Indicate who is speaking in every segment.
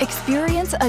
Speaker 1: Experience a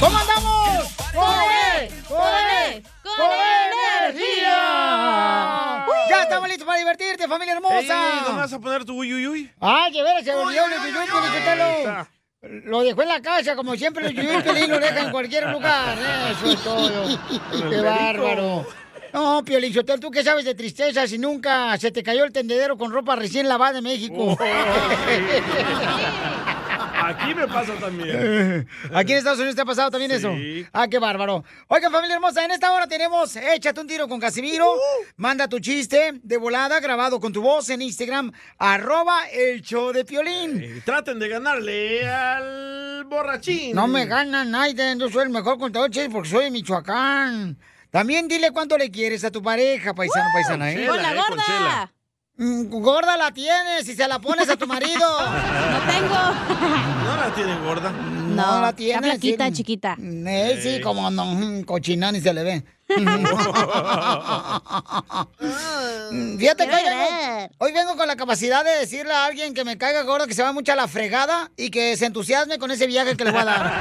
Speaker 2: ¿Cómo andamos? E,
Speaker 3: ¡Corre! ¡Corre! ¡Con energía!
Speaker 2: Ya estamos listos para divertirte, familia hermosa.
Speaker 4: Ey, ¿Dónde vas a poner tu uy, uy, uy?
Speaker 2: Ay, que veras, se volvió el Yuyuy Pelichotelo. Lo dejó en la casa, como siempre, el Yuyuy Pelín lo deja en cualquier lugar. Eso es todo.
Speaker 3: el
Speaker 2: Qué
Speaker 3: perico.
Speaker 2: bárbaro. No, Piolichotel, ¿tú qué sabes de tristeza si nunca se te cayó el tendedero con ropa recién lavada en México?
Speaker 4: Aquí me pasa también.
Speaker 2: Aquí en Estados Unidos te ha pasado también
Speaker 4: Sí.
Speaker 2: eso. Ah, qué bárbaro. Oigan, familia hermosa, en esta hora tenemos Échate un tiro con Casimiro.
Speaker 4: Uh-huh.
Speaker 2: Manda tu chiste de volada grabado con tu voz en Instagram, arroba el show de Piolín.
Speaker 4: traten de ganarle al borrachín.
Speaker 2: No me ganan, Naiden. Yo soy el mejor contador de chistes porque soy de Michoacán. También dile cuánto le quieres a tu pareja, paisano, paisana, ¿eh?
Speaker 3: Chela, Con la eh, con gorda. chela.
Speaker 2: Mm, gorda la tienes y se la pones a tu marido. no tengo.
Speaker 4: No la tienen gorda.
Speaker 2: No, la tiene.
Speaker 4: Está flaquita,
Speaker 2: chiquita. Eh, sí,
Speaker 4: Ey.
Speaker 2: como no, mm, cochina ni se le ve. Mm, Fíjate que hoy vengo, hoy vengo con la capacidad de decirle a alguien que me caiga gorda que se va mucho a la fregada y que se entusiasme con ese viaje que le voy a dar.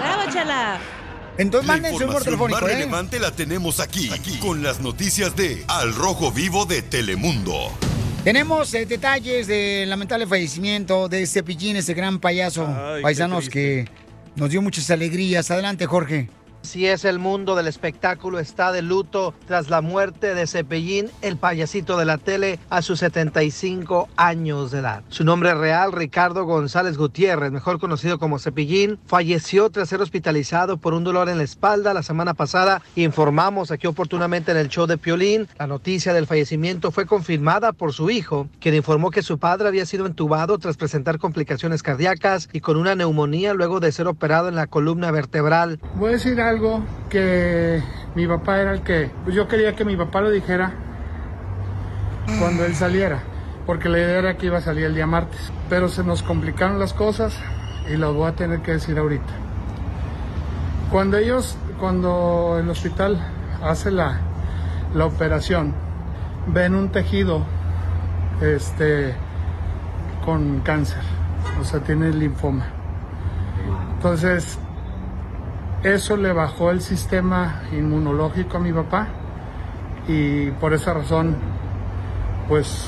Speaker 3: ¡Bravo, chala!
Speaker 2: Entonces
Speaker 5: La
Speaker 2: mándense un
Speaker 5: información
Speaker 2: número
Speaker 5: más
Speaker 2: telefónico, ¿eh?
Speaker 5: relevante la tenemos aquí, aquí, con las noticias de Al Rojo Vivo de Telemundo.
Speaker 2: Tenemos eh, detalles del lamentable fallecimiento de Cepillín, ese gran payaso.
Speaker 6: qué
Speaker 2: Paisanos que nos dio muchas alegrías. Adelante, Jorge.
Speaker 6: Si es el mundo del espectáculo está de luto tras la muerte de Cepellín, el payasito de la tele, a sus 75 años de edad. Su nombre real, Ricardo González Gutiérrez, mejor conocido como Cepellín, falleció tras ser hospitalizado por un dolor en la espalda la semana pasada. Informamos aquí oportunamente en el show de Piolín. La noticia del fallecimiento fue confirmada por su hijo, quien informó que su padre había sido entubado tras presentar complicaciones cardíacas y con una neumonía luego de ser operado en la columna vertebral.
Speaker 7: Voy a decir algo que mi papá era el que pues yo quería que mi papá lo dijera cuando él saliera, porque la idea era que iba a salir el día martes, pero se nos complicaron las cosas y lo voy a tener que decir ahorita. Cuando ellos, cuando el hospital hace la, la operación, ven un tejido este, con cáncer, o sea, tiene linfoma. Entonces, eso le bajó el sistema inmunológico a mi papá y por esa razón, pues,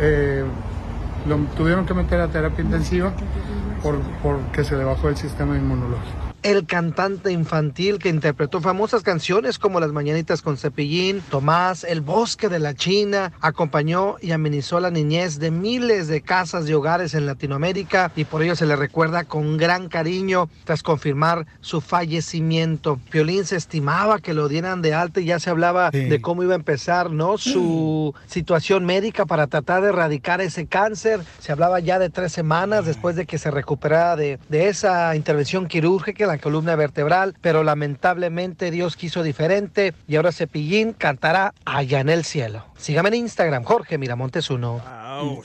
Speaker 7: eh, lo tuvieron que meter a terapia intensiva por, porque se le bajó el sistema inmunológico.
Speaker 6: El cantante infantil que interpretó famosas canciones como Las Mañanitas con Cepillín, Tomás, El Bosque de la China, acompañó y amenizó la niñez de miles de casas y hogares en Latinoamérica y por ello se le recuerda con gran cariño tras confirmar su fallecimiento. Piolín se estimaba que lo dieran de alta y ya se hablaba de cómo iba a empezar, ¿no? Su situación médica para tratar de erradicar ese cáncer. Se hablaba ya de tres semanas después de que se recuperara de, de esa intervención quirúrgica en la columna vertebral, pero lamentablemente Dios quiso diferente y ahora Cepillín cantará Allá en el cielo. Sígame en Instagram, Jorge Miramontes uno.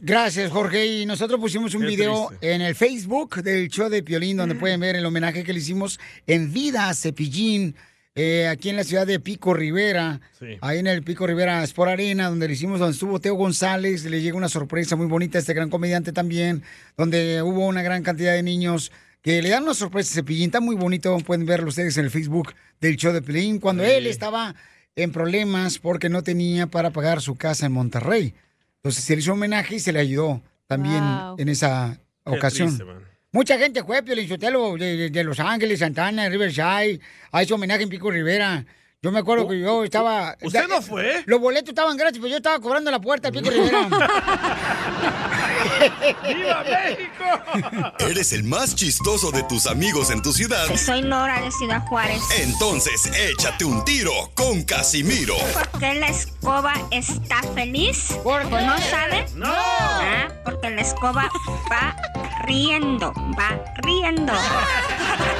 Speaker 2: Gracias, Jorge. Y nosotros pusimos un
Speaker 6: Qué
Speaker 2: video en el Facebook del show de Piolín, donde pueden ver el homenaje que le hicimos en vida a Cepillín, eh, aquí en la ciudad de Pico Rivera.
Speaker 3: Sí.
Speaker 2: Ahí en el Pico Rivera Sport Arena, donde le hicimos, donde estuvo Teo González. Le llegó una sorpresa muy bonita a este gran comediante también, donde hubo una gran cantidad de niños que le dan una sorpresa a Cepillín. Está muy bonito, pueden verlo ustedes en el Facebook del show de Piolín, cuando
Speaker 4: Sí.
Speaker 2: él estaba en problemas porque no tenía para pagar su casa en Monterrey. Entonces se le hizo homenaje y se le ayudó también
Speaker 3: Wow.
Speaker 2: en esa ocasión.
Speaker 8: triste, man.
Speaker 2: Mucha gente fue, Piolín Sotelo, de, de- de Los Ángeles, Santana, Riverside, a ese homenaje en Pico Rivera. Yo me acuerdo que yo estaba...
Speaker 4: Oh, ¿Usted
Speaker 2: da-
Speaker 4: no fue?
Speaker 2: Los boletos estaban gratis, pero yo estaba cobrando la puerta de Pico Rivera.
Speaker 4: ¡Viva
Speaker 5: Eres el más chistoso de tus amigos en tu ciudad.
Speaker 7: Soy Nora de Ciudad Juárez.
Speaker 5: Entonces, échate un tiro con Casimiro.
Speaker 7: ¿Por qué la escoba está feliz? ¿O no sabe?
Speaker 4: No.
Speaker 7: Ah, porque la escoba va riendo, va riendo.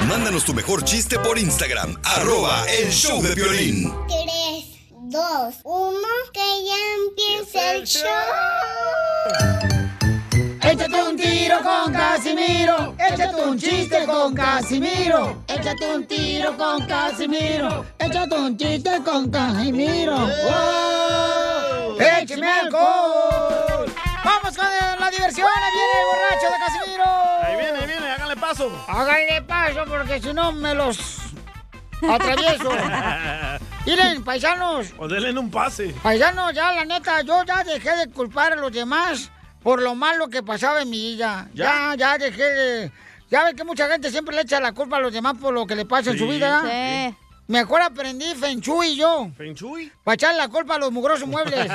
Speaker 5: Mándanos tu mejor chiste por Instagram, arroba el show de violín.
Speaker 9: Tres, dos, uno, que ya empiece el show.
Speaker 2: Échate un tiro con Casimiro. Échate un chiste con Casimiro. Échate un tiro con Casimiro. Échate un chiste con Casimiro. ¡Oh! ¡Échame alcohol! ¡Vamos con la diversión! ¡Ahí viene el borracho de Casimiro!
Speaker 4: Ahí viene, ahí viene, háganle paso.
Speaker 2: Háganle paso porque si no me los atravieso. Miren, paisanos,
Speaker 4: o denle un pase.
Speaker 2: Paisano, ya la neta, yo ya dejé de culpar a los demás por lo malo que pasaba en mi vida. Ya, ya, dejé de... Ya ves que mucha gente siempre le echa la culpa a los demás por lo que le pasa en su
Speaker 4: Sí,
Speaker 2: vida.
Speaker 4: sí.
Speaker 2: Mejor aprendí Feng Shui yo.
Speaker 4: ¿Feng Shui?
Speaker 2: Para echar la culpa a los mugrosos muebles.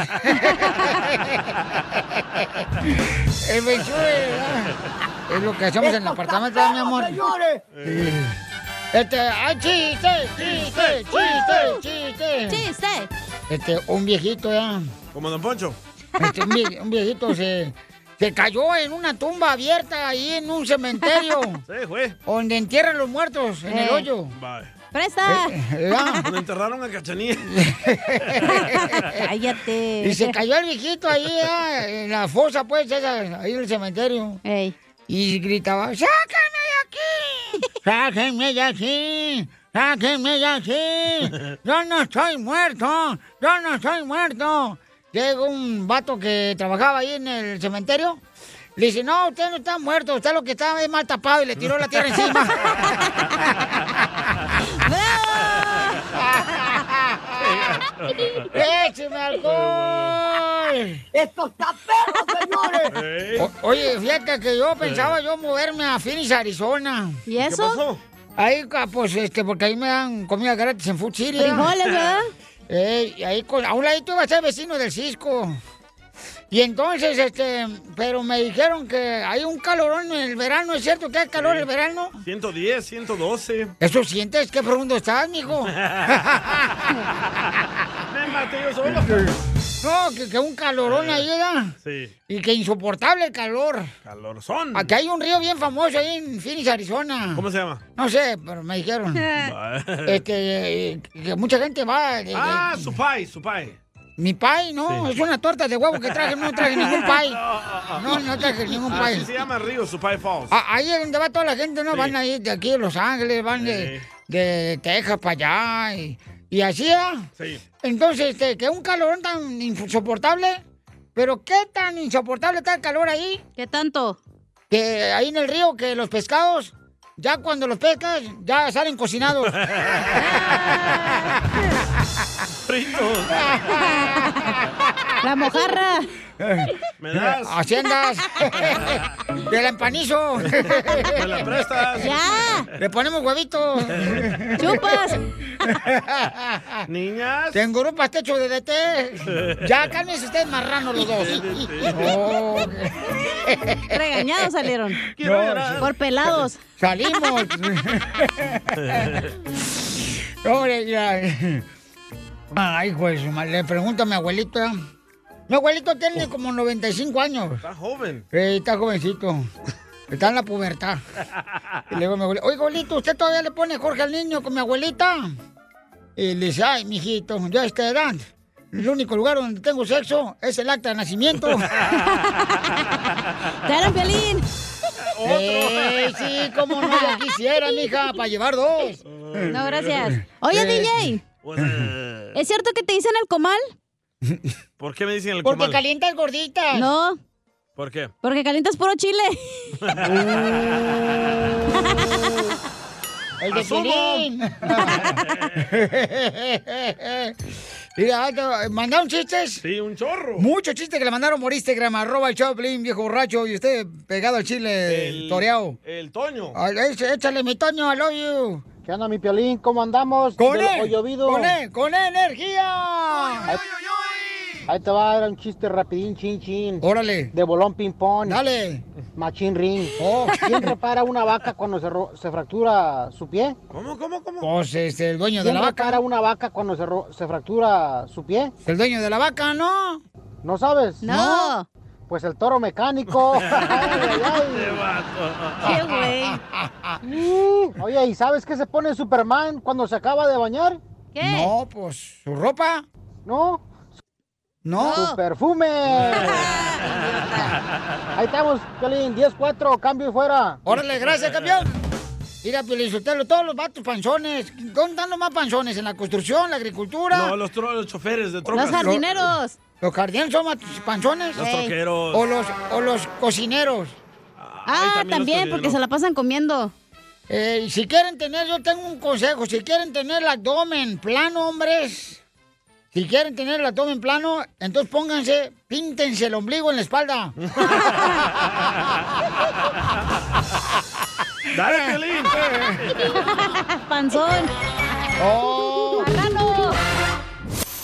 Speaker 2: El Feng Shui, ah, Es lo que hacemos en el apartamento, ¿verdad, mi amor. Sí. Este, ¡ay, chiste! ¡Chiste! ¡Chiste! ¡Chiste! ¡Chiste! Este, un viejito, ya.
Speaker 4: Como Don Poncho.
Speaker 2: Este, un, vie- un viejito se, se cayó en una tumba abierta ahí en un cementerio.
Speaker 4: Sí, fue.
Speaker 2: Donde entierran los muertos, en el
Speaker 4: Eh.
Speaker 2: hoyo. Eh, ah.
Speaker 4: Vale.
Speaker 2: ¡Presa!
Speaker 4: Lo enterraron a Cachanía.
Speaker 2: Cállate. Y se cayó el viejito ahí ah, en la fosa, pues, esa, ahí en el cementerio. Y gritaba, ¡sáquenme de aquí! ¡Sáquenme de aquí! ¡Sáquenme de aquí! ¡Yo no estoy muerto! ¡Yo no estoy muerto! Llega un vato que trabajaba ahí en el cementerio. Le dice, no, usted no está muerto, usted lo que está es mal tapado y le tiró la tierra encima. ¡Écheme alcohol! ¡Esto está perro, señores! oye, fíjate que yo pensaba yo moverme a Phoenix, Arizona. ¿Y
Speaker 4: eso? pasó?
Speaker 2: Ahí, ah, pues, este, porque ahí me dan comida gratis en Food City. ¿eh?
Speaker 10: Frijoles, ¿verdad?
Speaker 2: Eh, y ahí, con- a un ladito iba a ser vecino del Cisco. Y entonces, este, pero me dijeron que hay un calorón en el verano, ¿es cierto que hay calor en el verano?
Speaker 4: 110, 112.
Speaker 2: ¿Eso sientes? ¿Qué profundo estás, mijo?
Speaker 4: Me maté yo solo.
Speaker 2: No, que, que un calorón ahí era.
Speaker 4: Sí,
Speaker 2: Y que insoportable el calor.
Speaker 4: calorzón.
Speaker 2: Aquí hay un río bien famoso ahí en Phoenix, Arizona.
Speaker 4: ¿Cómo se llama?
Speaker 2: No sé, pero me dijeron. este, eh, que mucha gente va. de- de-
Speaker 4: Ah, su pai, su pai.
Speaker 2: Mi pay, no, es una torta de huevo que traje, no traje ningún pay. No, no traje ningún Ah, pay.
Speaker 4: Así se llama el río, su pai Falls.
Speaker 2: A- Ahí es donde va toda la gente, ¿no? Van ahí de aquí de Los Ángeles, van de, de Texas para allá y, y así, ¿ah?
Speaker 4: Sí.
Speaker 2: Entonces, este, que un calorón tan insoportable, pero qué tan insoportable está el calor ahí. ¿Qué tanto? Que ahí en el río, que los pescados, ya cuando los pescas, ya salen cocinados. La mojarra.
Speaker 4: ¿Me das?
Speaker 2: Así andas. Te la empanizo.
Speaker 4: ¿Me la prestas?
Speaker 2: Ya. Le ponemos huevitos.
Speaker 4: Chupas.
Speaker 2: Niñas. Tengo un pastecho de DT. Ya cálmense ustedes marranos los dos. Oh.
Speaker 10: Regañados salieron. Quiero llorar. Por pelados.
Speaker 2: Salimos. Hombre, ya. Ay, pues, le pregunto a mi abuelito. ¿eh? Mi abuelito tiene como 95 años.
Speaker 4: Está joven.
Speaker 2: Eh, está jovencito. Está en la pubertad. Y le digo a mi abuelita, oiga, abuelito, ¿usted todavía le pone Jorge al niño con mi abuelita? Y le dice, ay, mijito, yo a esta edad, el único lugar donde tengo sexo es el acta de nacimiento. ¡Claro, Pelín!
Speaker 10: Otro.
Speaker 2: sí, cómo no yo quisiera, mija, para llevar dos. Este, pues,
Speaker 10: No, gracias. Oye, DJ. ¿Es cierto que te dicen el comal?
Speaker 4: ¿Por qué me dicen el
Speaker 10: Porque
Speaker 4: comal?
Speaker 2: calientas gorditas.
Speaker 10: No,
Speaker 4: ¿Por qué?
Speaker 10: porque calientas puro chile.
Speaker 2: El de
Speaker 10: Asumo.
Speaker 2: Piolín. Mira, te- ¿mandaron chistes?
Speaker 4: Sí, un chorro.
Speaker 2: Muchos chistes que le mandaron por Instagram, arroba el Choplin, viejo borracho, y usted pegado al chile toreado.
Speaker 4: El Toño.
Speaker 2: Ah, éch- Échale mi Toño, I love you.
Speaker 11: ¿Qué onda, mi Piolín? ¿Cómo andamos?
Speaker 2: ¡Con
Speaker 11: De-
Speaker 2: él!
Speaker 11: hoy llovido.
Speaker 2: ¡Con él! ¡Con E energía!
Speaker 11: Ahí, ahí te va a dar un chiste rapidín, chin, chin.
Speaker 2: Órale.
Speaker 11: De bolón ping-pong.
Speaker 2: Dale. Oh.
Speaker 11: Machín ring. ¿Quién repara una vaca cuando se, ro- se fractura su pie?
Speaker 4: ¿Cómo, cómo, cómo?
Speaker 2: Pues este, el dueño de
Speaker 11: ¿Quién
Speaker 2: la vaca.
Speaker 11: repara una vaca cuando se, ro- se fractura su pie?
Speaker 2: El dueño de la vaca, ¿no?
Speaker 11: ¿No sabes?
Speaker 10: No.
Speaker 11: Pues el toro mecánico.
Speaker 10: ¡Qué güey!
Speaker 11: Mm, Oye, ¿y sabes qué se pone Superman cuando se acaba de bañar?
Speaker 10: ¿Qué?
Speaker 2: No, pues, su ropa.
Speaker 11: No.
Speaker 2: No.
Speaker 11: Su perfume. Ahí estamos, Piolín, 10-4, cambio y fuera.
Speaker 2: Órale, gracias, campeón. Mira, Pielinsotelo, todos los vatos panzones. ¿Dónde están los más panzones? ¿En la construcción, la agricultura?
Speaker 4: No, los, tro- los choferes de trocas.
Speaker 2: Los, jardineros son más panzones.
Speaker 4: Los Ey. troqueros.
Speaker 2: O los, o los cocineros.
Speaker 10: Ah, también, porque se la pasan comiendo.
Speaker 2: Eh, si quieren tener, yo tengo un consejo. Si quieren tener el abdomen plano, hombres. Si quieren tener el abdomen plano, entonces pónganse, píntense el ombligo en la espalda.
Speaker 4: Dale, Piolín. pues.
Speaker 10: Panzón.
Speaker 2: ¡Oh!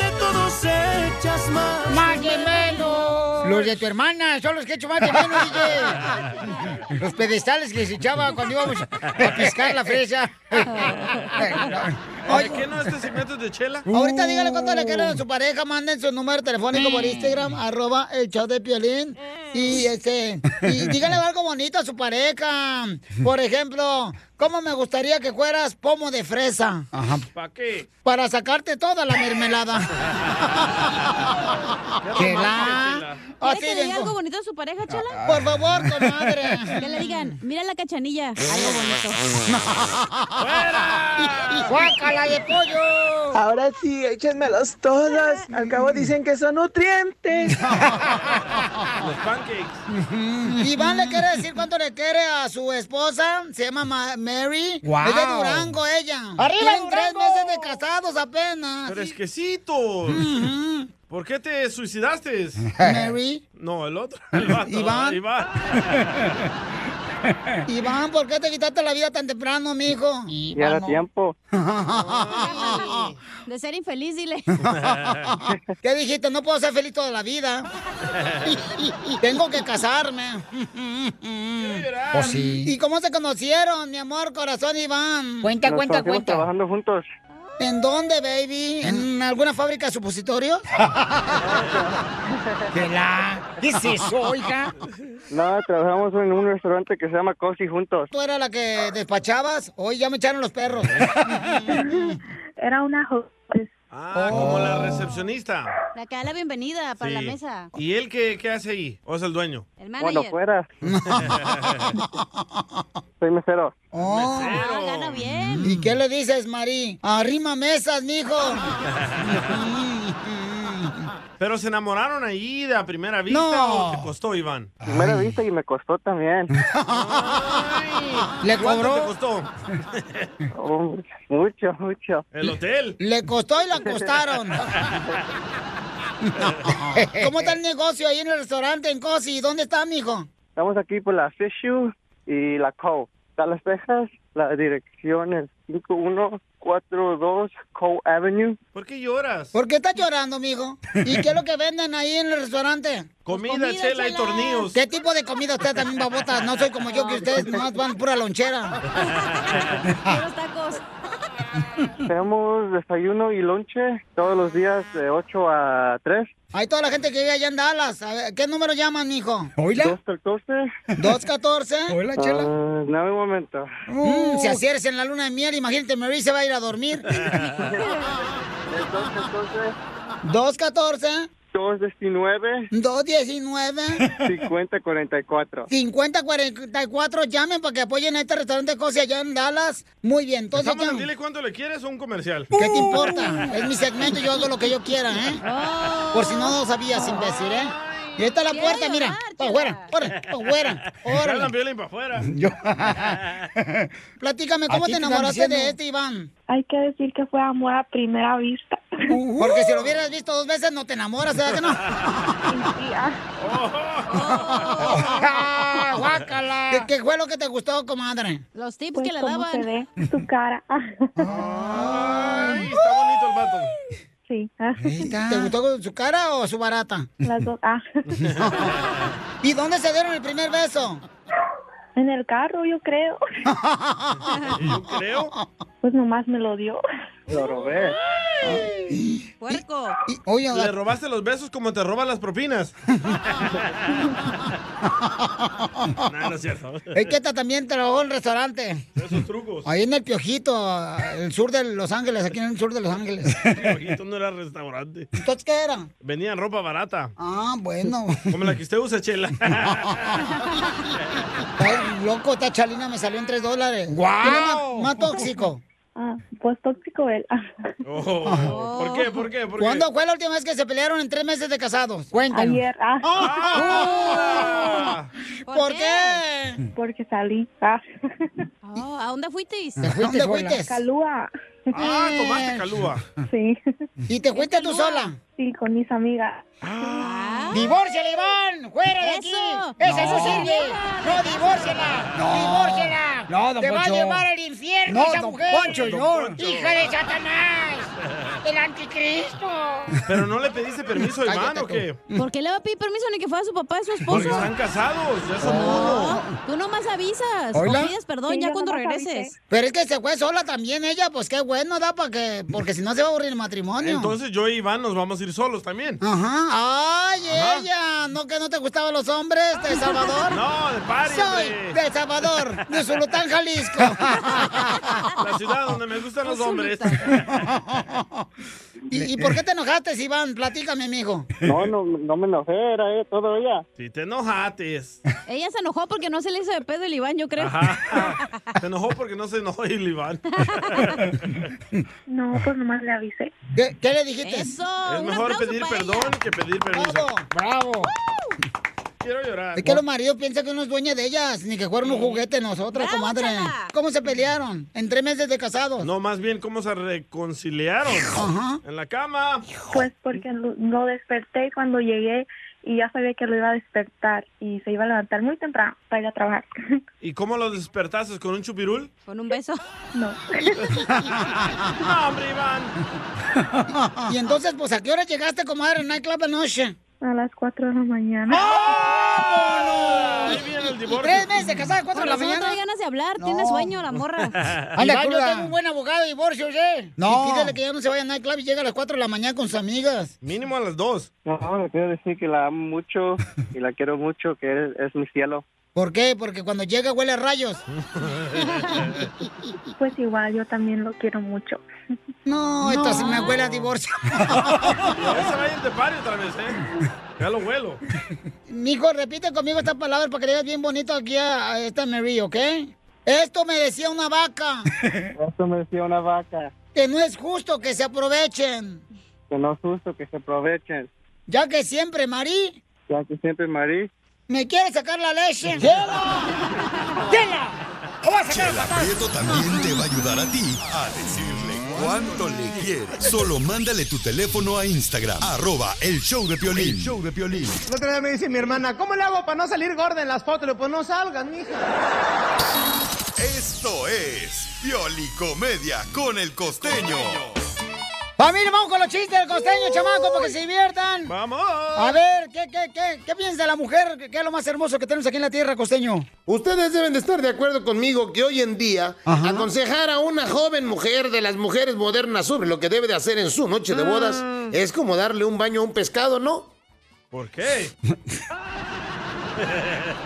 Speaker 12: de todos echas más?
Speaker 2: Más de menos. Los de tu hermana son los ah, que he hecho más de menos, DJ. Los pedestales que se echaba cuando íbamos a piscar la fresa.
Speaker 4: Oye, ¿qué no este segmento es de chela?
Speaker 2: Ahorita dígale cuánto le quieren a su pareja, manden su número telefónico por Instagram, arroba el show de Piolín. Y este, y díganle algo bonito a su pareja. Por ejemplo, ¿cómo me gustaría que fueras pomo de fresa? Ajá.
Speaker 4: ¿Para qué?
Speaker 2: Para sacarte toda la mermelada. Chela.
Speaker 10: ¿Quieres
Speaker 2: Así
Speaker 10: que le
Speaker 2: Ah, vengo. Ah,
Speaker 10: diga algo bonito a su pareja, Chela?
Speaker 2: Por favor, comadre.
Speaker 10: Que le digan, mira la cachanilla, algo
Speaker 2: bonito. ¡Guácala de pollo!
Speaker 13: Ahora sí, échenmelos todas. Al cabo dicen que son nutrientes.
Speaker 4: Ah, Los pancakes. Mm.
Speaker 2: Iván le quiere decir cuánto le quiere a su esposa. Se llama Ma- Mary.
Speaker 4: Guau.
Speaker 2: Es de Durango ella.
Speaker 4: ¡Arriba,
Speaker 2: Tienen tres meses de casados apenas.
Speaker 4: Fresquecitos. ¿Por qué te suicidaste?
Speaker 2: Mary.
Speaker 4: No, el otro. el vato,
Speaker 2: Iván.
Speaker 4: Iván.
Speaker 2: Iván, ¿por qué te quitaste la vida tan temprano, mijo?
Speaker 8: Ya era tiempo.
Speaker 10: bonito. De ser infeliz, dile.
Speaker 2: ¿Qué dijiste? No puedo ser feliz toda la vida. Tengo que casarme.
Speaker 8: Pues sí.
Speaker 2: ¿Y cómo se conocieron, mi amor, corazón, Iván?
Speaker 8: Nos conocimos trabajando juntos.
Speaker 2: ¿En dónde, baby? ¿En alguna fábrica de supositorios? ¿Qué la? ¿Qué es eso, hija?
Speaker 8: No, trabajamos en un restaurante que se llama Cosi juntos.
Speaker 2: ¿Tú eras la que despachabas? Hoy ya me echaron los perros.
Speaker 3: Era una
Speaker 4: Ah, como
Speaker 2: Oh.
Speaker 4: la recepcionista.
Speaker 10: La que da la bienvenida para la
Speaker 4: Sí.
Speaker 10: mesa.
Speaker 4: ¿Y él qué, qué hace ahí? ¿O es el dueño?
Speaker 10: El
Speaker 8: Cuando
Speaker 10: manager.
Speaker 8: fuera. Soy mesero.
Speaker 2: Ah,
Speaker 10: gana bien.
Speaker 2: ¿Y qué le dices, Mari? Arrima mesas, mijo.
Speaker 4: Pero se enamoraron ahí de a primera vista
Speaker 2: No.
Speaker 4: o te costó, Iván.
Speaker 8: Primera vista y me costó también.
Speaker 2: ¿Le
Speaker 4: ¿Cuánto
Speaker 2: cobró?
Speaker 4: te costó?
Speaker 8: Oh, mucho, mucho.
Speaker 4: El hotel.
Speaker 2: Le costó y la costaron. ¿Cómo está el negocio ahí en el restaurante en Cosi? ¿Dónde está, mijo?
Speaker 8: Estamos aquí por la Fishu y la Co. Está Las Vegas, la dirección es 5142 Co Avenue.
Speaker 4: ¿Por qué lloras?
Speaker 2: ¿Por qué estás llorando, mijo? ¿Y qué es lo que venden ahí en el restaurante?
Speaker 4: Comida, Comida, chela y chela. tornillos.
Speaker 2: ¿Qué tipo de comida usted también babota? No soy como yo que ustedes nomás van pura lonchera.
Speaker 10: Quiero tacos.
Speaker 8: Tenemos desayuno y lonche todos los días de 8 a 3.
Speaker 2: Hay toda la gente que vive allá en Dallas. A ver, ¿Qué número llaman, mijo?
Speaker 8: ¿Dos catorce?
Speaker 4: Eh.
Speaker 2: ¿214?
Speaker 8: Ah, dame un momento.
Speaker 4: Uh.
Speaker 2: Mm, si así eres en la luna de miel, imagínate, Mary se va a ir a dormir. 214
Speaker 14: 219
Speaker 2: 219
Speaker 14: 5044.
Speaker 2: 5044 llamen para que apoyen a este restaurante Cosi allá en Dallas. Muy bien, entonces
Speaker 4: Estamos en
Speaker 2: llamen.
Speaker 4: dile cuánto le quieres o un comercial.
Speaker 2: ¿Qué te importa? Es mi segmento, yo hago lo que yo quiera, ¿eh? Por si no lo sabías, imbécil, ¿eh? Y ahí está la puerta, mira. Para afuera, órale, para afuera,
Speaker 4: Hablan
Speaker 2: órale.
Speaker 4: violín para afuera.
Speaker 2: Platícame,
Speaker 4: ¿A
Speaker 2: ¿cómo
Speaker 4: ti
Speaker 2: te
Speaker 4: te están
Speaker 2: enamoraste de
Speaker 4: diciendo?
Speaker 2: este Iván?
Speaker 15: Hay que decir que fue amor a primera vista.
Speaker 2: Porque si lo hubieras visto dos veces no te enamoras, ¿verdad que no?
Speaker 15: guácala.
Speaker 2: ¿Qué, qué fue lo que te gustó, comadre?
Speaker 10: Los tips
Speaker 15: Pues,
Speaker 10: que le
Speaker 15: ¿cómo
Speaker 10: daban.
Speaker 15: se ve? Tu cara.
Speaker 4: Ay, está bonito el vato.
Speaker 15: Sí. Ah.
Speaker 2: ¿Te gustó su cara o su barata?
Speaker 15: Las dos. Ah.
Speaker 2: ¿Y dónde se dieron el primer beso?
Speaker 15: En el carro, yo creo.
Speaker 14: Yo creo.
Speaker 15: Pues nomás me lo dio.
Speaker 14: Lo robé.
Speaker 10: Puerco.
Speaker 4: Le robaste los besos como te roban las propinas.
Speaker 15: Ah.
Speaker 4: no, no es cierto.
Speaker 2: Es que esta también trabajó en el restaurante.
Speaker 4: Esos trucos.
Speaker 2: Ahí en el Piojito, el sur de Los Ángeles, aquí en el sur de Los Ángeles.
Speaker 4: Esto no era restaurante.
Speaker 2: ¿Entonces qué era?
Speaker 4: Vendían ropa barata.
Speaker 2: Ah, bueno.
Speaker 4: Como la que usted usa, Chela.
Speaker 2: Está loco, esta chalina me salió en tres dólares.
Speaker 4: ¡Guau!
Speaker 2: ¿Quién es más, más tóxico?
Speaker 15: Ah, pues tóxico él.
Speaker 4: Oh, ¿Por qué? ¿Por qué? ¿Por qué?
Speaker 2: ¿Cuándo fue la última vez que se pelearon en tres meses de casados? Cuéntanos.
Speaker 15: Ayer. Ah.
Speaker 2: ¡Ah!
Speaker 10: ¿Por,
Speaker 2: ¿Por
Speaker 10: qué?
Speaker 15: Porque salí. Ah.
Speaker 10: Oh, ¿A dónde fuisteis?
Speaker 2: ¿Te fuiste ¿Dónde sola? fuites?
Speaker 15: Calúa.
Speaker 4: Ah, tomaste calúa.
Speaker 15: Sí.
Speaker 2: ¿Y te fuiste tú sola?
Speaker 15: Sí, con mis amigas.
Speaker 4: Ah.
Speaker 2: ¡Divórciala, Iván! ¡Fuera de
Speaker 15: Eso.
Speaker 2: aquí! ¡Esa
Speaker 15: No.
Speaker 2: no sirve! ¡No, divórciala!
Speaker 15: No.
Speaker 2: ¡Divórciala!
Speaker 15: No, don
Speaker 2: ¡Te va a
Speaker 15: Poncho.
Speaker 2: llevar al infierno
Speaker 15: No,
Speaker 2: esa
Speaker 15: don
Speaker 2: mujer!
Speaker 15: Poncho, no.
Speaker 2: ¡Hija de Satanás! ¡El anticristo!
Speaker 4: ¿Pero no le pediste permiso a Iván
Speaker 10: Cállate
Speaker 4: o qué?
Speaker 10: ¿Por qué le va a pedir permiso ni que fuera su papá de su esposo?
Speaker 4: Porque están casados, ya son uno.
Speaker 10: No, tú nomás avisas.
Speaker 2: ¿Oíla?
Speaker 10: O pides perdón
Speaker 2: Sí,
Speaker 10: ya
Speaker 2: yo
Speaker 10: cuando
Speaker 2: nomás
Speaker 10: regreses.
Speaker 2: Pero es que se fue sola también ella, pues qué bueno, da para que, porque si no se va a aburrir el matrimonio.
Speaker 4: Entonces yo y Iván nos vamos a ir solos también.
Speaker 2: Ajá. ¡Ay, ella! ¿No que no te gustaban los hombres de El Salvador?
Speaker 4: No, de party,
Speaker 2: Soy
Speaker 4: hombre.
Speaker 2: de El Salvador, de Zulután, Jalisco.
Speaker 4: La ciudad donde me gustan los hombres.
Speaker 2: ¿Y, y por qué te enojaste, Iván? Platícame, mijo.
Speaker 14: No, no, no me enojé, era eh, todo ella.
Speaker 4: Si te enojates.
Speaker 10: Ella se enojó porque no se le hizo de pedo el Iván, yo creo.
Speaker 4: Se enojó porque no se enojó el Iván.
Speaker 15: No, pues nomás le avisé.
Speaker 2: ¿Qué, le dijiste?
Speaker 4: es mejor pedir perdón que pedir permiso.
Speaker 2: Bravo, bravo.
Speaker 4: Quiero llorar.
Speaker 2: Es que los maridos piensan que uno es dueña de ellas, ni que fueran un juguete nosotros, comadre. ¿Cómo se pelearon? En tres meses de casados.
Speaker 4: No, más bien cómo se reconciliaron. En la cama.
Speaker 15: Pues porque lo, lo desperté y cuando llegué y ya sabía que lo iba a despertar y se iba a levantar muy temprano para ir a trabajar.
Speaker 4: ¿Y cómo lo despertaste? ¿Con un chupirul?
Speaker 10: ¿Con un beso?
Speaker 15: No.
Speaker 4: no, hombre, Iván.
Speaker 2: Y entonces, pues, ¿a qué hora llegaste, comadre, en Nightclub anoche?
Speaker 15: A las 4 de la mañana.
Speaker 4: Ahí viene el divorcio.
Speaker 2: Tres meses de casada, cuatro
Speaker 10: Por
Speaker 2: de la
Speaker 10: razón no
Speaker 2: mañana.
Speaker 10: trae ganas de hablar,
Speaker 2: No.
Speaker 10: tiene sueño la morra.
Speaker 2: Anda, Iván, yo tengo un buen abogado de divorcio, ¿eh?
Speaker 4: No.
Speaker 2: Y pídele que ya no se vaya a nightclub y llega a las 4 de la mañana con sus amigas.
Speaker 4: Mínimo a las dos.
Speaker 14: No, le quiero decir que la amo mucho y la quiero mucho, que es, es mi cielo.
Speaker 2: ¿Por qué? Porque cuando llega huele a rayos.
Speaker 15: Pues igual, yo también lo quiero mucho.
Speaker 2: No, esta sí me huele a divorcio.
Speaker 4: Ya se vayan de pari otra vez, ¿eh? Ya lo vuelo.
Speaker 2: Mijo, repite conmigo esta palabra para que le digas bien bonito aquí a, a esta Mary, ¿ok? Esto me decía una vaca,
Speaker 14: Esto me decía una vaca,
Speaker 2: que no es justo que se aprovechen,
Speaker 14: que no es justo que se aprovechen,
Speaker 2: ya que siempre, Marí,
Speaker 14: ya que siempre Marí.
Speaker 2: me quiere sacar la leche. ¡Yela! ¡Yela! ¿Cómo vas a sacar
Speaker 5: Chela Prieto también te va a ayudar a ti a decirle cuánto le quieres. Solo mándale tu teléfono a Instagram, arroba el show de Piolín. El show de Piolín.
Speaker 1: La otra vez me dice mi hermana, ¿cómo le hago para no salir gorda en las fotos? Le digo, pues no salgas, mija.
Speaker 5: Esto es Piolicomedia con el costeño.
Speaker 2: Familia, vamos con los chistes del costeño, chamaco, para que se diviertan.
Speaker 4: Vamos.
Speaker 2: A ver, ¿qué, qué, qué, qué piensa la mujer? ¿Qué es lo más hermoso que tenemos aquí en la tierra, costeño?
Speaker 16: Ustedes deben de estar de acuerdo conmigo que hoy en día aconsejar a una joven mujer de las mujeres modernas sobre lo que debe de hacer en su noche de bodas
Speaker 11: Mm.
Speaker 16: es como darle un baño a un pescado, ¿no?
Speaker 4: ¿Por qué?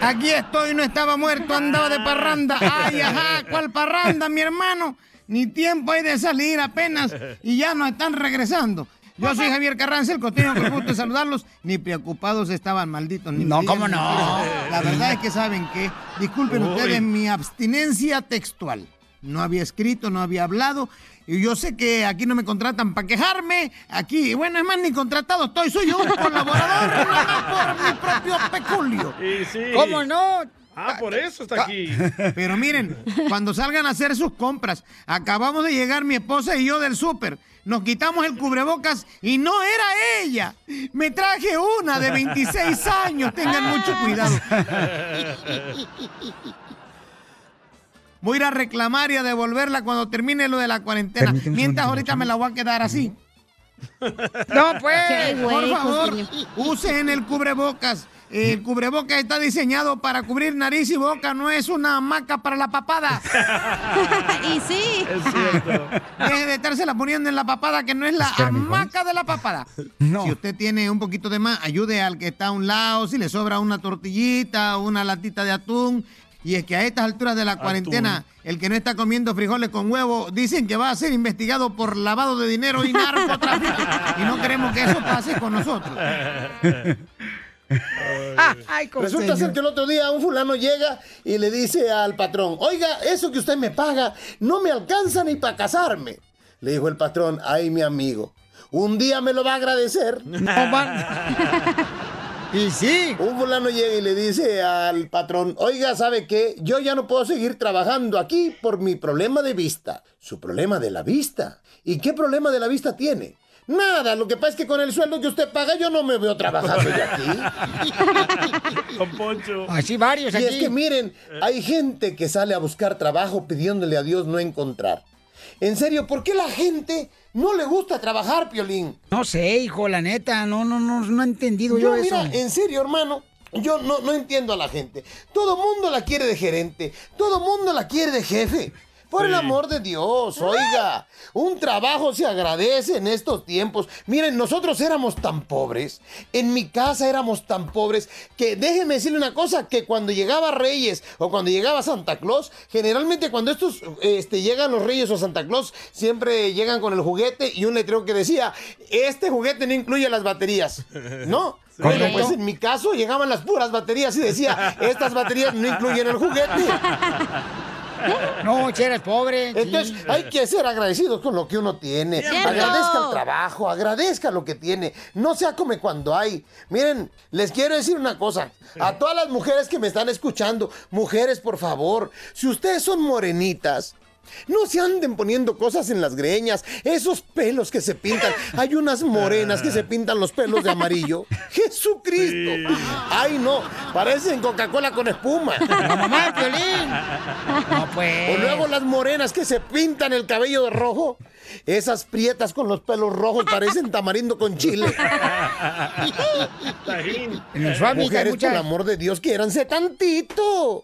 Speaker 17: Aquí estoy, no estaba muerto, andaba de parranda. Ay, ajá, ¿cuál parranda, mi hermano? Ni tiempo hay de salir apenas y ya nos están regresando.
Speaker 13: Yo soy Javier Carranza, el costeño, con gusto de saludarlos. Ni preocupados estaban, malditos. Ni
Speaker 2: No,
Speaker 13: me digan
Speaker 2: ¿cómo no?
Speaker 13: mentiras. La verdad es que saben que, disculpen
Speaker 2: Uy.
Speaker 13: ustedes mi abstinencia textual. No había escrito, no había hablado. Y yo sé que aquí no me contratan para quejarme. Aquí, bueno, es más, ni contratado estoy. Soy yo un colaborador, nada más por mi propio peculio.
Speaker 4: ¿Cómo
Speaker 13: no?
Speaker 4: Ah, por eso está aquí.
Speaker 13: Pero miren, cuando salgan a hacer sus compras, acabamos de llegar mi esposa y yo del súper. Nos quitamos el cubrebocas y no era ella. Me traje una de 26 años. Tengan mucho cuidado. Voy a ir a reclamar y a devolverla cuando termine lo de la cuarentena. Mientras ahorita me la voy a quedar así. No, pues,
Speaker 3: Qué
Speaker 13: por
Speaker 3: güey,
Speaker 13: favor,
Speaker 3: costeño.
Speaker 13: usen el cubrebocas. El cubrebocas está diseñado para cubrir nariz y boca, no es una hamaca para la papada. y sí. Es cierto. Deje de estársela poniendo en la papada, que no es la hamaca de la papada. Si usted tiene un poquito de más, ayude al que está a un lado, si le sobra una tortillita, una latita de atún. Y es que a estas alturas de la cuarentena, el que no está comiendo frijoles con huevo, dicen que va a ser investigado por lavado de dinero y narcotráfico. y no queremos que eso pase con nosotros.
Speaker 16: Eh, Resulta ser que el otro día un fulano llega y le dice al patrón, oiga, eso que usted me paga no me alcanza ni para casarme. Le dijo el patrón, ay mi amigo, un día me lo va a agradecer.
Speaker 2: y sí.
Speaker 16: Un fulano llega y le dice al patrón, oiga, ¿sabe qué? Yo ya no puedo seguir trabajando aquí por mi problema de vista. Su problema de la vista. ¿Y qué problema de la vista tiene? Nada, lo que pasa es que con el sueldo que usted paga yo no me veo trabajando ya aquí.
Speaker 4: Con Poncho.
Speaker 16: Y es que miren, hay gente que sale a buscar trabajo pidiéndole a Dios no encontrar. En serio, ¿por qué la gente no le gusta trabajar, Piolín?
Speaker 2: No sé, hijo, la neta, no, no, no, no he entendido
Speaker 16: Yo,
Speaker 2: yo, eso.
Speaker 16: mira, en serio, hermano, yo no, no entiendo a la gente. Todo mundo la quiere de gerente, todo mundo la quiere de jefe. Por el
Speaker 3: Sí.
Speaker 16: amor de Dios, oiga, un trabajo se agradece en estos tiempos. Miren, nosotros éramos tan pobres, en mi casa éramos tan pobres, que déjenme decirle una cosa, que cuando llegaba Reyes o cuando llegaba Santa Claus, generalmente cuando estos este, llegan los Reyes o Santa Claus, siempre llegan con el juguete y un letrero que decía, este juguete no incluye las baterías. ¿No?
Speaker 3: Sí.
Speaker 16: Bueno,
Speaker 3: Correcto.
Speaker 16: pues en mi caso llegaban las puras baterías y decía, estas baterías no incluyen el juguete.
Speaker 2: No, si eres pobre.
Speaker 16: Entonces hay que ser agradecidos con lo que uno tiene.
Speaker 3: Cierto.
Speaker 16: Agradezca el trabajo, agradezca lo que tiene. No se acome cuando hay. Miren, les quiero decir una cosa. A todas las mujeres que me están escuchando, mujeres, por favor, si ustedes son morenitas, no se anden poniendo cosas en las greñas, esos pelos que se pintan. Hay unas morenas que se pintan los pelos de amarillo. ¡Jesucristo! ¡Ay, no! Parecen Coca-Cola con espuma. ¡La mamá de
Speaker 13: Pues.
Speaker 16: o luego las morenas que se pintan el cabello de rojo. Esas prietas con los pelos rojos parecen tamarindo con chile.
Speaker 3: En el Suami,
Speaker 16: Mujeres,
Speaker 3: muchas-
Speaker 16: por amor de Dios, quiéranse tantito.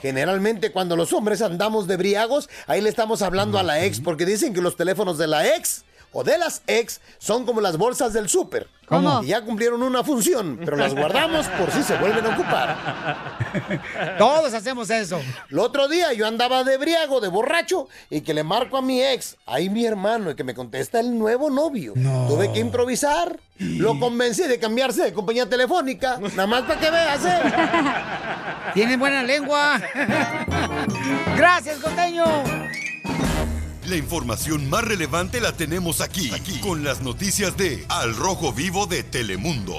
Speaker 16: Generalmente cuando los hombres andamos de briagos, ahí le estamos hablando a la ex, porque dicen que los teléfonos de la ex o de las ex son como las bolsas del súper.
Speaker 2: ¿Cómo?
Speaker 16: Y ya cumplieron una función, pero las guardamos por si se vuelven a ocupar.
Speaker 2: Todos hacemos eso.
Speaker 16: El otro día yo andaba de briago, de borracho, y que le marco a mi ex, ahí mi hermano, y que me contesta el nuevo novio. Tuve que improvisar. Lo convencí de cambiarse de compañía telefónica, nada más para que veas, ¿eh?
Speaker 2: Tienes buena lengua. Gracias, costeño.
Speaker 5: La información más relevante la tenemos aquí, aquí, con las noticias de Al Rojo Vivo de Telemundo.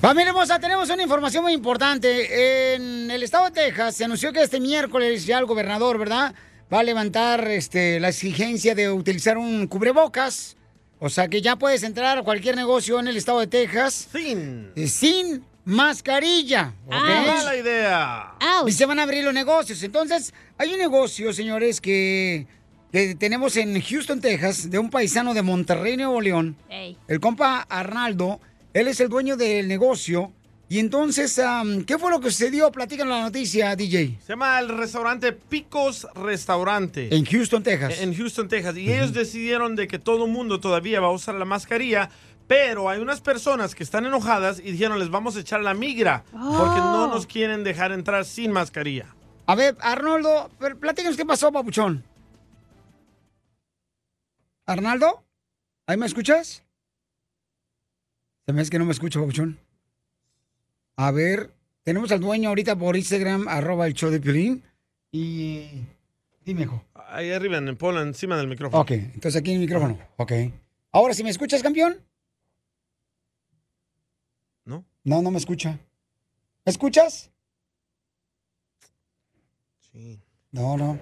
Speaker 2: Familia hermosa, tenemos una información muy importante. En el estado de Texas se anunció que este miércoles ya el gobernador, ¿verdad? Va a levantar este, la exigencia de utilizar un cubrebocas. O sea que ya puedes entrar a cualquier negocio en el estado de Texas. Sin. Sin mascarilla. ¿ok?
Speaker 4: Ah, Mala la idea.
Speaker 2: Y se van a abrir los negocios. Entonces, hay un negocio, señores, que, que tenemos en Houston, Texas, de un paisano de Monterrey, Nuevo León. El compa Arnaldo, él es el dueño del negocio. Y entonces, am, ¿qué fue lo que sucedió? Platican la noticia, DJ.
Speaker 4: Se llama el restaurante Picos Restaurante.
Speaker 2: En Houston, Texas.
Speaker 4: En Houston, Texas. Y ellos decidieron de que todo el mundo todavía va a usar la mascarilla, pero hay unas personas que están enojadas y dijeron, les vamos a echar la migra, porque
Speaker 2: Oh.
Speaker 4: no nos quieren dejar entrar sin mascarilla.
Speaker 2: A ver, Arnaldo, platícanos qué pasó, papuchón. ¿Arnaldo? ¿Ahí me escuchas? Se me hace que no me escucho, Papuchón. A ver, tenemos al dueño ahorita por Instagram, arroba el show de Piolín. Y dime, hijo.
Speaker 4: Ahí arriba, en- ponla encima del micrófono.
Speaker 2: Ok, entonces aquí el micrófono. Ok. Ahora, si me escuchas, campeón?
Speaker 4: ¿No?
Speaker 2: No, no me escucha. ¿Me escuchas?
Speaker 4: Sí.
Speaker 2: No, no.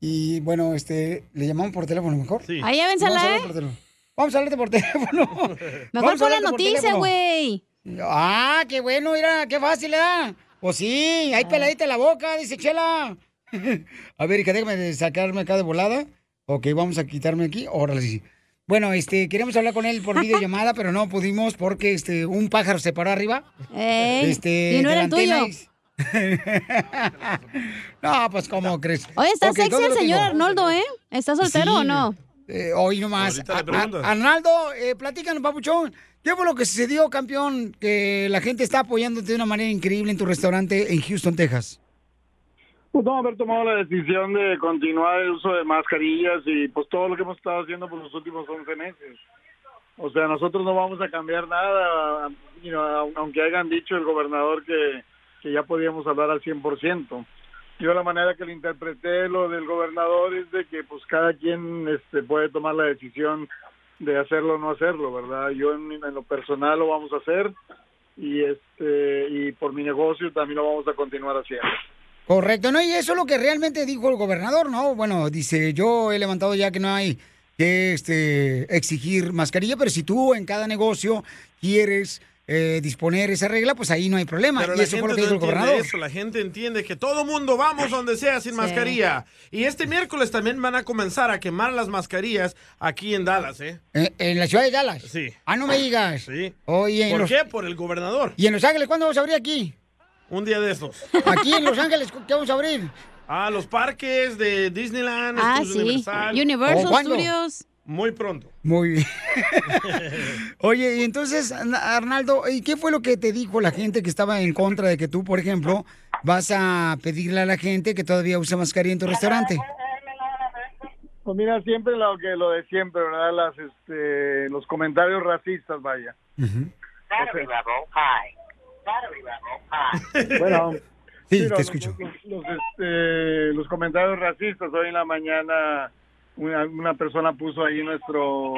Speaker 2: Y bueno, este, ¿le llamamos por teléfono mejor?
Speaker 4: Sí.
Speaker 10: Ahí avénsala,
Speaker 2: Vamos a
Speaker 10: ¿eh?
Speaker 2: hablar por teléfono. Vamos a hablarte por teléfono.
Speaker 10: Mejor
Speaker 2: Vamos a
Speaker 10: con la
Speaker 2: hablarte por
Speaker 10: noticia,
Speaker 2: teléfono.
Speaker 10: güey.
Speaker 2: Ah, qué bueno, mira, qué fácil, ¿eh? Pues sí,
Speaker 10: Ah.
Speaker 2: ahí peladita la boca, dice Chela. a ver, hija, déjame de sacarme acá de volada. Ok, vamos a quitarme aquí. Órale, sí. Bueno, este, queríamos hablar con él por videollamada, pero no pudimos porque este, un pájaro se paró arriba.
Speaker 10: Ey,
Speaker 2: Este,
Speaker 10: y no
Speaker 2: de
Speaker 10: era
Speaker 2: la
Speaker 10: el tuyo.
Speaker 2: antena y- No, pues, ¿cómo crees?
Speaker 10: Oye, está
Speaker 2: Ok,
Speaker 10: sexy
Speaker 2: ¿dónde
Speaker 10: el
Speaker 2: lo
Speaker 10: señor
Speaker 2: tengo?
Speaker 10: Arnoldo, ¿eh? ¿Está soltero o no?
Speaker 2: Eh, hoy nomás.
Speaker 10: Ahorita le
Speaker 2: A- a-
Speaker 10: preguntas.
Speaker 2: Arnaldo, eh, platícanos, papuchón. ¿Qué fue lo que sucedió, campeón? Que la gente está apoyándote de una manera increíble en tu restaurante en Houston, Texas.
Speaker 18: Pues no, haber tomado la decisión de continuar el uso de mascarillas y pues todo lo que hemos estado haciendo por los últimos 11 meses. O sea, nosotros no vamos a cambiar nada, you know, au- aunque hayan dicho el gobernador que, que ya podíamos hablar al 100%. Yo la manera que le interpreté lo del gobernador es de que pues cada quien este, puede tomar la decisión de hacerlo o no hacerlo, ¿verdad? Yo en, en lo personal lo vamos a hacer y este y por mi negocio también lo vamos a continuar haciendo.
Speaker 2: Correcto, ¿no? Y eso es lo que realmente dijo el gobernador, ¿no? Bueno, dice, yo he levantado ya que no hay que este, exigir mascarilla, pero si tú en cada negocio quieres eh, disponer esa regla, pues ahí no hay problema.
Speaker 4: Pero
Speaker 2: y
Speaker 4: la
Speaker 2: eso
Speaker 4: gente
Speaker 2: fue lo
Speaker 4: no
Speaker 2: que dijo el
Speaker 4: entiende
Speaker 2: gobernador.
Speaker 4: eso. La gente entiende que todo mundo vamos donde sea sin
Speaker 2: Sí.
Speaker 4: mascarilla. Y este miércoles también van a comenzar a quemar las mascarillas aquí en Dallas, ¿eh?
Speaker 2: Eh, ¿En la ciudad de Dallas?
Speaker 4: Sí.
Speaker 2: Ah, no me digas.
Speaker 4: Sí.
Speaker 2: Oye, en
Speaker 4: ¿Por
Speaker 2: los-
Speaker 4: qué? Por el gobernador.
Speaker 2: ¿Y en Los Ángeles cuándo vamos a abrir aquí?
Speaker 4: Un día de estos.
Speaker 2: Aquí en Los Ángeles, ¿qué vamos a abrir?
Speaker 4: A los parques de Disneyland,
Speaker 10: Ah,
Speaker 4: Estudios
Speaker 10: sí.
Speaker 4: Universal.
Speaker 10: Universal ¿O cuándo? Studios.
Speaker 4: Muy pronto.
Speaker 2: Muy bien. Oye, y entonces, Arna- Arnaldo, ¿y qué fue lo que te dijo la gente que estaba en contra de que tú, por ejemplo, vas a pedirle a la gente que todavía usa mascarilla en tu restaurante?
Speaker 18: Pues mira, siempre lo que lo de siempre, ¿verdad? Las, este, los comentarios racistas, vaya.
Speaker 3: Battery level high. Battery level high.
Speaker 18: Bueno,
Speaker 2: sí,
Speaker 18: los-
Speaker 2: te escucho.
Speaker 18: Los, los, este, los comentarios racistas, hoy en la mañana una, una persona puso ahí nuestro,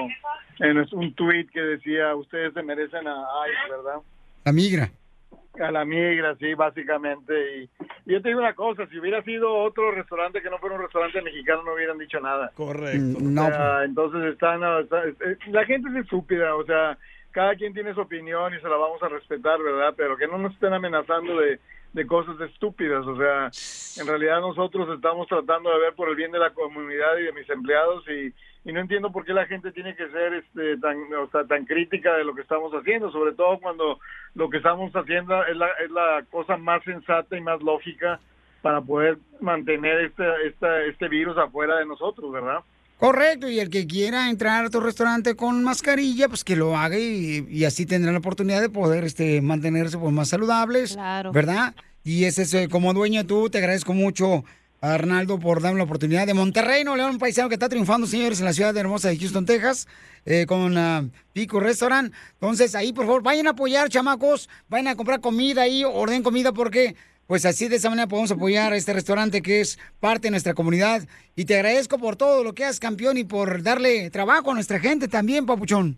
Speaker 18: en nuestro- un tweet que decía, ustedes se merecen a ICE, ¿verdad?
Speaker 2: La migra.
Speaker 18: A la migra, sí, básicamente. Y, y yo te digo una cosa, si hubiera sido otro restaurante que no fuera un restaurante mexicano, no hubieran dicho nada.
Speaker 4: Correcto.
Speaker 2: Mm,
Speaker 18: O
Speaker 2: pues,
Speaker 18: sea, entonces están, o sea, es- es- la gente es estúpida, o sea, cada quien tiene su opinión y se la vamos a respetar, ¿verdad? Pero que no nos estén amenazando de, de cosas estúpidas, o sea, en realidad nosotros estamos tratando de ver por el bien de la comunidad y de mis empleados y, y no entiendo por qué la gente tiene que ser este, tan, o sea, tan crítica de lo que estamos haciendo, sobre todo cuando lo que estamos haciendo es la, es la cosa más sensata y más lógica para poder mantener este, esta- este virus afuera de nosotros, ¿verdad?
Speaker 2: Correcto, y el que quiera entrar a tu restaurante con mascarilla, pues que lo haga y, y así tendrá la oportunidad de poder este, mantenerse pues, más saludables,
Speaker 10: Claro.
Speaker 2: ¿verdad? Y ese es, eh, como dueño tú, te agradezco mucho, Arnaldo, por darme la oportunidad de Monterrey, Nuevo León, un paisano que está triunfando, señores, en la ciudad hermosa de Houston, Texas, eh, con ah, Pico Restaurant. Entonces, ahí, por favor, vayan a apoyar, chamacos, vayan a comprar comida ahí, orden comida, porque... Pues así de esa manera podemos apoyar a este restaurante que es parte de nuestra comunidad. Y te agradezco por todo lo que haces, campeón, y por darle trabajo a nuestra gente también, papuchón.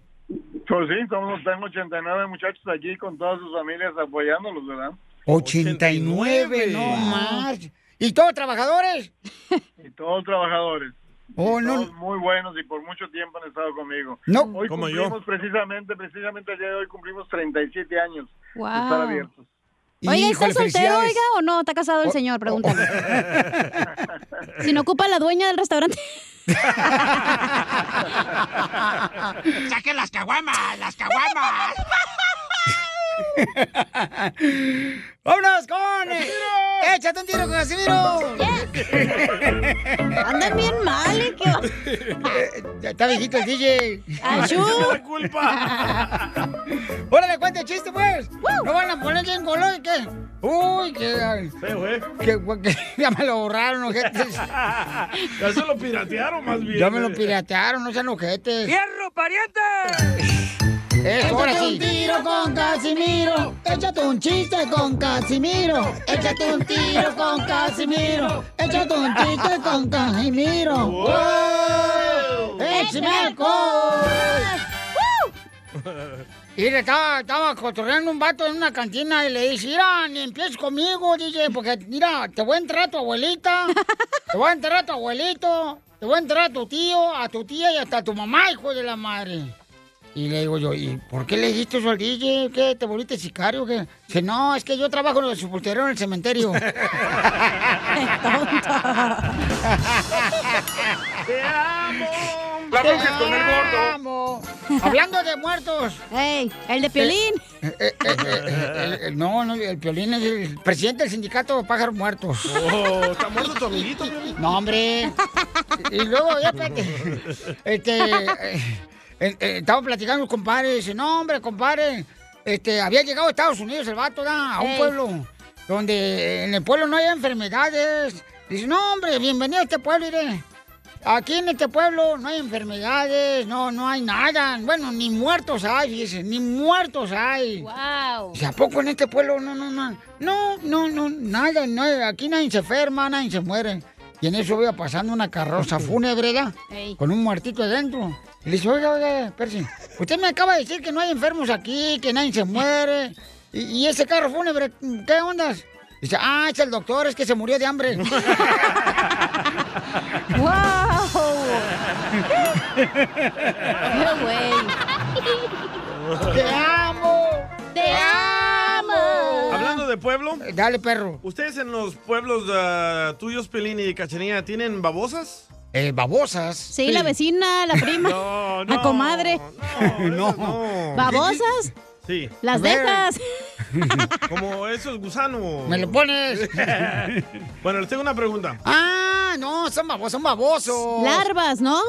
Speaker 18: Pues sí, somos, tengo 89 muchachos aquí con todas sus familias apoyándolos, ¿verdad?
Speaker 2: 89, no
Speaker 18: Wow.
Speaker 2: más. ¿Y todos trabajadores?
Speaker 18: Y todos trabajadores.
Speaker 2: Oh,
Speaker 18: Y
Speaker 2: no.
Speaker 18: todos muy buenos y por mucho tiempo han estado conmigo.
Speaker 2: No.
Speaker 18: Hoy
Speaker 2: Como yo.
Speaker 18: cumplimos precisamente, precisamente el día de hoy cumplimos 37 años de
Speaker 10: Wow.
Speaker 18: estar abiertos.
Speaker 10: Oiga, ¿está
Speaker 18: Híjole,
Speaker 10: soltero,
Speaker 18: felicidades.
Speaker 10: oiga, o no? ¿Está casado
Speaker 2: Oh,
Speaker 10: el señor? Pregúntale. si no ocupa la dueña del restaurante.
Speaker 3: ¡Saquen las caguamas! ¡Las caguamas!
Speaker 2: ¡Vámonos con! eh, ¡Échate un tiro con Casimiro!
Speaker 10: Andan bien mal, ¿eh? ¿Qué va-
Speaker 2: Eh, ya está viejito el DJ.
Speaker 3: ¡Achú!
Speaker 2: la culpa! ¡Órale, cuente el chiste, pues! ¿No van a poner en color y qué? ¡Uy, qué...
Speaker 4: Feo, ¿eh?
Speaker 2: qué gu- qué- ya me lo borraron, ojetes.
Speaker 4: ya se lo piratearon más bien.
Speaker 2: Ya me
Speaker 4: eh.
Speaker 2: lo piratearon, no sean ojetes.
Speaker 3: ¡Fierro, pariente!
Speaker 2: Eso, ahora
Speaker 3: Échate
Speaker 2: sí.
Speaker 3: un tiro
Speaker 2: con Casimiro. Échate un chiste con Casimiro. Échate un tiro con Casimiro. Échate un chiste con Casimiro.
Speaker 3: ¡Wow!
Speaker 2: ¡Échame Y le estaba, estaba cotorreando un vato en una cantina y le dice, mira, ni empieces conmigo, DJ, porque mira, te voy a enterrar a tu abuelita, te voy a enterrar a tu abuelito, te voy a enterrar a tu tío, a tu tía y hasta a tu mamá, hijo de la madre. Y le digo yo, ¿y por qué le dijiste eso al DJ? ¿Qué? ¿Te volviste sicario? ¿Qué? Dice, no, es que yo trabajo en el sepulturero en el cementerio.
Speaker 3: ¡Te amo!
Speaker 2: La
Speaker 3: bruja
Speaker 2: con el gordo. Hablando de muertos.
Speaker 10: ¡Ey! El de Piolín.
Speaker 2: Eh, eh, eh, eh, el- el- no, no, el Piolín es el presidente del sindicato de pájaros muertos.
Speaker 4: Oh, ¿está muerto tu amiguito,
Speaker 2: No, hombre. Y luego, ya, espérate. Este, eh, eh, eh, estaba platicando con compadre, dice, no, hombre, compadre, este, había llegado a Estados Unidos el vato, ¿da? a un
Speaker 3: Ey.
Speaker 2: pueblo, donde en el pueblo no hay enfermedades. Dice, no, hombre, bienvenido a este pueblo, iré. Aquí en este pueblo no hay enfermedades, no, no hay nada. Bueno, ni muertos hay, fíjese, ni muertos hay.
Speaker 10: ¡Wow!
Speaker 2: Dice, ¿a poco en este pueblo no, no, no? No, no, no, nada, no, aquí nadie se enferma, nadie se muere. Y en eso iba pasando una carroza fúnebre, ¿verdad?
Speaker 10: Ey.
Speaker 2: Con un muertito adentro. Y le dice, oiga, oiga, Percy, usted me acaba de decir que no hay enfermos aquí, que nadie se muere. Y, y ese carro fúnebre, ¿qué ondas? Dice, ah, es el doctor, es que se murió de hambre.
Speaker 3: ¡Wow!
Speaker 2: ¡Te amo!
Speaker 3: ¡Te
Speaker 2: amo!
Speaker 4: Hablando de pueblo.
Speaker 2: Eh, Dale, perro.
Speaker 4: ¿Ustedes en los pueblos ah, tuyos, Pelín y Cachanilla, tienen babosas?
Speaker 2: Eh, babosas.
Speaker 10: Sí, la vecina, la prima, la comadre.
Speaker 2: No.
Speaker 10: ¿Babosas?
Speaker 4: Sí.
Speaker 10: Las dejas.
Speaker 4: Como esos gusanos.
Speaker 2: Me lo pones.
Speaker 4: bueno, les tengo una pregunta.
Speaker 2: Ah, no, son babos, son babosos.
Speaker 10: Larvas, ¿no?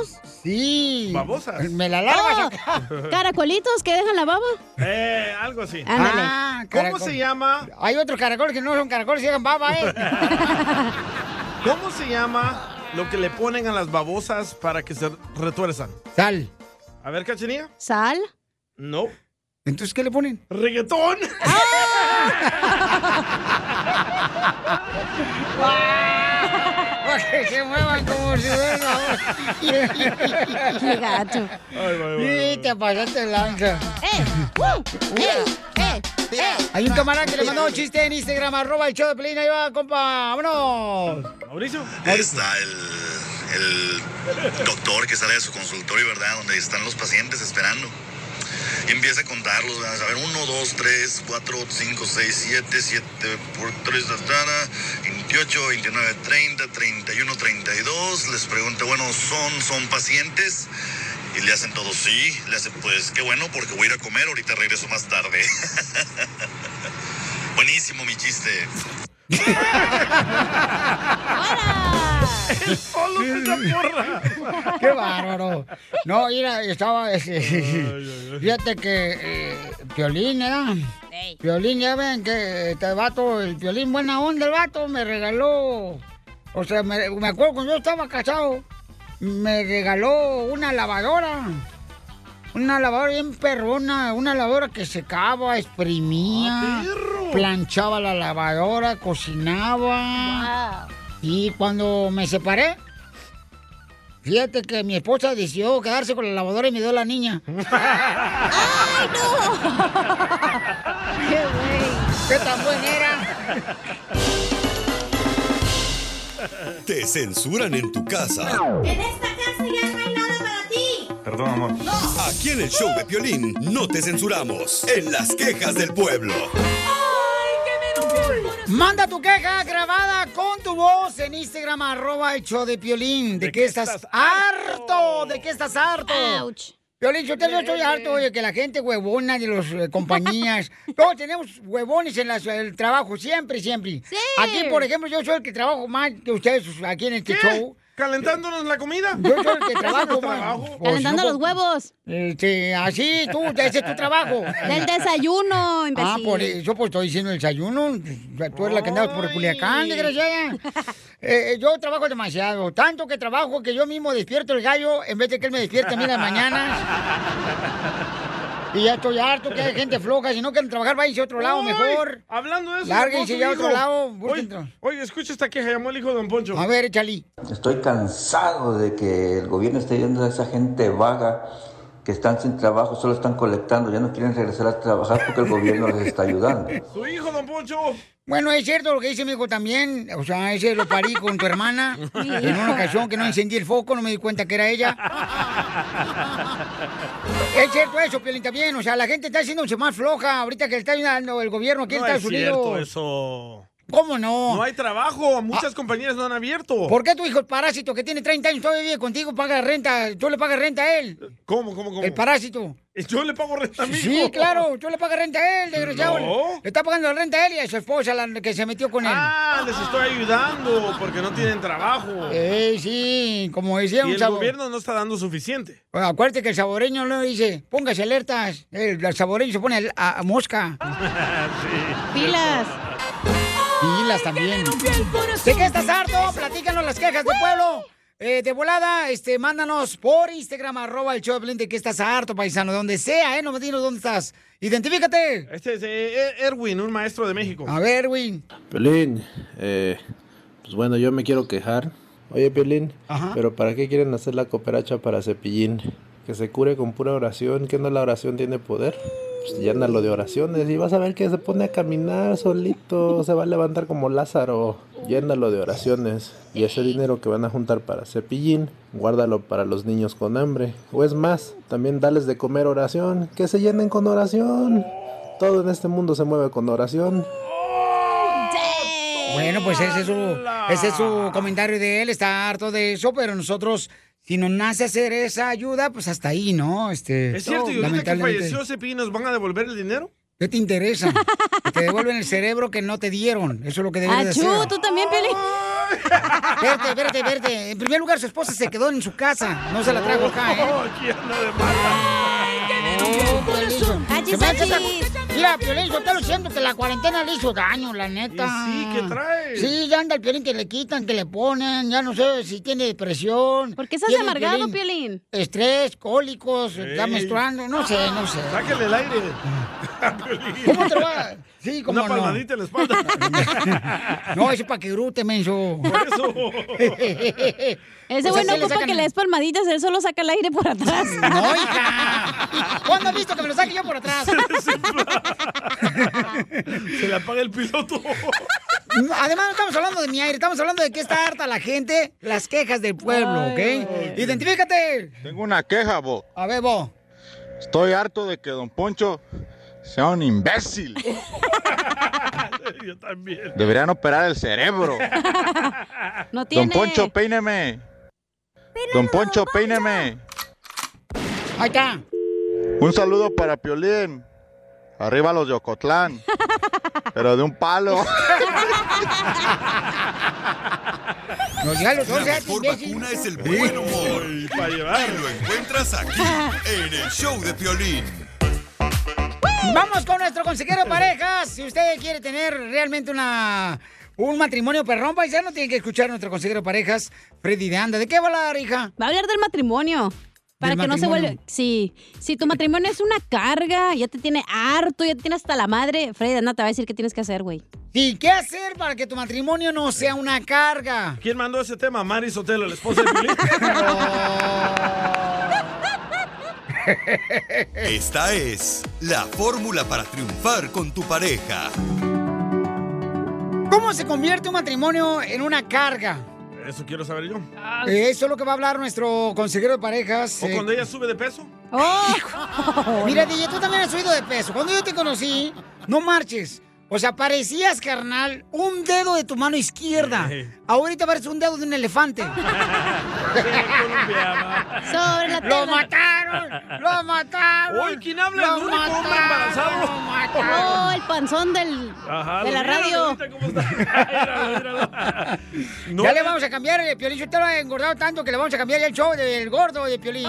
Speaker 2: Sí.
Speaker 4: Babosas.
Speaker 2: Me la
Speaker 10: Oh,
Speaker 2: larvas.
Speaker 10: caracolitos que dejan la baba.
Speaker 4: Eh, algo así.
Speaker 10: Ándale.
Speaker 2: Ah,
Speaker 4: ¿Cómo se llama?
Speaker 2: Hay otros caracoles que no son caracoles, llegan baba, ¿eh?
Speaker 4: ¿Cómo se llama lo que le ponen a las babosas para que se retuerzan?
Speaker 2: Sal.
Speaker 4: A ver, Cachanilla.
Speaker 10: ¿Sal?
Speaker 4: No.
Speaker 2: ¿Entonces qué le ponen?
Speaker 4: ¡Reggaetón!
Speaker 2: Para Pues que se muevan como si fueran babos.
Speaker 3: Qué gacho.
Speaker 2: Y te pasaste de lanza.
Speaker 4: Eh, uh,
Speaker 2: Hay un camarada que le mandó un chiste en Instagram, arroba el show de Pelín, ahí va, compa, vámonos.
Speaker 4: Mauricio.
Speaker 19: Está el, el doctor que sale de su consultorio, ¿verdad? Donde están los pacientes esperando. Y empieza a contarlos, ¿verdad? A ver, 1, 2, 3, 4, 5, 6, 7, 7 por 3, 28, 29, 30, 31, 32. Les pregunta, bueno, ¿son, son pacientes? Y le hacen todo sí. Le hacen, pues qué bueno, porque voy a ir a comer, ahorita regreso más tarde. Buenísimo mi chiste.
Speaker 3: ¡El solo de la porra!
Speaker 2: Qué bárbaro. No, mira, estaba. ese- Fíjate que. eh, Piolín, ¿verdad? Piolín, ya ven que este vato, el Piolín, buena onda, el vato me regaló. O sea, me, me acuerdo cuando yo estaba casado, me regaló una lavadora. Una lavadora bien perrona, una lavadora que secaba, exprimía, planchaba la lavadora, cocinaba. Y cuando me separé, Fíjate que mi esposa decidió quedarse con la lavadora y me dio la niña. ¡Ay, no! ¡Qué güey! ¡Qué tan buena era!
Speaker 5: Te censuran en tu casa.
Speaker 3: En esta casa ya no hay nada para ti.
Speaker 5: Perdón, amor. Aquí en el show de Piolín no te censuramos. En las quejas del pueblo.
Speaker 2: Manda tu queja grabada con tu voz en Instagram, arroba hecho de Piolín. ¿De, qué estás, harto? ¿De qué estás harto? Piolín, yo, te- yo estoy harto oye, que la gente huevona de las compañías, todos tenemos huevones en las- el
Speaker 10: Ah.
Speaker 2: trabajo, siempre, siempre. Aquí, por ejemplo, yo soy el que trabajo más que ustedes aquí en este show.
Speaker 4: ¿Calentándonos la comida?
Speaker 2: Yo soy el que trabajo,
Speaker 4: Ese es trabajo.
Speaker 2: man. Pues,
Speaker 10: Calentando
Speaker 2: no,
Speaker 10: los huevos.
Speaker 2: Este, así, tú, ese es tu trabajo.
Speaker 10: Del desayuno, imbécil.
Speaker 2: Ah, por, eso, yo pues estoy diciendo el desayuno. Tú eres la que andabas por Culiacán, desgraciada. Eh, yo trabajo demasiado. Tanto que trabajo que yo mismo despierto el gallo en vez de que él me despierte a mí en las mañanas. Y ya estoy harto que hay gente floja. Si no quieren trabajar, váyanse a otro lado
Speaker 4: Ay,
Speaker 2: mejor.
Speaker 4: Hablando de eso. Don Poncho
Speaker 2: Lárguense ya a otro
Speaker 4: dijo-
Speaker 2: lado.
Speaker 4: Oye, oye, escucha esta queja, llamó el hijo de Don Poncho.
Speaker 2: A ver, Chali.
Speaker 20: Estoy cansado de que el gobierno esté yendo a esa gente vaga que están sin trabajo, solo están colectando, ya no quieren regresar a trabajar porque el gobierno les está ayudando.
Speaker 4: Su hijo, Don Poncho.
Speaker 2: Bueno, es cierto lo que dice mi hijo también. O sea, ese lo parí con tu hermana. En una ocasión que no encendí el foco, no me di cuenta que era ella. Es cierto eso, Piolín, también. O sea, la gente está haciéndose más floja ahorita que está ayudando el gobierno aquí en
Speaker 4: No es
Speaker 2: Estados
Speaker 4: cierto
Speaker 2: Unidos.
Speaker 4: eso.
Speaker 2: ¿Cómo no? Ah.
Speaker 4: No hay trabajo, muchas compañías no han abierto.
Speaker 2: ¿Por qué tu hijo, el parásito, que tiene 30 años, todavía vive contigo, paga renta? ¿Tú le pagas renta a él?
Speaker 4: ¿Cómo, cómo, cómo? Eh,
Speaker 2: El parásito.
Speaker 4: Yo le pago renta a mi
Speaker 2: Sí,
Speaker 4: hijo.
Speaker 2: claro, tú le pagas renta a él, desgraciado.
Speaker 4: No.
Speaker 2: Le está pagando la renta a él y a su esposa, la que se metió con él.
Speaker 4: Ah, les estoy ayudando porque no tienen trabajo.
Speaker 2: Eh, sí, como
Speaker 4: y
Speaker 2: decía un
Speaker 4: el
Speaker 2: chavo.
Speaker 4: gobierno no está dando suficiente.
Speaker 2: Bueno, acuérdate que el saboreño no dice, póngase alertas. El, el saboreño se pone al- a, a mosca.
Speaker 10: Pilas.
Speaker 2: Pilas también. ¿De qué estás harto? Platícanos las quejas del pueblo. Eh, de volada, este, mándanos por Instagram, arroba el show de Piolín, de qué estás harto, paisano, donde sea, ¿eh? No me digas dónde estás. Identifícate.
Speaker 4: Este es eh, Erwin, un maestro de México.
Speaker 2: A ver, Erwin.
Speaker 21: Pelín, eh, pues bueno, yo me quiero quejar. Oye, Pelín,
Speaker 2: Ajá.
Speaker 21: pero ¿para qué quieren hacer la cooperacha para Cepillín? Que se cure con pura oración, que no la oración tiene poder. Pues ya anda lo de oraciones y vas a ver que se pone a caminar solito, se va a levantar como Lázaro. Ya anda lo de oraciones y ese dinero que van a juntar para Cepillín, guárdalo para los niños con hambre. O es más, también dales de comer oración, que se llenen con oración. Todo en este mundo se mueve con oración.
Speaker 2: Bueno, pues ese es, su, ese es su comentario de él, está harto de eso, pero nosotros, si nos nace hacer esa ayuda, pues hasta ahí, ¿no? Este,
Speaker 4: Es cierto, y ahorita que
Speaker 2: lamentablemente.
Speaker 4: falleció Cepillín, ¿nos van a devolver el dinero?
Speaker 2: ¿Qué te interesa? Que Te devuelven el cerebro que no te dieron. Eso es lo que debes de hacer.
Speaker 10: Achú, tú también, Peli.
Speaker 2: Verte, verte, verte. En primer lugar, su esposa se quedó en su casa. No se la trajo acá, ¿eh? Oh, qué liso.
Speaker 10: Achis,
Speaker 2: Se me hace esa-
Speaker 10: achis.
Speaker 2: Mira, Piolín, yo te lo siento que la cuarentena le hizo daño, la neta.
Speaker 10: Y sí, ¿qué trae?
Speaker 2: Ah. Sí, ya anda el Piolín que le quitan, que le ponen, ya no sé si tiene depresión. ¿Por
Speaker 10: qué estás amargado, Piolín?
Speaker 2: Estrés, cólicos, está
Speaker 4: Ey.
Speaker 2: menstruando, no sé, no sé.
Speaker 4: Sáquenle el aire.
Speaker 2: ¿Cómo te va? Sí, cómo
Speaker 4: Una
Speaker 2: no.
Speaker 4: palmadita en la espalda.
Speaker 2: No, eso es para que grute, menso.
Speaker 4: Por eso.
Speaker 10: Ese güey no ocupa que le des palmaditas, él solo saca el aire por atrás.
Speaker 2: No, ¿Cuándo has visto que me lo saque yo por atrás?
Speaker 4: Se le apaga el piloto.
Speaker 2: No, Además, no estamos hablando de mi aire, estamos hablando de que está harta la gente, las quejas del pueblo, ¿ok? Identifícate.
Speaker 22: Tengo una queja, Bo.
Speaker 2: A ver, Bo.
Speaker 22: Estoy harto de que Don Poncho sea un imbécil.
Speaker 4: Yo también.
Speaker 22: Deberían operar el cerebro.
Speaker 10: No tiene.
Speaker 22: Don Poncho, peíneme. Don Poncho, peíneme.
Speaker 2: Ahí está.
Speaker 22: Un saludo para Piolín. Arriba los de Ocotlán. Pero de un palo.
Speaker 2: los dos,
Speaker 5: La mejor vacuna es el buen humor. Y lo encuentras aquí, en el show de Piolín.
Speaker 2: Vamos con nuestro consejero de parejas. Si usted quiere tener realmente una un matrimonio perrón, paisano, tiene que escuchar a nuestro consejero de parejas, Freddy de Anda. ¿De qué va a hablar, hija?
Speaker 10: Va a hablar del matrimonio. Para
Speaker 2: ¿Del
Speaker 10: que no se
Speaker 2: matrimonio?
Speaker 10: vuelva. Sí. Si tu matrimonio es una carga, ya te tiene harto, ya te tiene hasta la madre, Freddy, no te va a decir qué tienes que hacer, güey.
Speaker 2: ¿Y qué hacer para que tu matrimonio no sea una carga?
Speaker 4: ¿Quién mandó ese tema? Mari Sotelo, la esposa de Piolín.
Speaker 5: Esta es la fórmula para triunfar con tu pareja.
Speaker 2: ¿Cómo se convierte un matrimonio en una carga?
Speaker 4: Eso quiero saber yo.
Speaker 2: Eh, Eso es lo que va a hablar nuestro consejero de parejas.
Speaker 4: ¿O
Speaker 2: eh,
Speaker 4: cuando ella sube de peso?
Speaker 10: Oh.
Speaker 2: Mira, DJ, tú también has subido de peso. Cuando yo te conocí, no marches. O sea, parecías, carnal, un dedo de tu mano izquierda.
Speaker 3: Sí.
Speaker 2: Ahorita pareces un dedo de un elefante.
Speaker 3: Sobre
Speaker 2: ¡Lo mataron! ¡Lo mataron!
Speaker 4: Uy, ¿quién habla?
Speaker 2: ¡Lo
Speaker 4: El único hombre
Speaker 2: mataron!
Speaker 4: embarazado.
Speaker 2: ¡Lo mataron!
Speaker 10: Oh, el panzón del,
Speaker 4: Ajá,
Speaker 10: de la
Speaker 4: míralo
Speaker 10: radio.
Speaker 4: ahorita cómo está. No.
Speaker 2: ya le vamos a cambiar, eh, Piolín. Usted lo ha engordado tanto que le vamos a cambiar ya el show del gordo de Piolín.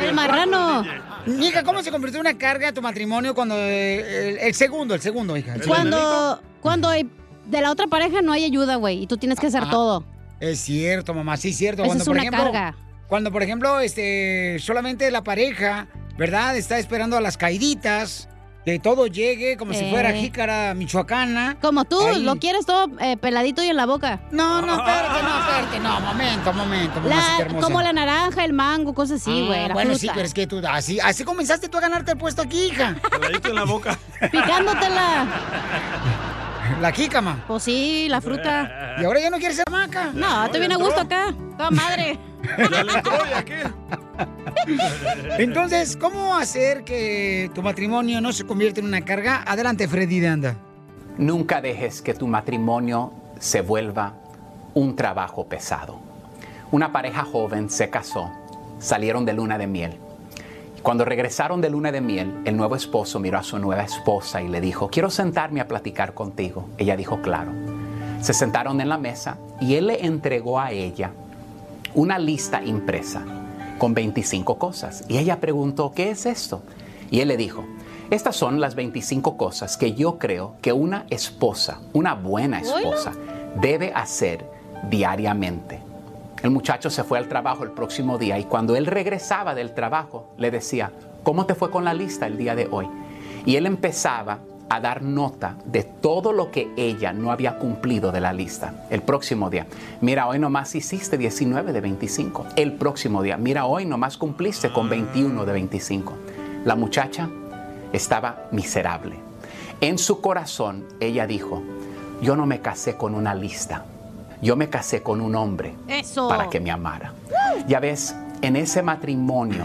Speaker 10: El marrano.
Speaker 2: Mija, ¿cómo se convirtió en una carga tu matrimonio cuando... eh, el, el segundo, el segundo, hija. el segundo?
Speaker 10: Cuando, cuando hay- de la otra pareja no hay ayuda, güey, y tú tienes que hacer
Speaker 2: Ajá.
Speaker 10: todo.
Speaker 2: Es cierto, mamá, sí es cierto.
Speaker 10: Esa
Speaker 2: cuando,
Speaker 10: es
Speaker 2: por
Speaker 10: una
Speaker 2: ejemplo,
Speaker 10: carga.
Speaker 2: Cuando, por ejemplo, este, solamente la pareja, ¿verdad? Está esperando a las caiditas, que todo llegue como si
Speaker 10: Eh.
Speaker 2: fuera jícara michoacana.
Speaker 10: Como tú,
Speaker 2: Ahí. Ah.
Speaker 10: lo quieres todo eh, peladito y en la boca.
Speaker 2: No, no, espérate, no, espérate, no, momento, momento, mamacita
Speaker 10: La,
Speaker 2: hermosa.
Speaker 10: como la naranja, el mango, cosas así,
Speaker 2: Ah,
Speaker 10: güey, la
Speaker 2: bueno,
Speaker 10: fruta.
Speaker 2: sí, pero es que tú, así, así comenzaste tú a ganarte el puesto aquí, hija.
Speaker 4: Peladito en la boca.
Speaker 10: Picándotela.
Speaker 2: La jícama.
Speaker 10: Pues sí, la fruta.
Speaker 2: ¿Y ahora ya no quieres ser maca?
Speaker 10: No, te viene a gusto acá. Toda madre.
Speaker 2: Entonces, ¿cómo hacer que tu matrimonio no se convierta en una carga? Adelante, Freddy de Anda.
Speaker 23: Nunca dejes que tu matrimonio se vuelva un trabajo pesado. Una pareja joven se casó, salieron de luna de miel. Cuando regresaron de luna de miel, el nuevo esposo miró a su nueva esposa y le dijo, quiero sentarme a platicar contigo. Ella dijo, claro. Se sentaron en la mesa y él le entregó a ella una lista impresa con 25 cosas. Y ella preguntó, ¿qué es esto? Y él le dijo, estas son las 25 cosas que yo creo que una esposa, una buena esposa, debe hacer diariamente. El muchacho se fue al trabajo el próximo día y cuando él regresaba del trabajo le decía, ¿cómo te fue con la lista el día de hoy? Y él empezaba a dar nota de todo lo que ella no había cumplido de la lista. El próximo día, mira, hoy nomás hiciste 19 de 25. El próximo día, mira, hoy nomás cumpliste con 21 de 25. La muchacha estaba miserable. En su corazón, ella dijo, yo no me casé con una lista, yo me casé con un hombre
Speaker 10: Eso.
Speaker 23: para que me amara.
Speaker 13: Ah,
Speaker 23: Ya ves, en ese matrimonio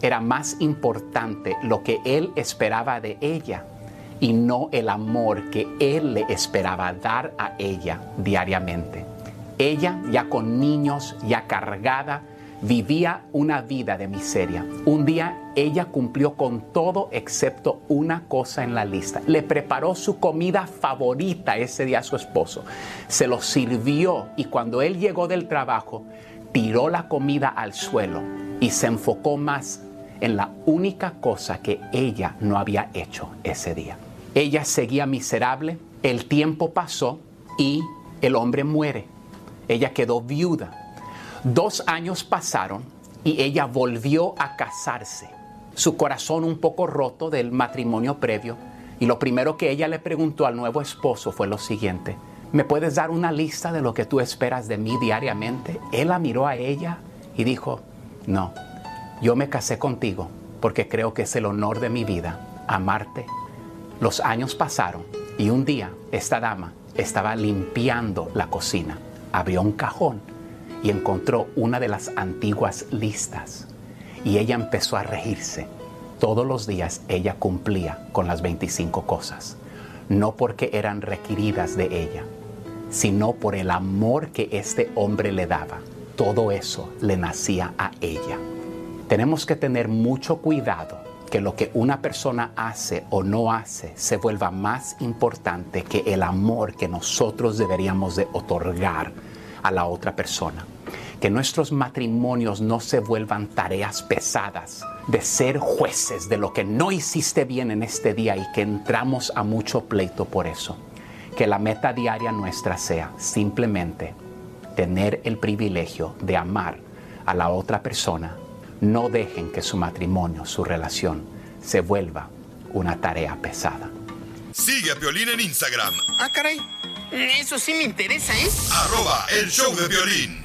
Speaker 23: era más importante lo que él esperaba de ella y no el amor que él le esperaba dar a ella diariamente. Ella, ya con niños, ya cargada, vivía una vida de miseria. Un día ella cumplió con todo excepto una cosa en la lista. Le preparó su comida favorita ese día a su esposo. Se lo sirvió y cuando él llegó del trabajo, tiró la comida al suelo y se enfocó más en la única cosa que ella no había hecho ese día. Ella seguía miserable, el tiempo pasó y el hombre muere. Ella quedó viuda. Dos años pasaron y ella volvió a casarse. Su corazón un poco roto del matrimonio previo. Y lo primero que ella le preguntó al nuevo esposo fue lo siguiente. ¿Me puedes dar una lista de lo que tú esperas de mí diariamente? Él la miró a ella y dijo, no, yo me casé contigo porque creo que es el honor de mi vida amarte los años pasaron y un día esta dama estaba limpiando la cocina. Abrió un cajón y encontró una de las antiguas listas. Y ella empezó a regirse. Todos los días ella cumplía con las 25 cosas, no porque eran requeridas de ella, sino por el amor que este hombre le daba. Todo eso le nacía a ella. Tenemos que tener mucho cuidado que lo que una persona hace o no hace se vuelva más importante que el amor que nosotros deberíamos de otorgar a la otra persona. Que nuestros matrimonios no se vuelvan tareas pesadas de ser jueces de lo que no hiciste bien en este día y que entramos a mucho pleito por eso. Que la meta diaria nuestra sea simplemente tener el privilegio de amar a la otra persona, no dejen que su matrimonio, su relación, se vuelva una tarea pesada.
Speaker 5: Sigue a Violín en Instagram,
Speaker 11: Ah, caray. Eso sí me interesa, ¿eh?
Speaker 5: arroba el show de violín.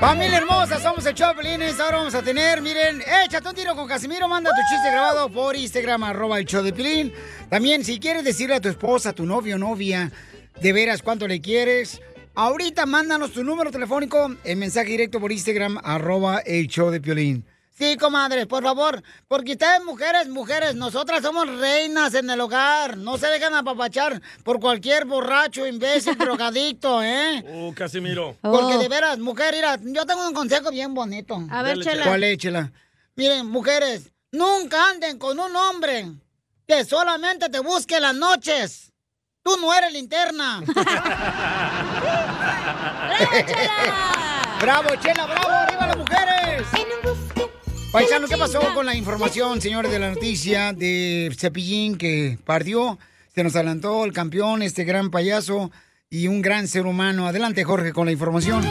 Speaker 2: Familia hermosa, somos el Choplines. Ahora vamos a tener, miren, échate un tiro con Casimiro. Manda tu chiste grabado por Instagram, arroba el show de Pilín. También, si quieres decirle a tu esposa, tu novio o novia, de veras cuánto le quieres, ahorita mándanos tu número telefónico, el mensaje directo por Instagram, arroba el show de Piolín.
Speaker 24: Sí, comadre, por favor, porque ustedes mujeres, mujeres, nosotras somos reinas en el hogar. No se dejan apapachar por cualquier borracho, imbécil, drogadicto, ¿eh?
Speaker 4: Uh, Casimiro.
Speaker 2: Oh.
Speaker 24: Porque de veras, mujer, mira, yo tengo un consejo bien bonito.
Speaker 4: Oh. A ver, Dale, Chela. Chela.
Speaker 2: ¿Cuál es, Chela?
Speaker 24: Miren, mujeres, nunca anden con un hombre que solamente te busque en las noches. Tú no eres linterna.
Speaker 2: ¡Bravo, Chela, bravo! ¡Arriba las mujeres! Paisano, ¿qué pasó con la información, señores, de la noticia de Cepillín que partió? Se nos adelantó el campeón, este gran payaso y un gran ser humano. Adelante, Jorge, con la información.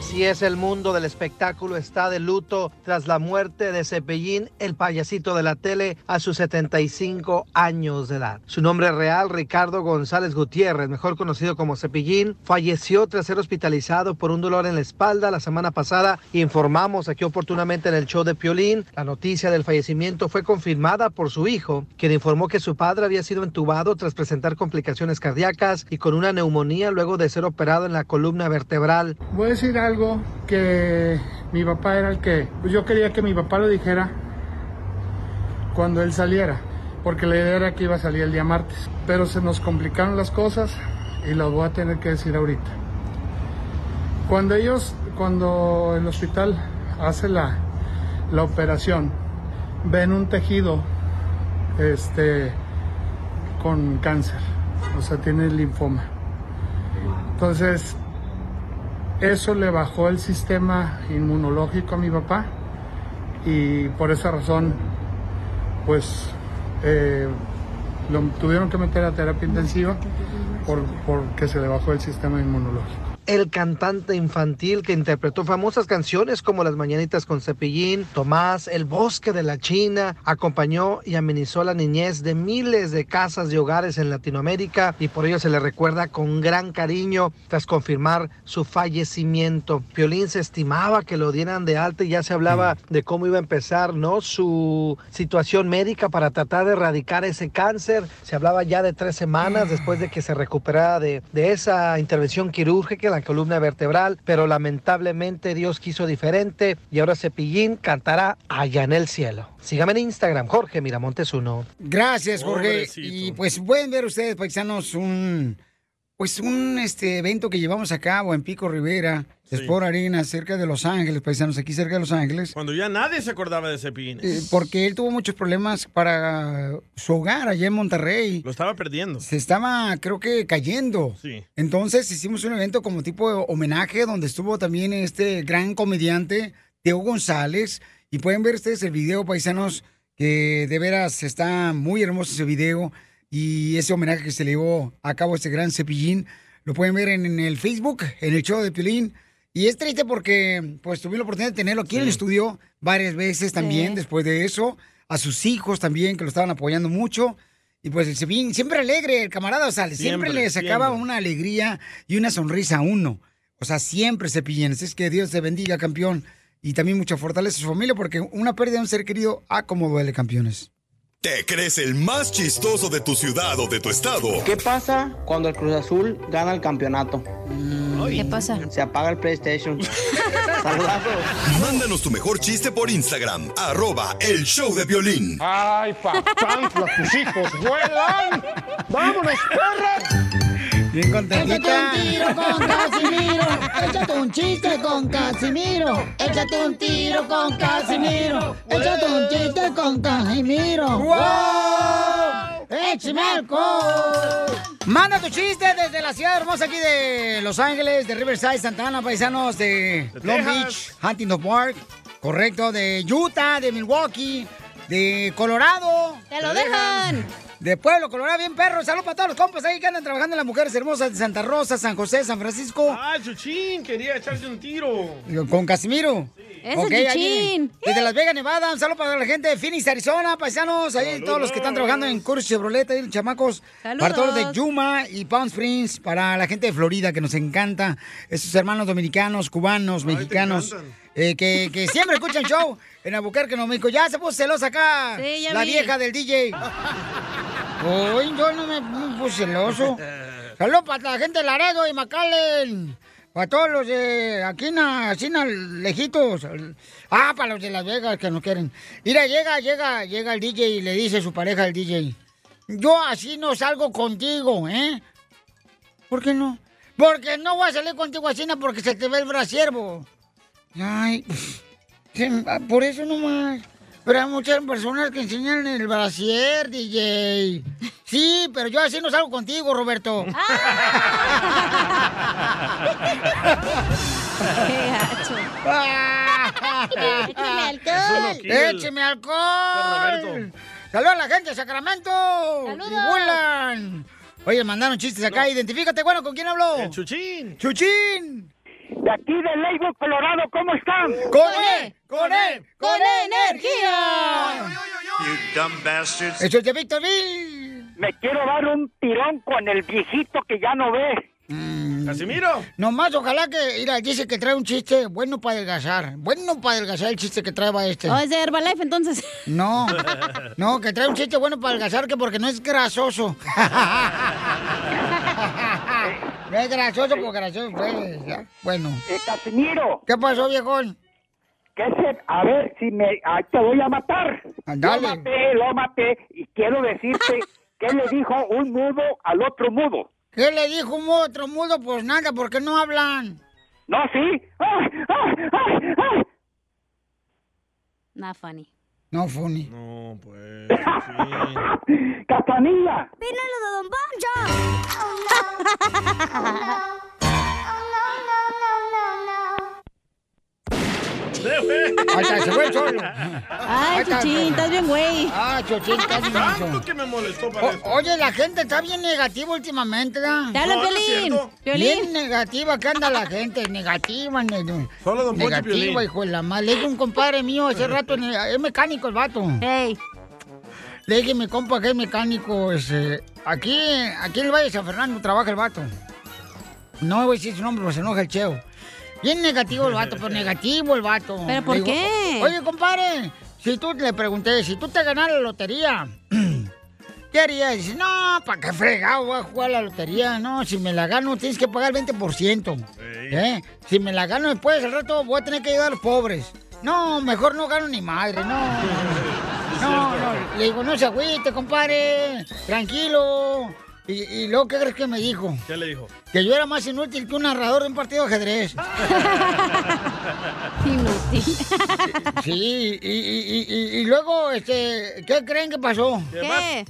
Speaker 6: Si es el mundo del espectáculo está de luto tras la muerte de Cepellín, el payasito de la tele, a sus 75 años de edad. Su nombre real, Ricardo González Gutiérrez, mejor conocido como Cepellín, falleció tras ser hospitalizado por un dolor en la espalda la semana pasada. Informamos aquí oportunamente en el show de Piolín. La noticia del fallecimiento fue confirmada por su hijo, quien informó que su padre había sido entubado tras presentar complicaciones cardíacas y con una neumonía luego de ser operado en la columna vertebral.
Speaker 7: Voy a decir algo que mi papá era el que pues yo quería que mi papá lo dijera cuando él saliera, porque la idea era que iba a salir el día martes, pero se nos complicaron las cosas y lo voy a tener que decir ahorita. Cuando ellos, cuando el hospital hace la, la operación, ven un tejido este, con cáncer, o sea, tiene linfoma. Entonces, eso le bajó el sistema inmunológico a mi papá y por esa razón pues eh, lo tuvieron que meter a terapia intensiva por, porque se le bajó el sistema inmunológico.
Speaker 6: el cantante infantil que interpretó famosas canciones como Las Mañanitas con Cepillín, Tomás, El Bosque de la China, acompañó y amenizó la niñez de miles de casas y hogares en Latinoamérica y por ello se le recuerda con gran cariño tras confirmar su fallecimiento. Piolín se estimaba que lo dieran de alta y ya se hablaba de cómo iba a empezar ¿no? su situación médica para tratar de erradicar ese cáncer. Se hablaba ya de tres semanas después de que se recuperara de, de esa intervención quirúrgica en la columna vertebral, pero lamentablemente Dios quiso diferente y ahora Cepillín cantará Allá en el cielo. Sígame en Instagram, Jorge Miramontes 1.
Speaker 2: Gracias, Jorge.
Speaker 6: Pobrecito.
Speaker 2: Y pues pueden ver ustedes, paisanos, un pues un este evento que llevamos a cabo en Pico Rivera, Sport Arena, cerca de Los Ángeles, paisanos, aquí cerca de Los Ángeles.
Speaker 4: Cuando ya nadie se acordaba de Cepillín.
Speaker 2: eh, Porque él tuvo muchos problemas para su hogar allá en Monterrey.
Speaker 4: Lo estaba perdiendo.
Speaker 2: Se estaba, creo que, cayendo.
Speaker 4: Sí.
Speaker 2: Entonces hicimos un evento como tipo de homenaje donde estuvo también este gran comediante, Teo González. Y pueden ver ustedes el video, paisanos, que de veras está muy hermoso ese video. Y ese homenaje que se le llevó a cabo a este gran cepillín, lo pueden ver en, en el Facebook, en el show de Piolín. Y es triste porque pues tuve la oportunidad de tenerlo aquí en el estudio varias veces también
Speaker 16: Sí.
Speaker 2: después de eso. A sus hijos también, que lo estaban apoyando mucho. Y pues el Cepillín, siempre alegre, el camarada, o sea, siempre,
Speaker 16: Siempre,
Speaker 2: le sacaba
Speaker 16: siempre.
Speaker 2: una alegría y una sonrisa a uno. O sea, siempre Cepillín. Así es que Dios te bendiga, campeón. Y también mucha fortaleza a su familia, porque una pérdida de un ser querido, ah, como duele, campeones.
Speaker 5: ¿Te crees el más chistoso de tu ciudad o de tu estado?
Speaker 9: ¿Qué pasa cuando el Cruz Azul gana el campeonato?
Speaker 5: ¿qué
Speaker 9: pasa? Se apaga el PlayStation. Saludazos.
Speaker 5: Mándanos tu mejor chiste por Instagram, arroba el show de violín.
Speaker 3: ¡Ay, papantla, tus hijos vuelan! ¡Vámonos, perra!
Speaker 2: Bien
Speaker 6: Échate un tiro con Casimiro. Échate un chiste con Casimiro. Échate un tiro con Casimiro. Échate un chiste con Casimiro.
Speaker 3: ¡Wow!
Speaker 6: ¡Échame alcohol!
Speaker 2: Manda tu chiste desde la ciudad hermosa aquí de Los Ángeles, de Riverside, Santana, paisanos de, Long
Speaker 6: Texas.
Speaker 2: Beach, Huntington Park, correcto, de Utah, de Milwaukee, de Colorado.
Speaker 10: ¡Te lo dejan!
Speaker 2: De Pueblo Colorado, bien perro. Saludos para todos los compas ahí que andan trabajando en las mujeres hermosas de Santa Rosa, San José, San Francisco.
Speaker 4: Ah, Chuchín, quería echarse un tiro.
Speaker 2: Con Casimiro.
Speaker 4: Ese
Speaker 2: Ok,
Speaker 4: es
Speaker 2: ahí
Speaker 4: Chichín.
Speaker 2: Desde Las Vegas, Nevada. Un saludo para la gente de Phoenix, Arizona, paisanos. Ahí todos los que están trabajando en Curso Chevrolet, ahí los chamacos.
Speaker 10: Saludos.
Speaker 2: Para todos los de Yuma y Palm Springs. Para la gente de Florida, que nos encanta. Esos hermanos dominicanos, cubanos, mexicanos. eh, que, que siempre escuchan show en Albuquerque, Nuevo México. Ya se puso celosa acá
Speaker 6: Sí, ya
Speaker 2: la
Speaker 6: vi.
Speaker 2: vieja del DJ. Hoy yo no me me puse celoso. Saludos para la gente de Laredo y Macalen. Para todos los de aquí, na- así na- lejitos. Ah, para los de Las Vegas que no quieren. Mira, llega, llega, llega el DJ y le dice a su pareja al DJ. Yo así no salgo contigo, ¿eh? ¿Por qué no? Porque no voy a salir contigo así, na, porque se te ve el brasiervo. Ay, se- ah, por eso nomás. Pero hay muchas personas que enseñan el brasier, DJ. Sí, pero yo así no salgo contigo, Roberto.
Speaker 3: ¡Qué gacho!
Speaker 2: ¡Écheme
Speaker 3: alcohol. Eso no quiere.
Speaker 2: ¡Écheme alcohol! ¡Saludos a la gente de Sacramento! ¡Saludos! Oye, mandaron chistes acá. Identifícate, bueno, ¿con quién habló?
Speaker 4: Chuchín.
Speaker 2: ¡Chuchín!
Speaker 25: De aquí de Leywood, Colorado, ¿cómo están?
Speaker 2: ¡Con él! ¡Con él! ¡Con E energía! ¡Eso es de Víctor Vil!
Speaker 25: Me quiero dar un tirón con el viejito que ya no ve.
Speaker 4: ¡Casimiro!
Speaker 2: Mm. Nomás, ojalá que. Mira, dice que trae un chiste bueno para adelgazar. Bueno para adelgazar el chiste que trae va este.
Speaker 10: Oh, es de Herbalife, entonces.
Speaker 2: No, no, que trae un chiste bueno para adelgazar que porque no es grasoso. no es grasoso por grasoso, pues, ya. Bueno.
Speaker 25: Casimiro.
Speaker 2: ¿Qué pasó, viejón?
Speaker 25: Que se- a ver, si me, ah, te voy a matar.
Speaker 2: Ándale.
Speaker 25: Lo maté, lo maté. Y quiero decirte que le dijo un mudo al otro mudo.
Speaker 2: ¿Qué le dijo un otro mudo? Pues nada, porque no hablan.
Speaker 25: No, sí. ¡Ay, ay, ay, ay!
Speaker 10: Not funny.
Speaker 2: No, funny.
Speaker 4: No, pues.
Speaker 25: ¡Catanilla!
Speaker 2: Ahí está, se fue el solo. Ahí está,
Speaker 10: Chuchín, estás bien, güey.
Speaker 2: Ah, Chuchín, estás bien.
Speaker 4: Tanto que me molestó para
Speaker 2: O- oye, la gente está bien negativa últimamente, ¿verdad?
Speaker 4: Te habla No, no es Piolín. cierto. Piolín.
Speaker 2: Bien negativa que anda la gente, negativa, ne-
Speaker 4: Solo Don Poncho y
Speaker 2: negativa,
Speaker 4: Piolín.
Speaker 2: hijo de la madre. Le dije a un compadre mío hace rato, en el- es mecánico el vato. Le dije a mi compa que es mecánico, ese, aquí, aquí en el Valle de San Fernando trabaja el vato. No voy a decir su nombre, pues se enoja el cheo. Bien negativo el vato, pero negativo el vato.
Speaker 10: ¿Pero por
Speaker 2: Le digo,
Speaker 10: qué?
Speaker 2: Oye, compadre, si tú le pregunté, si tú te ganas la lotería, ¿qué harías? Dice, no, ¿para qué fregado voy a jugar la lotería? No, si me la gano tienes que pagar el 20%. ¿eh? Si me la gano después, al rato voy a tener que ayudar a los pobres. No, mejor no gano ni madre, no. No, no, le digo, no se agüite, compadre, tranquilo. Y, y luego, ¿qué crees que me dijo?
Speaker 4: ¿Qué le dijo?
Speaker 2: Que yo era más inútil que un narrador de un partido de ajedrez.
Speaker 10: Inútil.
Speaker 2: Sí, y, y- y- y- y luego, este, ¿qué creen que pasó?
Speaker 4: ¿Qué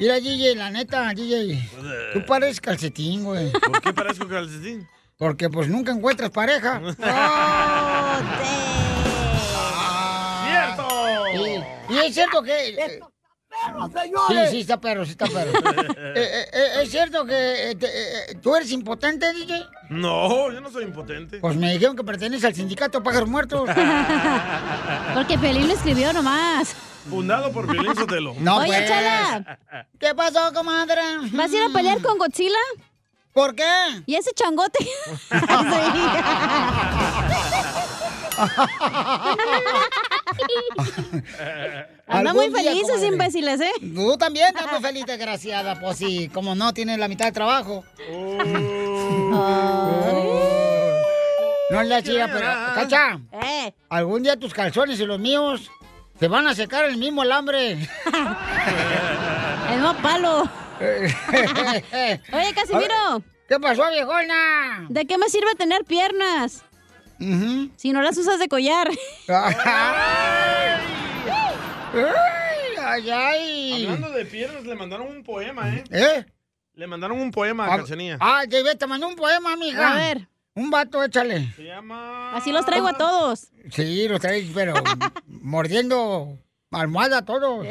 Speaker 2: Mira, DJ, la neta, DJ, tú pareces calcetín, güey.
Speaker 4: ¿Por qué parezco calcetín?
Speaker 2: Porque pues nunca encuentras pareja.
Speaker 4: ¡Cierto!
Speaker 2: Sí, Y es cierto que... eh, Sí,
Speaker 3: señores!
Speaker 2: sí, está perro, sí está perro. Eh, eh, eh, ¿Es cierto que eh, te- eh, eh, tú eres impotente, DJ?
Speaker 4: No, yo no soy impotente.
Speaker 2: Pues me dijeron que pertenece al sindicato Pájaros Muertos.
Speaker 10: Porque Pelín lo escribió nomás.
Speaker 4: Fundado por Violín Sotelo.
Speaker 2: No,
Speaker 10: Oye,
Speaker 2: pues.
Speaker 10: Chala.
Speaker 2: ¿Qué pasó, comadre?
Speaker 10: ¿Vas a ir a pelear con Godzilla?
Speaker 2: ¿Por qué?
Speaker 10: ¿Y ese changote? Sí. Anda
Speaker 2: Algún
Speaker 10: muy
Speaker 2: día,
Speaker 10: feliz esos
Speaker 2: comadre.
Speaker 10: imbéciles, ¿eh?
Speaker 2: Tú también estás muy feliz, desgraciada. Pues sí, como no, tienes la mitad de trabajo. Oh. No es la chida, pero. Cacha,
Speaker 10: Eh.
Speaker 2: algún día tus calzones y los míos te van a secar el mismo alambre. este. el
Speaker 10: mismo palo.
Speaker 2: Oye,
Speaker 10: Casimiro.
Speaker 2: ¿Qué pasó, viejona?
Speaker 10: ¿De qué me sirve tener piernas? Si no las usas de collar.
Speaker 2: Ay, ay, ay.
Speaker 4: Hablando de piernas, le mandaron un poema, ¿eh?
Speaker 2: ¿Eh?
Speaker 4: Le mandaron un poema a Cachanía.
Speaker 2: Ah, David, te mandó un poema, mija.
Speaker 4: A
Speaker 10: ver.
Speaker 2: ¿eh? Un vato, échale.
Speaker 10: Así los traigo a todos.
Speaker 2: Sí, los traes, pero mordiendo almohada a todos.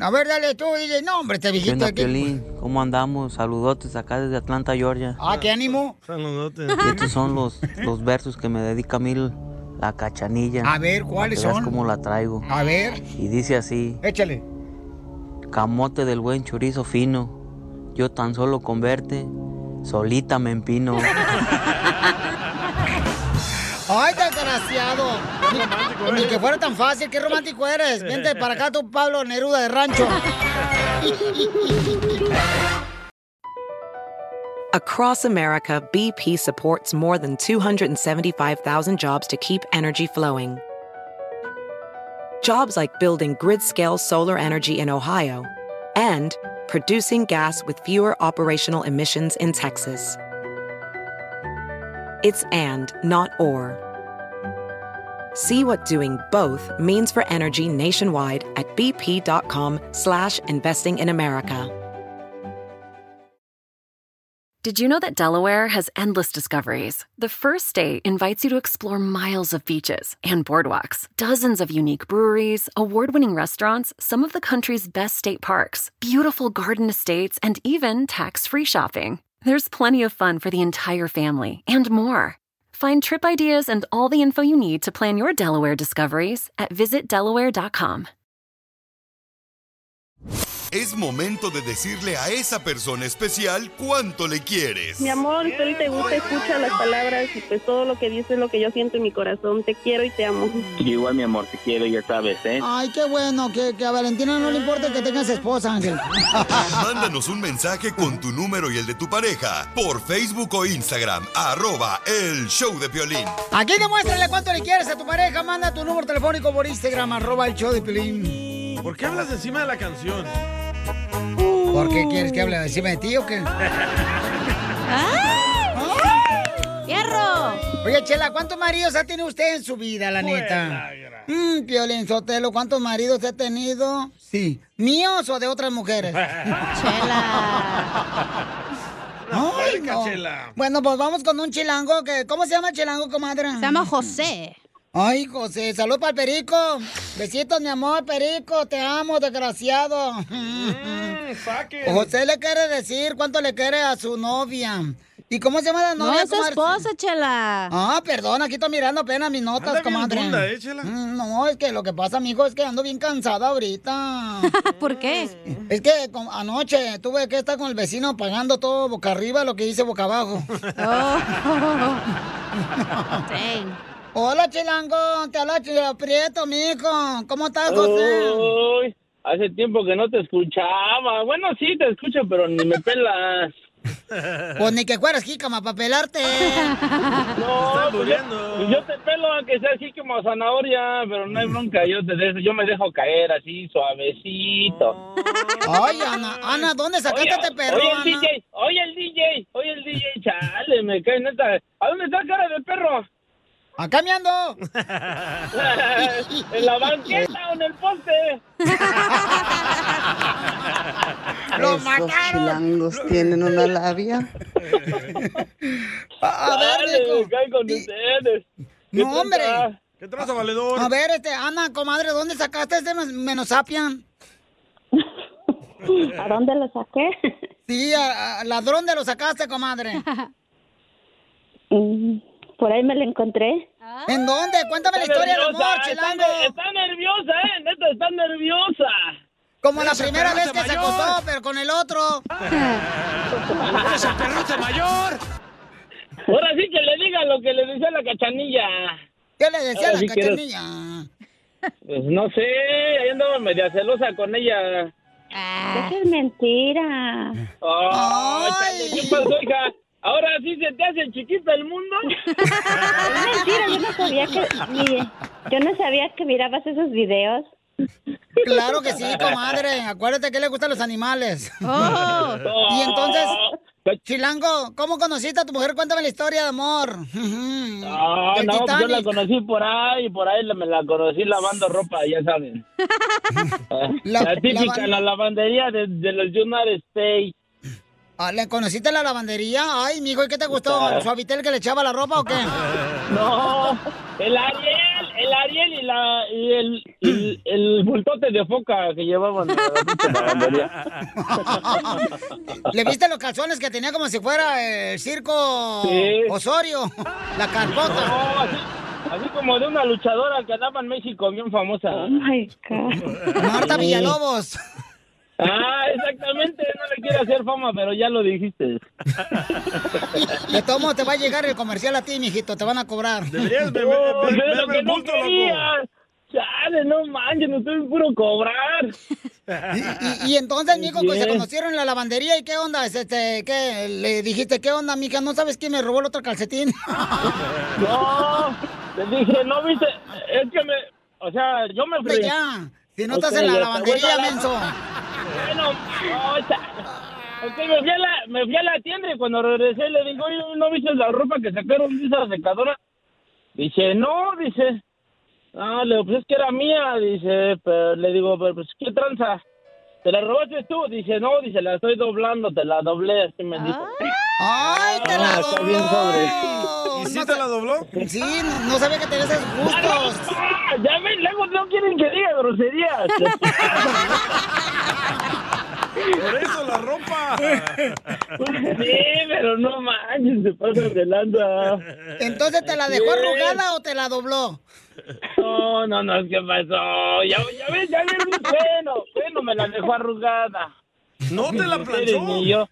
Speaker 2: A ver, dale tú, dile, no, hombre, este te
Speaker 26: ¿Qué
Speaker 2: visita
Speaker 26: onda,
Speaker 2: aquí.
Speaker 26: Piolín? ¿Cómo andamos? Saludotes acá desde Atlanta, Georgia.
Speaker 2: Ah, qué ánimo.
Speaker 26: Y estos son los, los versos que me dedica a mí la cachanilla.
Speaker 2: A ver, ¿cuáles
Speaker 26: Para que veas
Speaker 2: son?
Speaker 26: cómo la traigo.
Speaker 2: A ver,
Speaker 26: Y dice así.
Speaker 2: Échale.
Speaker 26: Camote del buen chorizo fino. Yo tan solo con verte, solita me empino.
Speaker 2: Ay, desgraciado. Ni, ni que fuera tan fácil, qué romántico eres. Vente para acá tú, Pablo Neruda de rancho.
Speaker 25: Across America, BP supports more than 275,000 jobs to keep energy flowing. Jobs like building grid scale solar energy in Ohio and producing gas with fewer operational emissions in Texas. It's and, not or. See what doing both means for energy nationwide at bp.com slash investing in America.
Speaker 15: Did you know that Delaware has endless discoveries? The first state invites you to explore miles of beaches and boardwalks, dozens of unique breweries, award winning restaurants, some of the country's best state parks, beautiful garden estates, and even tax free shopping. There's plenty of fun for the entire family and more. Find trip ideas and all the info you need to plan your Delaware discoveries at visitdelaware.com.
Speaker 5: Es momento de decirle a esa persona especial cuánto le quieres.
Speaker 3: Mi amor, si te gusta, escucha las palabras y pues todo lo que dices es lo que yo siento en mi corazón. Te quiero y te amo.
Speaker 17: Igual, mi amor, te quiero, ya sabes, ¿eh?
Speaker 2: Ay, qué bueno, que, que a Valentina no le importa que tengas esposa, Ángel.
Speaker 5: Mándanos un mensaje con tu número y el de tu pareja por Facebook o Instagram, arroba el show de Piolín.
Speaker 2: Aquí demuéstrale cuánto le quieres a tu pareja. Manda tu número telefónico por Instagram, arroba el show de Pilín.
Speaker 4: ¿Por qué hablas encima de la canción?
Speaker 2: ¿Por qué quieres que hable encima de ti o qué?
Speaker 10: ¡Hierro!
Speaker 2: ¿Ah? Oye, Chela, ¿cuántos maridos ha tenido usted en su vida, la
Speaker 3: Pues,
Speaker 2: neta? Mmm, Piolín Sotelo, ¿cuántos maridos ha tenido? Sí. ¿Míos o de otras mujeres? Chela. Ay, no. Bueno, pues vamos con un chilango que... ¿Cómo se llama el chilango, comadre? Se llama José. Ay, José, salud para el perico. Besitos, mi amor, perico, te amo, desgraciado.
Speaker 4: Mm,
Speaker 2: José le quiere decir cuánto le quiere a su novia. ¿Y cómo se llama la
Speaker 10: No,
Speaker 2: novia?
Speaker 10: es su
Speaker 2: esposa, chela. Ah, perdón, aquí estoy mirando apenas mis notas, comadre.
Speaker 3: eh,
Speaker 2: Mm, No, es que lo que pasa, mijo, es que ando bien cansada ahorita. ¿Por qué? Es que con- anoche tuve que estar con el vecino pagando todo boca arriba lo que hice boca abajo. Hola, chilango. Te habla Chilo Prieto, mijo. ¿Cómo estás, José?
Speaker 17: Uy, hace tiempo que no te escuchaba. Bueno, sí, te escucho, pero ni me pelas.
Speaker 2: Pues ni que fueras jícama para pelarte.
Speaker 17: No, pues yo, pues yo te pelo aunque sea así como zanahoria, pero no hay bronca, yo, te dejo- yo me dejo caer así, suavecito.
Speaker 2: Ay, Ana, Ana, ¿dónde sacaste
Speaker 17: Oye,
Speaker 2: este perro,
Speaker 17: oye, el
Speaker 2: Ana?
Speaker 17: DJ, oye el DJ, oye el DJ, chale, me cae neta. ¿A dónde está cara de perro?
Speaker 2: ¡Acá me ando!
Speaker 17: ¿En la banqueta o en el poste?
Speaker 2: ¡Lo
Speaker 27: Esos chilangos tienen una labia.
Speaker 2: a ver,
Speaker 17: Chale,
Speaker 2: viejo.
Speaker 17: me cae con ustedes. ¿Qué
Speaker 2: No, hombre. Ah,
Speaker 17: pasa?
Speaker 4: ¿Qué traza, valedor?
Speaker 2: A ver, este, Ana, comadre, ¿dónde sacaste este men- menosapian?
Speaker 3: ¿A dónde lo saqué?
Speaker 2: Sí, a, a- ladrón de lo sacaste, comadre.
Speaker 3: Mm, Por ahí me lo encontré.
Speaker 2: Ah. ¿En dónde? Cuéntame la
Speaker 17: Está
Speaker 2: historia del
Speaker 17: nerviosa,
Speaker 2: amor,
Speaker 17: está
Speaker 2: chilango.
Speaker 17: ner- Está nerviosa, eh, neta, está nerviosa.
Speaker 2: Como la primera vez que se acostó, pero con el otro.
Speaker 17: ¡Eres el perrote mayor! Ahora sí que le diga lo que le decía la cachanilla.
Speaker 2: ¿Qué le decía
Speaker 17: Ahora
Speaker 2: la
Speaker 17: sí que eres-
Speaker 2: cachanilla?
Speaker 17: Pues no sé, ahí andaba media celosa con ella.
Speaker 9: Eso es mentira.
Speaker 17: Oh, chale, ¿Qué pasó, hija? ¿Ahora sí se te hace chiquita el mundo? pues,
Speaker 9: Mentira, yo no sabía que... ni- yo no sabía que mirabas esos videos.
Speaker 2: Claro que sí, comadre. Acuérdate que le gustan los animales.
Speaker 9: Oh.
Speaker 2: Y entonces, Chilango, ¿cómo conociste a tu mujer? Cuéntame la historia de amor.
Speaker 17: Ah,
Speaker 2: El
Speaker 17: no, pues yo la
Speaker 2: Titanic.
Speaker 17: conocí por ahí, por ahí la- me la conocí lavando ropa, ya saben. Ah,
Speaker 2: La-
Speaker 17: La, típica,
Speaker 2: lavan-
Speaker 17: la lavandería de, de los United States.
Speaker 2: Ah, ¿Le conociste en la lavandería? Ay, mijo, ¿y qué te gustó? ¿El suavitel que le echaba la ropa o qué?
Speaker 17: No, el Ariel, el Ariel y, la, y el, y el bultote de foca que llevaban en la pinche lavandería.
Speaker 2: ¿Le viste los calzones que tenía como si fuera eh, el circo
Speaker 17: Sí.
Speaker 2: Osorio? La
Speaker 17: No,
Speaker 2: carpota.
Speaker 17: así, así como de una luchadora que andaba en México bien famosa. Oh my God.
Speaker 2: Marta Villalobos.
Speaker 17: Ah, exactamente, no le quiero hacer fama, pero ya lo dijiste.
Speaker 2: De todo modo te va a llegar el comercial a ti, mijito, te van a cobrar.
Speaker 17: Deberías ver- ver- Oh, ver- pero verme que el no bulto, loco. quería. Chale, no manches, me estoy puro cobrar.
Speaker 2: Y, y entonces, mijo,
Speaker 17: Así
Speaker 2: que se
Speaker 17: es.
Speaker 2: conocieron en la lavandería y qué onda, Es, este, ¿qué? Le dijiste, ¿qué onda, mija? ¿No sabes quién me robó el otro calcetín?
Speaker 17: No, le dije, no viste, es que me, o sea, yo me
Speaker 2: Hombre,
Speaker 17: fregué.
Speaker 2: ya, si no
Speaker 17: Ok,
Speaker 2: estás en la
Speaker 17: ya,
Speaker 2: lavandería,
Speaker 17: bueno, la-
Speaker 2: menso.
Speaker 17: Bueno, no, cha- Ok, me fui, a la, me fui a la tienda y cuando regresé le digo, oye, ¿no viste la ropa que sacaron de esa secadora? Dice, no, dice. Ah, le digo, pues es que era mía, dice, pero le digo, pero pues qué tranza. ¿Te la robaste tú? Dice, no, dice, la estoy doblando, te la doblé, así me dijo. Ah,
Speaker 2: ¡Ay, te la
Speaker 17: está bien sobre.
Speaker 2: ¿Y si te la dobló? Sí, no, no sabía que tenías esos gustos.
Speaker 17: Ya ven, luego ¡Ah, no quieren que diga groserías.
Speaker 3: Por eso la ropa.
Speaker 17: sí, pero no manches, se pasa de lanza.
Speaker 2: Entonces, ¿te la dejó
Speaker 17: Sí.
Speaker 2: arrugada o te la dobló?
Speaker 17: No, no, no, ¿qué pasó? Ya, ya ves, ya ves, mi bueno, bueno, me la dejó arrugada.
Speaker 3: ¿No te la
Speaker 17: Ni
Speaker 3: planchó?
Speaker 17: ustedes ni yo.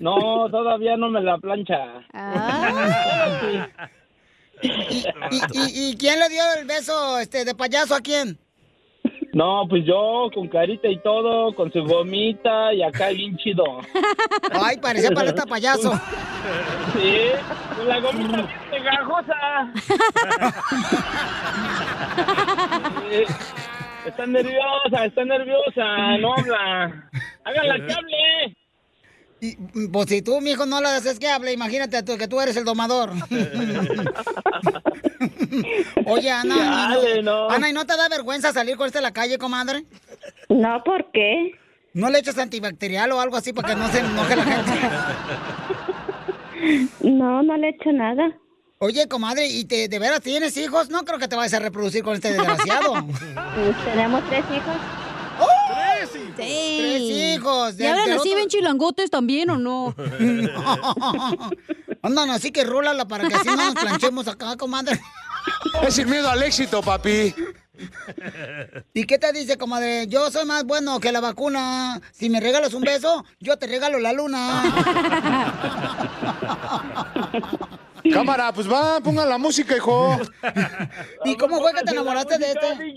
Speaker 17: No, todavía no me la plancha.
Speaker 2: Ah. ¿Y, y, y quién le dio el beso este, de payaso a quién?
Speaker 17: No, pues yo, con carita y todo, con su gomita y acá bien chido.
Speaker 2: Ay, parecía paleta payaso.
Speaker 17: Sí, con la gomita bien pegajosa. Sí, Está nerviosa, está nerviosa, Ah, no habla. Háganla que hable.
Speaker 2: Mm, Pues si tú, mijo, no la haces que hable, imagínate tú, que tú eres el domador. Oye, Ana, Ana,
Speaker 17: Chale, no.
Speaker 2: Ana, ¿y no te da vergüenza salir con este a la calle, comadre? No, ¿por qué? ¿No le echas antibacterial o algo así para que no se enoje la gente?
Speaker 9: No, no le he hecho nada.
Speaker 2: Oye, comadre, ¿y te, de veras tienes hijos? No creo que te vayas a reproducir con este desgraciado.
Speaker 9: Pues, Tenemos tres hijos.
Speaker 3: ¡Tres hijos!
Speaker 2: Tres hijos.
Speaker 4: ¿Y ahora
Speaker 2: del
Speaker 4: así
Speaker 2: otro-
Speaker 4: ven chilangotes también o no?
Speaker 2: Andan así que rólala para que así no nos planchemos acá, comadre.
Speaker 7: Es sin miedo al éxito, papi.
Speaker 2: ¿Y qué te dice, comadre? Yo soy más bueno que la vacuna. Si me regalas un beso, yo te regalo la luna.
Speaker 7: Cámara, pues va, pongan la música, hijo.
Speaker 2: ¿Y cómo fue que te enamoraste de este?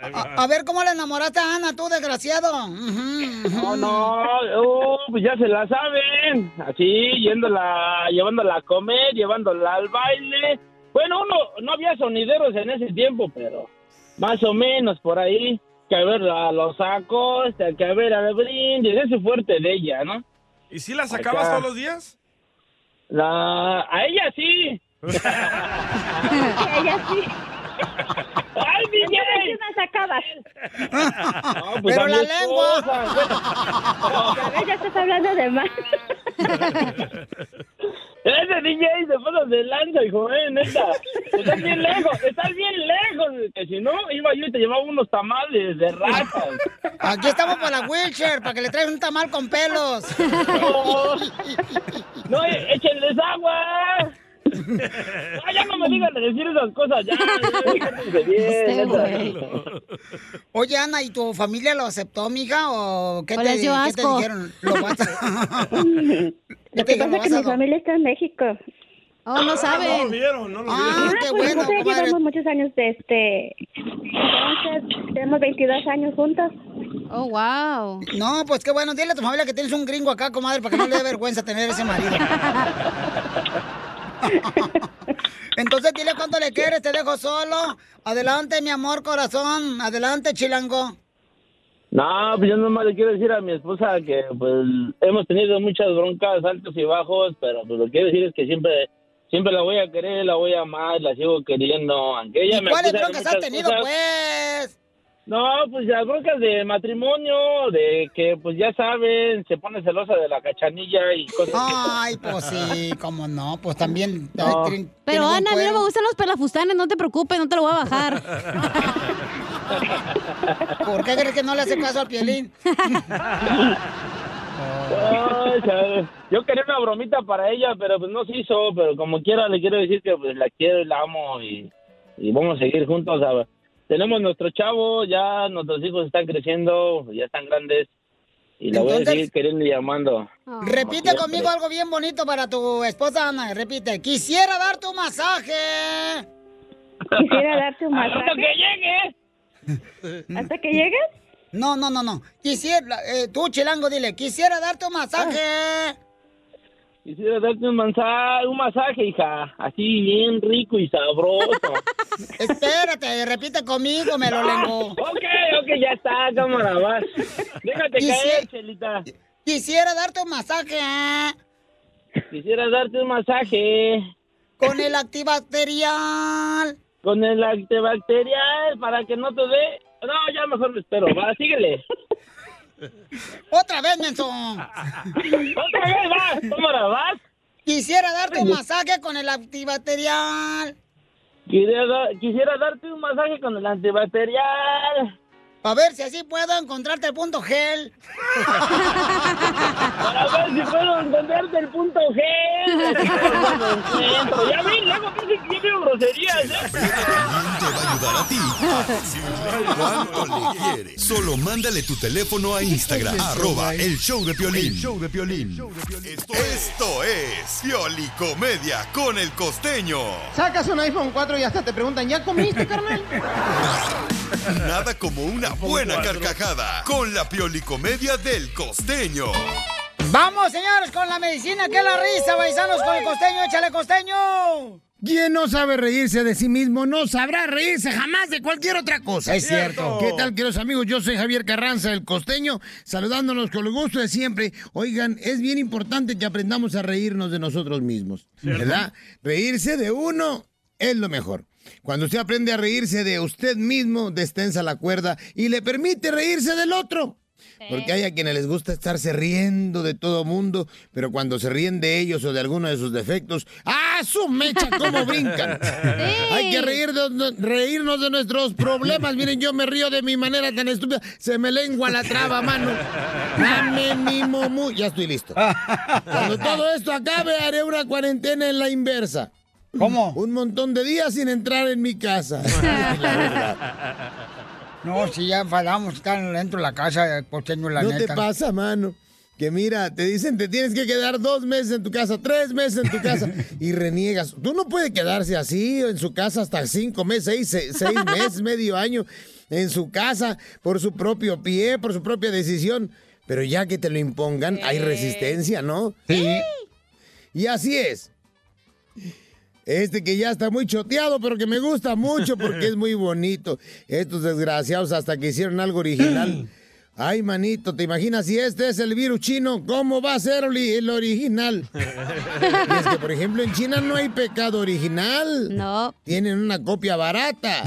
Speaker 2: A, a ver, ¿cómo le enamoraste a Ana, tú, desgraciado? Ujú.
Speaker 17: No, no, uh, pues ya se la saben. Así, yéndola, llevándola a comer, llevándola al baile. Bueno, uno, no había sonideros en ese tiempo, pero más o menos por ahí. Que a ver a los sacos, que a ver a la brindis, ese fuerte de ella, ¿no?
Speaker 3: ¿Y si la sacabas
Speaker 17: Acá.
Speaker 3: todos los días?
Speaker 17: La, a ella sí.
Speaker 9: A ella sí.
Speaker 17: ¡Ay, DJ!
Speaker 9: ¿Qué me sacabas?
Speaker 17: No, pues Pero a mi la lengua.
Speaker 9: Ya estás hablando de más.
Speaker 17: Ese DJ se pasa de lanza, hijo, eh, neta. Estás bien lejos, estás bien lejos. Que si no, iba yo y te llevaba unos tamales de ratas.
Speaker 2: Aquí estamos para la wheelchair, para que le traigas un tamal con pelos.
Speaker 17: No, eh, échenles agua. No, ya no me digan de decir esas cosas, ya. ya, déjense bien,
Speaker 2: Este
Speaker 17: neta.
Speaker 2: güey. Oye, Ana, ¿y tu familia lo aceptó, mija? ¿O qué,
Speaker 9: ¿O
Speaker 2: te,
Speaker 9: Pues les dio
Speaker 2: qué te
Speaker 9: asco?
Speaker 2: dijeron? ¿Lo vas a-
Speaker 9: Lo que pasa es que mi familia está en México.
Speaker 4: Oh, no saben.
Speaker 3: No lo vieron, no lo
Speaker 9: Ah,
Speaker 3: vieron.
Speaker 9: pues nosotros ya llevamos muchos años de este
Speaker 14: años, tenemos 22 años juntos.
Speaker 10: Oh, wow.
Speaker 2: No, pues qué bueno. Dile a tu familia que tienes un gringo acá, comadre, para que no le dé vergüenza tener ese marido. Entonces dile cuánto le quieres, te dejo solo. Adelante, mi amor, corazón. Adelante, chilango.
Speaker 17: No, pues yo nomás le quiero decir a mi esposa que pues hemos tenido muchas broncas, altos y bajos, pero pues lo que quiero decir es que siempre siempre la voy a querer, la voy a amar, la sigo queriendo, aunque ella
Speaker 2: ¿Y
Speaker 17: me
Speaker 2: cuáles
Speaker 17: acusa de
Speaker 2: broncas has
Speaker 17: muchas
Speaker 2: tenido,
Speaker 17: cosas.
Speaker 2: pues?
Speaker 17: No, pues las broncas de matrimonio, de que pues ya saben, se pone celosa de la cachanilla y cosas
Speaker 2: Ay, pues sí, cómo no, pues también.
Speaker 17: No.
Speaker 2: ay, tienen-
Speaker 10: Pero
Speaker 2: tienen buen
Speaker 10: Ana, a mí no
Speaker 2: cuero.
Speaker 10: me gustan los pelafustanes, no te preocupes, no te lo voy a bajar.
Speaker 2: ¿Por qué crees que no le hace caso al pielín?
Speaker 17: Ay, sabe. yo quería una bromita para ella, pero pues no se hizo, pero como quiera le quiero decir que pues la quiero y la amo y, y vamos a seguir juntos. ¿sabe? Tenemos nuestro chavo, ya nuestros hijos están creciendo, ya están grandes y la voy a
Speaker 2: Entonces-
Speaker 17: seguir queriendo y llamando.
Speaker 2: Repite conmigo algo bien bonito para tu esposa Ana. Repite. Quisiera darte un masaje.
Speaker 14: Quisiera darte un
Speaker 2: Hasta
Speaker 14: masaje.
Speaker 2: que
Speaker 14: llegues. ¿Hasta que llegues?
Speaker 2: No, no, no, no. Quisiera, eh, tú, chilango, dile, quisiera darte un
Speaker 14: Ah.
Speaker 2: masaje.
Speaker 17: Quisiera darte un, mansa- un masaje, hija, así bien rico y sabroso.
Speaker 2: Espérate, repite conmigo, me
Speaker 14: Ah.
Speaker 2: lo lengo.
Speaker 17: ok, ok, ya está, cámara, vas. Déjate caer, Chelita.
Speaker 2: Quisiera darte un masaje
Speaker 17: Quisiera darte un masaje.
Speaker 2: con el antibacterial.
Speaker 17: con el antibacterial para que no te dé. No, ya mejor me espero. Va, síguele.
Speaker 2: Otra vez, menso.
Speaker 17: Otra vez vas, cámara, vas.
Speaker 2: Quisiera darte un masaje con el antibacterial.
Speaker 17: Quisiera, da- quisiera darte un masaje con el antibacterial.
Speaker 2: A ver si así puedo encontrarte el punto gel.
Speaker 17: A ver si puedo encontrarte el punto G. ya ven, luego piensen que yo digo groserías, ¿eh?
Speaker 5: Te va a ayudar a ti a decirle cuánto le quieres. Solo mándale tu teléfono a Instagram, arroba el show de Piolín.
Speaker 16: El
Speaker 5: show de Esto es Pioli Comedia con el costeño.
Speaker 13: Sacas un iPhone 4 y hasta te preguntan, ¿ya comiste, carnal?
Speaker 5: Nada como una buena carcajada con la Pioli Comedia del costeño.
Speaker 2: Vamos, señores, con la medicina que es la risa, paisanos, con el costeño, échale costeño.
Speaker 16: Quien no sabe reírse de sí mismo no sabrá reírse jamás de cualquier otra cosa.
Speaker 2: Es cierto.
Speaker 16: ¿Qué tal, queridos amigos? Yo soy Javier Carranza, el costeño, saludándonos con el gusto de siempre. Oigan, es bien importante que aprendamos a reírnos de nosotros mismos,
Speaker 28: Cierto.
Speaker 16: ¿verdad? Reírse de uno es lo mejor. Cuando usted aprende a reírse de usted mismo, destensa la cuerda y le permite reírse del otro. Porque hay a quienes les gusta estarse riendo de todo mundo, pero cuando se ríen de ellos o de alguno de sus defectos, ¡ah, su mecha, cómo brincan! Hay que reír de- reírnos de nuestros problemas. Miren, yo me río de mi manera tan estúpida. Se me lengua la traba, mano. Dame mi momu. Ya estoy listo. Cuando todo esto acabe, haré una cuarentena en la inversa.
Speaker 2: ¿Cómo?
Speaker 16: Un montón de días sin entrar en mi casa. La verdad.
Speaker 2: No, si ya enfadamos, están dentro de la casa, el costeño, la
Speaker 16: no
Speaker 2: neta.
Speaker 16: te pasa, mano. Que mira, te dicen, te tienes que quedar dos meses en tu casa, tres meses en tu casa, y reniegas. Tú no puedes quedarse así en su casa hasta cinco meses, seis, se- seis meses, medio año, en su casa, por su propio pie, por su propia decisión. Pero ya que te lo impongan, hay resistencia, ¿no? Sí. Y así es. Este que ya está muy choteado, pero que me gusta mucho porque es muy bonito. Estos desgraciados hasta que hicieron algo original. Ay, manito, ¿te imaginas si este es el virus chino? ¿Cómo va a ser oli- el original? Y es que, por ejemplo, en China no hay pecado original. No. Tienen una copia barata.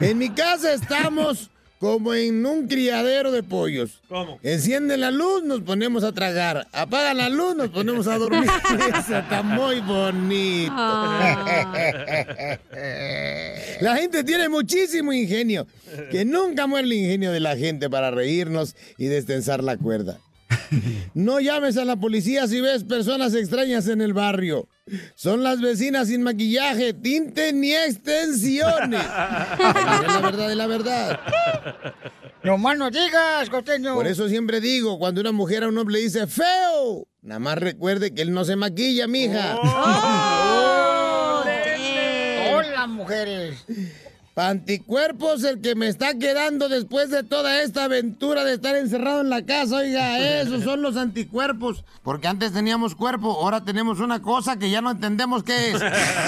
Speaker 16: En mi casa estamos como en un criadero de pollos.
Speaker 3: ¿Cómo?
Speaker 16: Encienden la luz, nos ponemos a tragar. Apagan la luz, nos ponemos a dormir. Eso está muy bonito.
Speaker 3: Ah.
Speaker 16: La gente tiene muchísimo ingenio. Que nunca muere el ingenio de la gente para reírnos y destensar la cuerda. No llames a la policía si ves personas extrañas en el barrio. Son las vecinas sin maquillaje, tinte ni extensiones. Es la verdad es la verdad.
Speaker 2: No más no digas, costeño.
Speaker 16: Por eso siempre digo, cuando una mujer a un hombre le dice feo, nada más recuerde que él no se maquilla, mija.
Speaker 3: ¡Oh!
Speaker 2: ¡Hola, las mujeres.
Speaker 29: Panticuerpos, el que me está quedando después de toda esta aventura de estar encerrado en la casa, oiga, esos son los anticuerpos. Porque antes teníamos cuerpo, ahora tenemos una cosa que ya no entendemos qué es.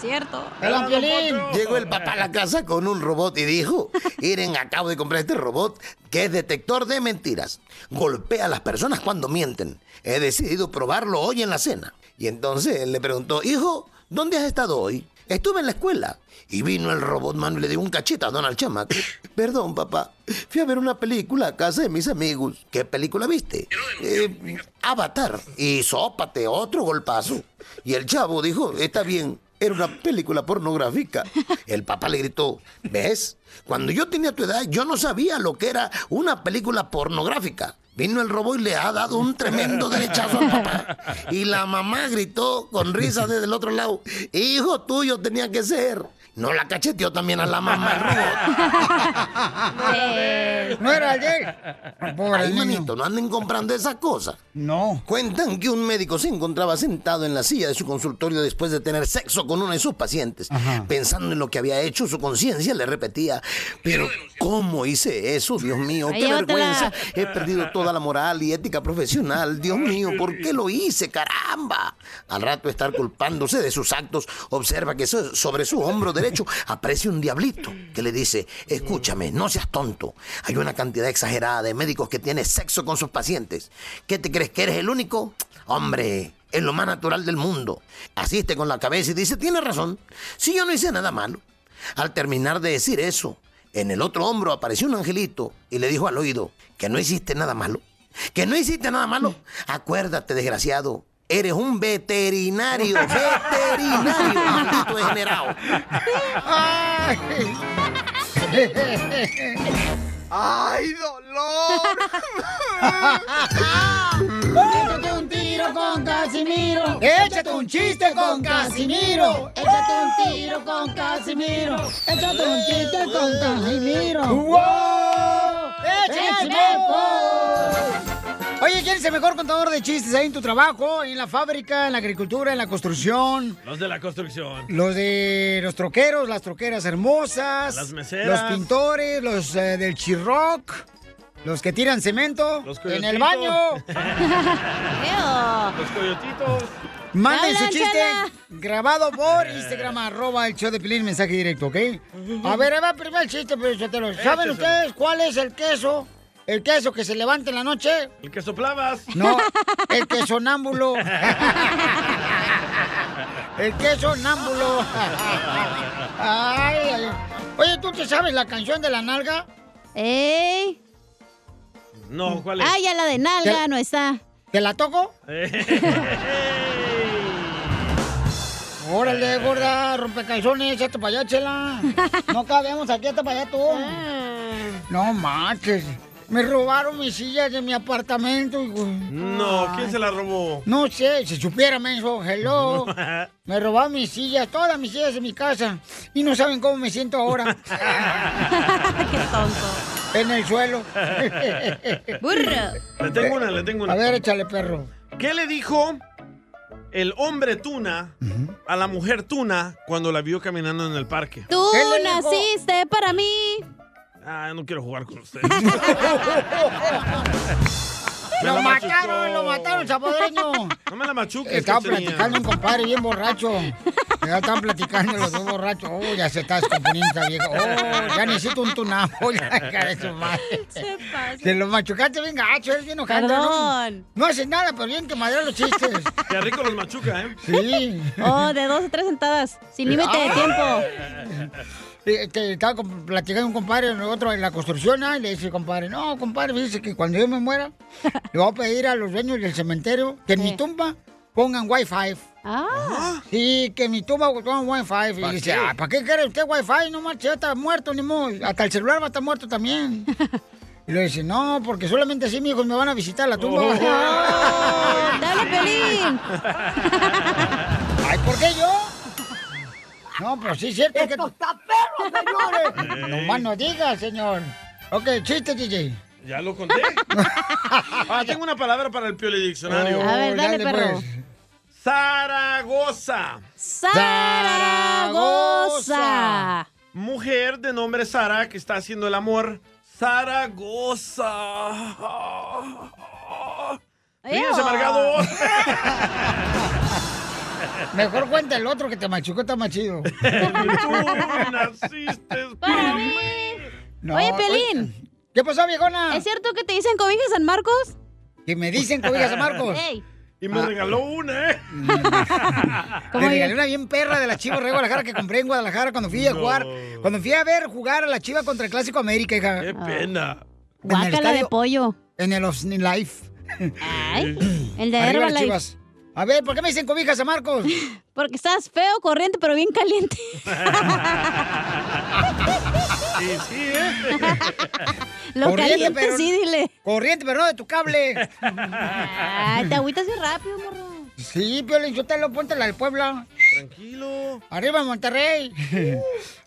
Speaker 10: Cierto.
Speaker 16: Hola, Piolín. Llegó el papá a la casa con un robot y dijo, Iren, acabo de comprar este robot que es detector de mentiras. Golpea a las personas cuando mienten. He decidido probarlo hoy en la cena. Y entonces él le preguntó, hijo, ¿dónde has estado hoy? Estuve en la escuela. Y vino el robot mano y le dio un cachete a Donald Chamaco. Perdón, papá. Fui a ver una película a casa de mis amigos. ¿Qué película viste? Eh, Avatar. Y sópate, otro golpazo. Y el chavo dijo, está bien. Era una película pornográfica. El papá le gritó, ¿ves? Cuando yo tenía tu edad, yo no sabía lo que era una película pornográfica. Vino el robot y le ha dado un tremendo derechazo al papá. Y la mamá gritó con risa desde el otro lado, hijo tuyo tenía que ser. No la cacheteó también a la mamá el
Speaker 3: Pues.
Speaker 16: robot.
Speaker 2: no era ayer.
Speaker 16: Ay, manito, no anden comprando esas cosas.
Speaker 2: No.
Speaker 16: Cuentan que un médico se encontraba sentado en la silla de su consultorio después de tener sexo con uno de sus pacientes. Pensando en lo que había hecho, su conciencia le repetía, pero ¿cómo hice eso? Dios mío,
Speaker 10: Ahí
Speaker 16: qué
Speaker 10: llévatela.
Speaker 16: vergüenza. He perdido toda la moral y ética profesional. Dios mío, ¿por qué lo hice? Caramba. Al rato de estar culpándose de sus actos, observa que so- sobre su hombro derecho aparece un diablito que le dice, escúchame, no seas tonto. Hay una cantidad exagerada de médicos que tienen sexo con sus pacientes. ¿Qué te crees que eres el único? Hombre. Es lo más natural del mundo. Asiste con la cabeza y dice, tiene razón. Si yo no hice nada malo. Al terminar de decir eso, en el otro hombro apareció un angelito y le dijo al oído que no hiciste nada malo. Que no hiciste nada malo. Acuérdate, desgraciado. Eres un veterinario, veterinario, maldito degenerado.
Speaker 3: ¡Ay, dolor!
Speaker 30: Échate un tiro con Casimiro. Échate un chiste con Casimiro. Échate un tiro con Casimiro. Échate un chiste con Casimiro.
Speaker 2: ¡Wow!
Speaker 30: ¡Échame
Speaker 4: pues!
Speaker 2: Oye, ¿quién es el mejor contador de chistes ahí en tu trabajo? En la fábrica, en la agricultura, en la construcción.
Speaker 4: Los de la construcción.
Speaker 2: Los de los troqueros, las troqueras hermosas.
Speaker 4: Las meseras.
Speaker 2: Los pintores, los eh, del chirroc. Los que tiran cemento. en el baño.
Speaker 4: Los coyotitos.
Speaker 2: Manden su
Speaker 4: Hablan,
Speaker 2: chiste
Speaker 4: Chela.
Speaker 2: grabado por Instagram, arroba el show de Pilín, mensaje directo, ¿ok? A ver, a ver, primero el chiste, pero yo te
Speaker 10: Este
Speaker 2: lo... ¿Saben
Speaker 4: Écheselo.
Speaker 2: ustedes cuál es el queso? ¿El queso que se levanta en la noche?
Speaker 4: El que soplabas.
Speaker 2: No, el que sonámbulo. El que sonámbulo. Ay, ay. Oye, ¿tú te sabes la canción de la nalga?
Speaker 10: ¡Ey!
Speaker 4: No, ¿cuál es?
Speaker 10: Ah, ya la de nalga no está.
Speaker 2: ¿Te la toco?
Speaker 4: Eh.
Speaker 2: Órale, gorda, rompecalzones, échate para allá, chela. No cabemos aquí, hasta para allá tú.
Speaker 4: Ah.
Speaker 2: No manches. Me robaron mis sillas de mi apartamento. hijo.
Speaker 4: No, ¿quién se la robó?
Speaker 2: No sé, si supiera, menso, hello. Me robaron mis sillas, todas mis sillas de mi casa. Y no saben cómo me siento ahora. Qué tonto. En el suelo.
Speaker 4: Le tengo una, le tengo una.
Speaker 2: A ver, échale, perro.
Speaker 4: ¿Qué le dijo el hombre tuna a la mujer tuna cuando la vio caminando en el parque?
Speaker 10: Tú naciste para mí.
Speaker 4: Ah, no quiero jugar con usted.
Speaker 2: Lo mataron, lo mataron, chapadeño.
Speaker 4: No me la machuques.
Speaker 2: Estaba
Speaker 4: cachanilla.
Speaker 2: platicando un compadre bien borracho. Ya estaban platicando los dos borrachos. Oh, ya se está descomponiendo esa vieja. Oh, ya necesito un tunao. Ya, cara de su madre. Te lo machucaste bien gacho, eres bien enojado.
Speaker 10: Perdón.
Speaker 2: No, no haces nada, pero bien que madera los chistes.
Speaker 4: Qué rico los machuca, ¿eh?
Speaker 2: Sí. Ah.
Speaker 10: Oh, de dos a tres sentadas, sin límite de tiempo.
Speaker 2: Eh, que estaba con- platicando un compadre en otro en la construcción, ah, y le dice, compadre, no, compadre, dice que cuando yo me muera, le voy a pedir a los dueños del cementerio que en mi tumba pongan Wi-Fi. Ah. Sí, que en mi tumba pongan Wi-Fi. Y
Speaker 3: ¿Para
Speaker 2: dice,
Speaker 3: qué?
Speaker 2: ah, ¿para qué quiere usted Wi-Fi? No marche, ya está muerto, ni modo. Hasta el celular va a estar muerto también. Y le dice, no, porque solamente así mis hijos me van a visitar la tumba.
Speaker 10: Oh. ¡Dale, Pelín!
Speaker 2: Ay, ¿por qué yo? No, pero sí es cierto que... ¡Esto está perro, señores! No más no digas, señor. Ok, chiste, DJ.
Speaker 4: Ya lo conté. Ah, tengo una palabra para el Pioli Diccionario.
Speaker 2: Oh, A ver, dale, dale, perro. pues.
Speaker 4: Zaragoza.
Speaker 10: Zaragoza.
Speaker 4: Mujer de nombre Sara que está haciendo el amor. Zaragoza.
Speaker 2: Pues,
Speaker 4: Ríos amargados.
Speaker 2: Mejor cuenta el otro que te machucó, está más chido.
Speaker 10: Para mí.
Speaker 2: No, eh,
Speaker 10: Oye, Pelín.
Speaker 2: ¿Qué pasó, viejona?
Speaker 10: ¿Es cierto que te dicen cobija San Marcos?
Speaker 2: Que me dicen cobijas a Marcos.
Speaker 10: Ey.
Speaker 4: Y me
Speaker 2: Ah.
Speaker 4: regaló una, ¿eh?
Speaker 2: Me regalé una bien perra de la Chivas de Guadalajara que compré en Guadalajara cuando fui a jugar. Cuando fui a ver jugar a la Chiva contra el Clásico América, hija. Qué
Speaker 4: Pena.
Speaker 10: Guácala de pollo.
Speaker 2: En el Osni Life.
Speaker 10: Ay, el de
Speaker 2: Arriba las
Speaker 10: Herbalife.
Speaker 2: Chivas. A ver, ¿por qué me dicen cobijas a Marcos?
Speaker 10: Porque estás feo, corriente, pero bien caliente.
Speaker 4: Sí, sí, ¿eh?
Speaker 10: Lo caliente, sí, dile.
Speaker 2: Corriente, pero no de tu cable.
Speaker 10: Ay, te agüitas bien rápido, morro.
Speaker 2: Sí, Piolín, yo te lo ponte la del Puebla. Tranquilo. Arriba, Monterrey.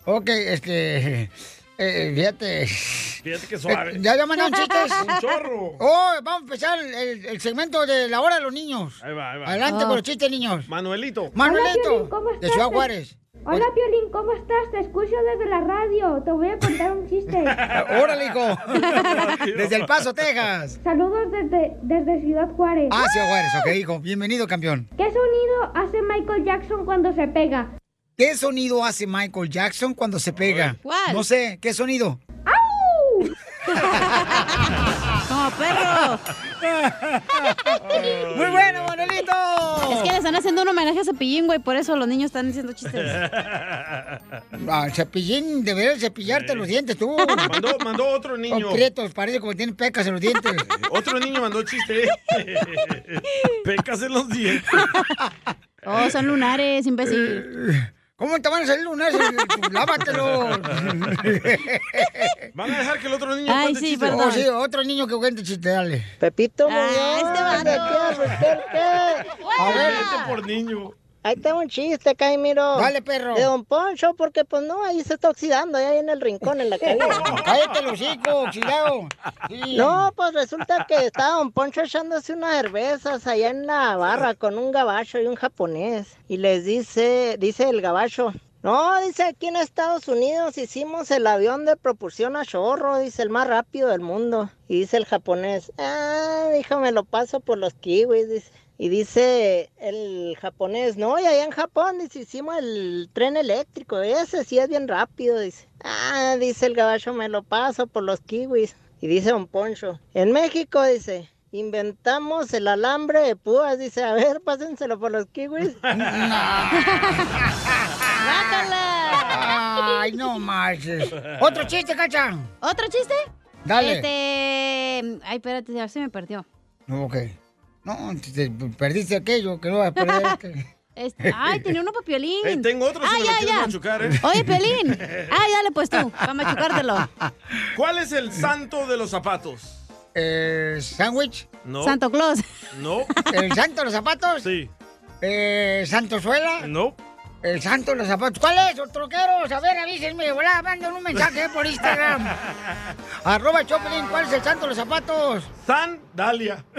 Speaker 2: ok, este. eh, fíjate.
Speaker 4: Fíjate que suave.
Speaker 2: Eh, ¿Ya ya mandaron chistes?
Speaker 4: Un chorro.
Speaker 2: Oh, vamos a empezar el, el segmento de la hora de los niños.
Speaker 4: Ahí va, ahí va.
Speaker 2: Adelante
Speaker 10: Oh.
Speaker 2: con los chistes, niños.
Speaker 4: Manuelito.
Speaker 2: Ah. Manuelito,
Speaker 11: Piolín, ¿cómo
Speaker 2: de
Speaker 11: estás?
Speaker 2: Ciudad Juárez.
Speaker 11: Hola, Piolín, ¿cómo estás? Te escucho desde la radio. Te voy a contar un chiste.
Speaker 2: ah, Órale, hijo. Desde El Paso, Texas.
Speaker 11: Saludos desde, desde Ciudad Juárez.
Speaker 2: Ah, Ciudad Juárez, ok, hijo. Bienvenido, campeón.
Speaker 11: ¿Qué sonido hace Michael Jackson cuando se pega?
Speaker 2: ¿Qué sonido hace Michael Jackson cuando se pega?
Speaker 11: ¿Cuál?
Speaker 2: No sé, ¿qué sonido?
Speaker 11: ¡Au!
Speaker 10: Como perro.
Speaker 2: Muy bueno, Manuelito.
Speaker 10: Es que le están haciendo un homenaje a Cepillín, güey, por eso los niños están diciendo chistes.
Speaker 2: Ah, cepillín, deberías cepillarte los dientes tú.
Speaker 4: Eh. Mandó, mandó otro niño.
Speaker 2: Con prietos, parece como que tienen pecas en los dientes.
Speaker 4: Otro niño mandó chiste. Pecas en los dientes.
Speaker 10: Oh, son lunares, imbécil.
Speaker 2: ¿Cómo te van a salir lunares? Lávatelo.
Speaker 4: Van a dejar que el otro niño
Speaker 2: Ay,
Speaker 4: cuente
Speaker 2: sí,
Speaker 4: chiste.
Speaker 2: perdón. Oh, sí, otro niño que cuente chiste, dale.
Speaker 27: Pepito
Speaker 2: Ah,
Speaker 27: este A ver.
Speaker 4: Vete por niño.
Speaker 27: Ahí está un chiste, Caimiro.
Speaker 4: Dale, perro.
Speaker 27: De Don Poncho, porque pues no, ahí se está oxidando, ahí en el rincón, en la cabina.
Speaker 2: Cállate, los hocico, oxidado. Sí.
Speaker 27: No, pues resulta que estaba Don Poncho echándose unas cervezas allá en la barra con un gabacho y un japonés. Y les dice, dice el gabacho, no, dice aquí en Estados Unidos hicimos el avión de propulsión a chorro, dice el más rápido del mundo. Y dice el japonés, ah, dijo, me lo paso por los kiwis, dice. Y dice el japonés, no, y allá en Japón dice, hicimos el tren eléctrico, ese sí es bien rápido, dice. Ah, dice el gabacho, me lo paso por los kiwis. Y dice don Poncho, en México dice, inventamos el alambre de púas, dice, a ver, pásenselo por los kiwis.
Speaker 2: Ay, no marches. Otro chiste, cacha.
Speaker 10: ¿Otro chiste?
Speaker 2: Dale.
Speaker 10: Este. Ay, espérate, ya se me perdió.
Speaker 2: No, ok. No, te- te perdiste aquello que no vas a perder. este.
Speaker 10: Este- Ay, tenía uno para Piolín.
Speaker 2: Eh, tengo otro si
Speaker 10: Ay,
Speaker 2: me lo
Speaker 10: ay,
Speaker 2: quieres
Speaker 10: ya.
Speaker 4: machucar, ¿eh?
Speaker 10: Oye, Piolín. Ay, dale pues tú, para machucártelo.
Speaker 4: ¿Cuál es el santo de los zapatos?
Speaker 2: Eh, ¿Sándwich?
Speaker 4: No.
Speaker 10: Santo Claus.
Speaker 4: No.
Speaker 2: ¿El santo de los zapatos?
Speaker 4: Sí.
Speaker 2: Eh, ¿Santo Suela?
Speaker 4: No.
Speaker 2: ¿El santo de los zapatos? ¿Cuál es, los troqueros? A ver, avísenme, de volada, manden un mensaje por Instagram. Arroba Choplin, ¿cuál es el santo de los zapatos?
Speaker 4: San Dalia.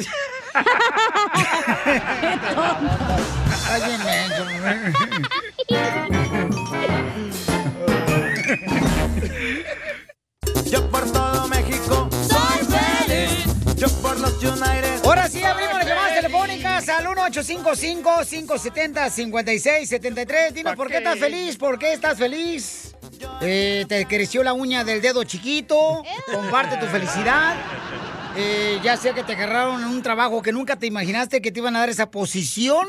Speaker 2: Ay, bien menso,
Speaker 3: Yo por todo México soy feliz. Yo por los United.
Speaker 2: Ahora sí, abrimos las llamadas telefónicas al 1-855-570-5673. Dinos por qué estás feliz, por qué estás feliz. Eh, te creció la uña del dedo chiquito. Comparte tu felicidad. Eh, ya sea que te agarraron en un trabajo que nunca te imaginaste que te iban a dar esa posición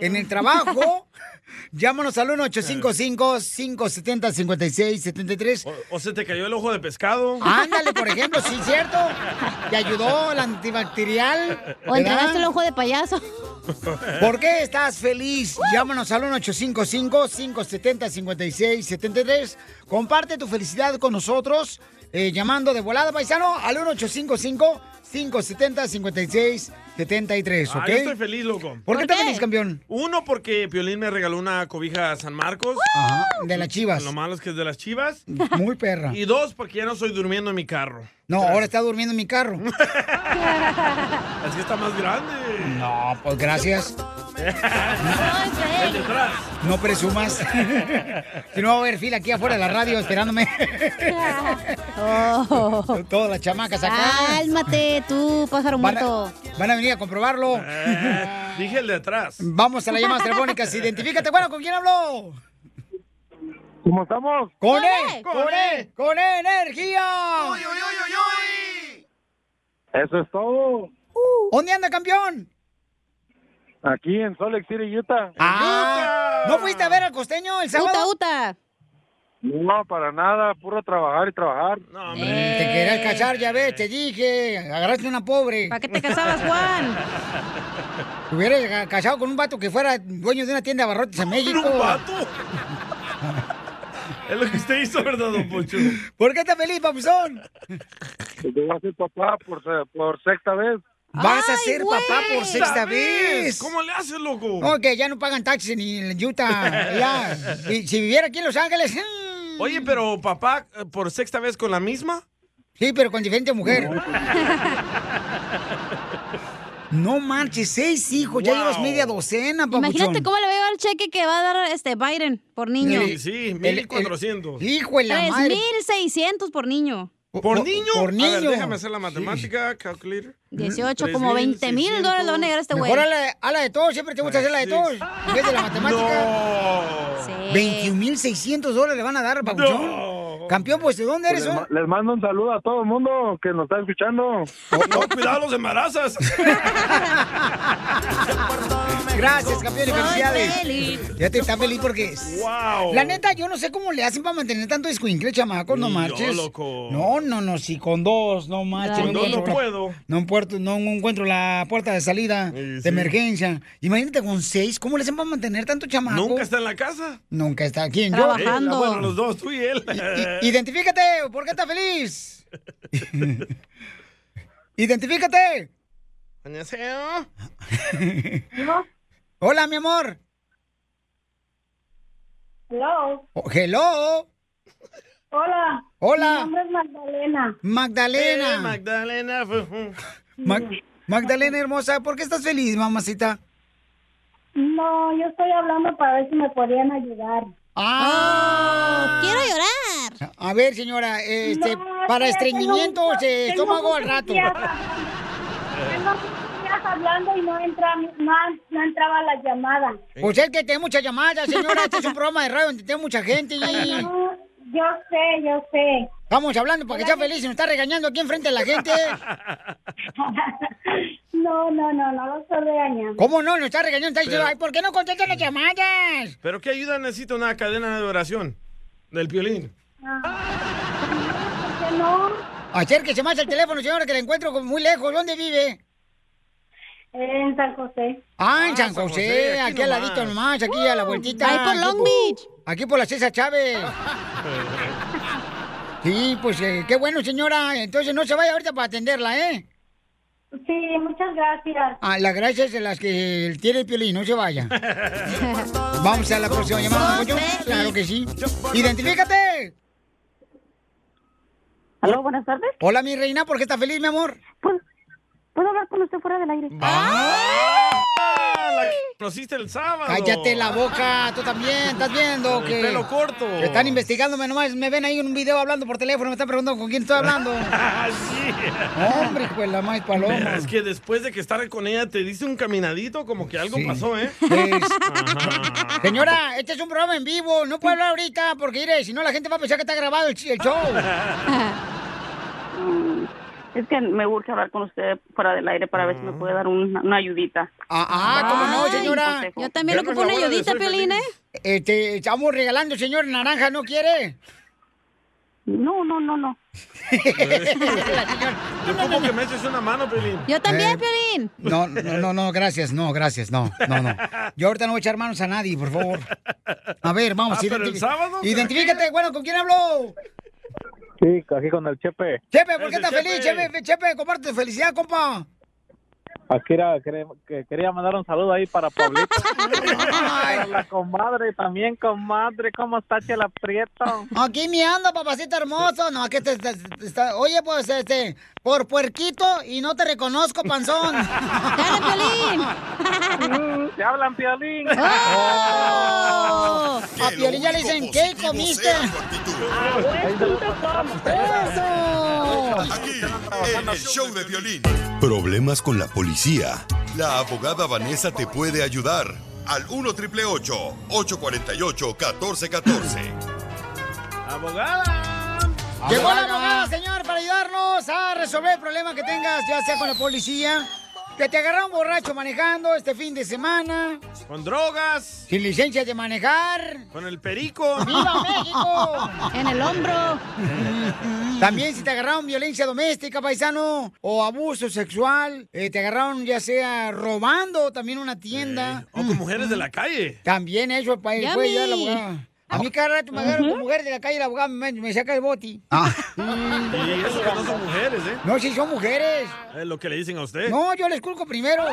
Speaker 2: en el trabajo. Llámanos al 1-855-570-5673.
Speaker 4: ¿O se te cayó el ojo de pescado?
Speaker 2: Ándale, por ejemplo, sí, cierto. Te ayudó el antibacterial.
Speaker 10: O entregaste
Speaker 2: ¿verdad?
Speaker 10: el ojo de payaso.
Speaker 2: ¿Por qué estás feliz? Llámanos al 1855-570-5673. Comparte tu felicidad con nosotros eh, llamando de volada, paisano, al 1855 570-5673,
Speaker 4: Ah,
Speaker 2: ¿ok?
Speaker 4: yo estoy feliz, loco.
Speaker 2: ¿Por qué ¿Por te qué? feliz, campeón?
Speaker 4: Uno, porque Piolín me regaló una cobija San Marcos.
Speaker 2: de las chivas.
Speaker 4: Lo malo es que es de las chivas.
Speaker 2: Muy perra.
Speaker 4: Y dos, porque ya no estoy durmiendo en mi carro.
Speaker 2: No, ahora está durmiendo en mi carro.
Speaker 4: Es que está más grande.
Speaker 2: No, pues gracias.
Speaker 4: El de atrás.
Speaker 2: No presumas. si no va a haber fila aquí afuera de la radio esperándome. Todas las chamacas acá.
Speaker 10: Cálmate tú, pájaro
Speaker 2: Van a-
Speaker 10: muerto.
Speaker 2: Van a venir a comprobarlo.
Speaker 4: Eh, dije el de atrás.
Speaker 2: Vamos a las llamadas telefónicas. Identifícate. Bueno, ¿con quién habló?
Speaker 8: ¿Cómo estamos?
Speaker 2: ¡Con E. él!
Speaker 3: E.
Speaker 2: ¡Con
Speaker 4: E.
Speaker 2: él! ¡Con E energía!
Speaker 8: Eso es todo.
Speaker 2: ¿Dónde anda, campeón?
Speaker 8: Aquí en Salt Lake City, Utah.
Speaker 2: Ah, ¿No fuiste a ver al costeño el sábado? Uta, uta.
Speaker 8: No, para nada, puro trabajar y trabajar.
Speaker 2: Eh, Te querías casar, ya ves, te dije. Agarraste una pobre. ¿Para qué te casabas, Juan? Te hubieras ca- casado con un vato que fuera dueño de una tienda de abarrotes en México.
Speaker 4: un vato? Es lo que usted hizo, ¿verdad, don Poncho?
Speaker 2: ¿Por qué estás feliz, papuzón?
Speaker 8: Yo voy a ser papá por, se- por sexta vez.
Speaker 2: Vas a Ay, ser güey. papá por sexta vez.
Speaker 4: ¿Cómo le haces, loco?
Speaker 2: No, que ya no pagan taxis ni en Utah. Ya. Y si viviera aquí en Los Ángeles. mm,
Speaker 4: Oye, pero papá, eh, ¿por sexta vez con la misma?
Speaker 2: Sí, pero con diferente mujer. No manches, seis hijos, ya
Speaker 10: Wow.
Speaker 2: llevas media docena, papuchón.
Speaker 10: Imagínate cómo le va a llegar el cheque que va a dar este Biden por niño.
Speaker 4: Sí, sí, 1400.
Speaker 2: Hijo de la madre.
Speaker 10: 3600 por niño.
Speaker 4: ¿Por niño?
Speaker 2: por
Speaker 4: A ver,
Speaker 2: niño.
Speaker 4: déjame hacer la matemática, calculator.
Speaker 10: 18, como 20 mil dólares le van a llegar a este güey.
Speaker 2: Mejor a la, a la de todos, siempre te gusta hacer la de todos. En vez de la matemática.
Speaker 10: Sí.
Speaker 2: 21.600 dólares le van a dar, papuchón. Campeón, pues, ¿de dónde eres?
Speaker 8: Les,
Speaker 2: oh?
Speaker 8: ma- les mando un saludo a todo el mundo que nos está escuchando.
Speaker 4: No, Oh, cuidado, los embarazas.
Speaker 2: Gracias, campeón, y
Speaker 3: Soy
Speaker 2: felicidades.
Speaker 3: feliz.
Speaker 2: Ya te está feliz porque.
Speaker 4: ¡Wow!
Speaker 2: La neta, yo no sé cómo le hacen para mantener tanto escuincle, chamacos, no
Speaker 4: Ni yo,
Speaker 2: marches.
Speaker 4: loco.
Speaker 2: No, no, no, si con dos, no marches.
Speaker 4: Con dos no
Speaker 2: encuentro la-
Speaker 4: puedo.
Speaker 2: No, encuentro- no encuentro la puerta de salida de
Speaker 4: sí.
Speaker 2: emergencia. Imagínate con seis, ¿cómo le hacen para mantener tanto chamaco?
Speaker 4: Nunca está en la casa.
Speaker 2: Nunca está aquí en
Speaker 4: Él, ah, bueno, los dos, eh. tú y él.
Speaker 2: Identifícate, ¿por qué estás feliz? Identifícate. Hola, mi amor.
Speaker 7: Hello.
Speaker 2: Oh, hello.
Speaker 7: Hola.
Speaker 2: Hola.
Speaker 7: Mi nombre es Magdalena.
Speaker 2: Magdalena.
Speaker 7: Eh,
Speaker 4: Magdalena.
Speaker 2: Mag- Magdalena hermosa, ¿por qué estás feliz, mamacita?
Speaker 7: No, yo estoy hablando para ver si me podían ayudar.
Speaker 2: ¡Ah!
Speaker 7: quiero
Speaker 2: llorar. A ver, señora, este,
Speaker 7: No,
Speaker 2: para
Speaker 7: sí,
Speaker 2: estreñimiento,
Speaker 7: tengo mucho-
Speaker 2: se
Speaker 7: tengo
Speaker 2: estómago al
Speaker 7: mucho
Speaker 2: rato.
Speaker 7: días- Tengo muchos días hablando y no, entra, no, no entraba la llamada.
Speaker 2: Pues es que tiene muchas llamadas, señora. Este es un programa de radio donde tiene mucha gente.
Speaker 7: No, yo sé, yo sé.
Speaker 2: Vamos hablando para que sea feliz y nos está regañando aquí enfrente de la gente.
Speaker 7: No, no, no, no lo estoy regañando.
Speaker 2: ¿Cómo no? Nos está regañando. Está diciendo,
Speaker 4: Pero-
Speaker 2: ay, ¿por qué no contestan las llamadas?
Speaker 4: ¿Pero qué ayuda necesita una cadena de oración? Del violín.
Speaker 7: ¿Por qué no?
Speaker 2: Acérquese más al teléfono, señora, que la encuentro como muy lejos. ¿Dónde vive?
Speaker 7: En San José.
Speaker 2: Ah, en San
Speaker 7: San
Speaker 2: José,
Speaker 7: José, aquí
Speaker 2: aquí, al ladito
Speaker 7: nomás. Uh,
Speaker 2: nomás, aquí a la vueltita.
Speaker 7: Ahí por
Speaker 2: Aquí
Speaker 7: Long Beach.
Speaker 2: Aquí por la César Chávez. Sí, pues eh, qué bueno, señora. Entonces no se vaya ahorita para atenderla, ¿eh?
Speaker 7: Sí, muchas gracias.
Speaker 2: Ah, las gracias de las que tiene el piolín, no se vaya. Vamos a la próxima llamada, ¿no, Poncho? Claro que sí. ¡Identifícate!
Speaker 21: Aló, buenas tardes. Pues,
Speaker 2: Hola, mi reina, ¿por qué estás feliz, mi amor?
Speaker 21: ¿Puedo hablar con usted fuera del aire?
Speaker 4: Ah, la que conociste el sábado.
Speaker 2: Cállate la boca, tú también, estás viendo
Speaker 4: El
Speaker 2: que...
Speaker 4: pelo corto.
Speaker 2: que Están investigándome nomás, me ven ahí en un video hablando por teléfono, me están preguntando con quién estoy hablando.
Speaker 4: Ah, sí.
Speaker 2: Hombre, pues la más
Speaker 4: Pero
Speaker 2: paloma.
Speaker 4: es que después de que estar con ella te diste un caminadito, como que algo pasó, ¿eh?
Speaker 2: Pues, Señora, este es un programa en vivo, no puedo hablar ahorita porque, mire, si no la gente va a pensar que está grabado el, ch- el show.
Speaker 21: Es que me urge hablar con usted fuera del aire para ver si me puede dar un- una ayudita.
Speaker 2: Ah, ah, ¿cómo no, señora?
Speaker 21: Yo también
Speaker 2: lo
Speaker 21: ocupo una ayudita, Piolín, ¿eh?
Speaker 2: Este, estamos regalando, señor, naranja, ¿no quiere?
Speaker 21: No, no, no, no.
Speaker 4: Yo como que me eches una mano, Pelín.
Speaker 2: Eh, No, no, no, no, gracias, no, gracias, no, no, no. Yo ahorita no voy a echar manos a nadie, por favor. A ver, vamos.
Speaker 4: Ah, pero el
Speaker 2: identifi-
Speaker 4: sábado,
Speaker 2: Identifícate, bueno, ¿con quién habló?
Speaker 8: Sí, aquí con el Chepe.
Speaker 2: Chepe, ¿por qué estás feliz? Chepe, Chepe, comparte tu felicidad, compa.
Speaker 8: Aquí era, quere- que quería mandar un saludo ahí para Pablito. Para la comadre también, comadre. ¿Cómo está Chela Prieto?
Speaker 6: Aquí me ando, papacito hermoso. No, que te, te- te- está- Oye, pues, este, por puerquito y no te reconozco, panzón.
Speaker 8: ¡Te hablan, Piolín!
Speaker 6: ¡Oh!
Speaker 3: Que
Speaker 6: A
Speaker 3: lo
Speaker 6: Piolín ya le
Speaker 3: único
Speaker 6: dicen, ¿qué
Speaker 3: positivo
Speaker 6: comiste?
Speaker 3: sea tu
Speaker 6: ¡Eso!
Speaker 5: En el show de violín. Problemas con la policía. La abogada Vanessa te puede ayudar. Al 1 triple 848 1414.
Speaker 4: Eh. ¡Abogada!
Speaker 2: Llegó la abogada, señor, para ayudarnos a resolver el problema que tengas, ya sea con la policía, que te agarraron borracho manejando este fin de semana,
Speaker 4: Con drogas,
Speaker 2: sin licencia de manejar.
Speaker 4: con el perico.
Speaker 2: ¡Viva México! En el hombro. También si te agarraron violencia doméstica, paisano, o abuso sexual, eh, te agarraron ya sea robando también una tienda.
Speaker 4: O con mujeres de la calle.
Speaker 2: También eso pa-
Speaker 4: Yummy.
Speaker 2: puede ayudar la abogada. A mí cada rato me agarran con mujeres de la calle, la abogada me, me saca el boti.
Speaker 4: Y eso que no son mujeres, ¿eh?
Speaker 2: Ah. No, si son mujeres.
Speaker 4: Es lo que le dicen a usted.
Speaker 2: No, yo les culco primero.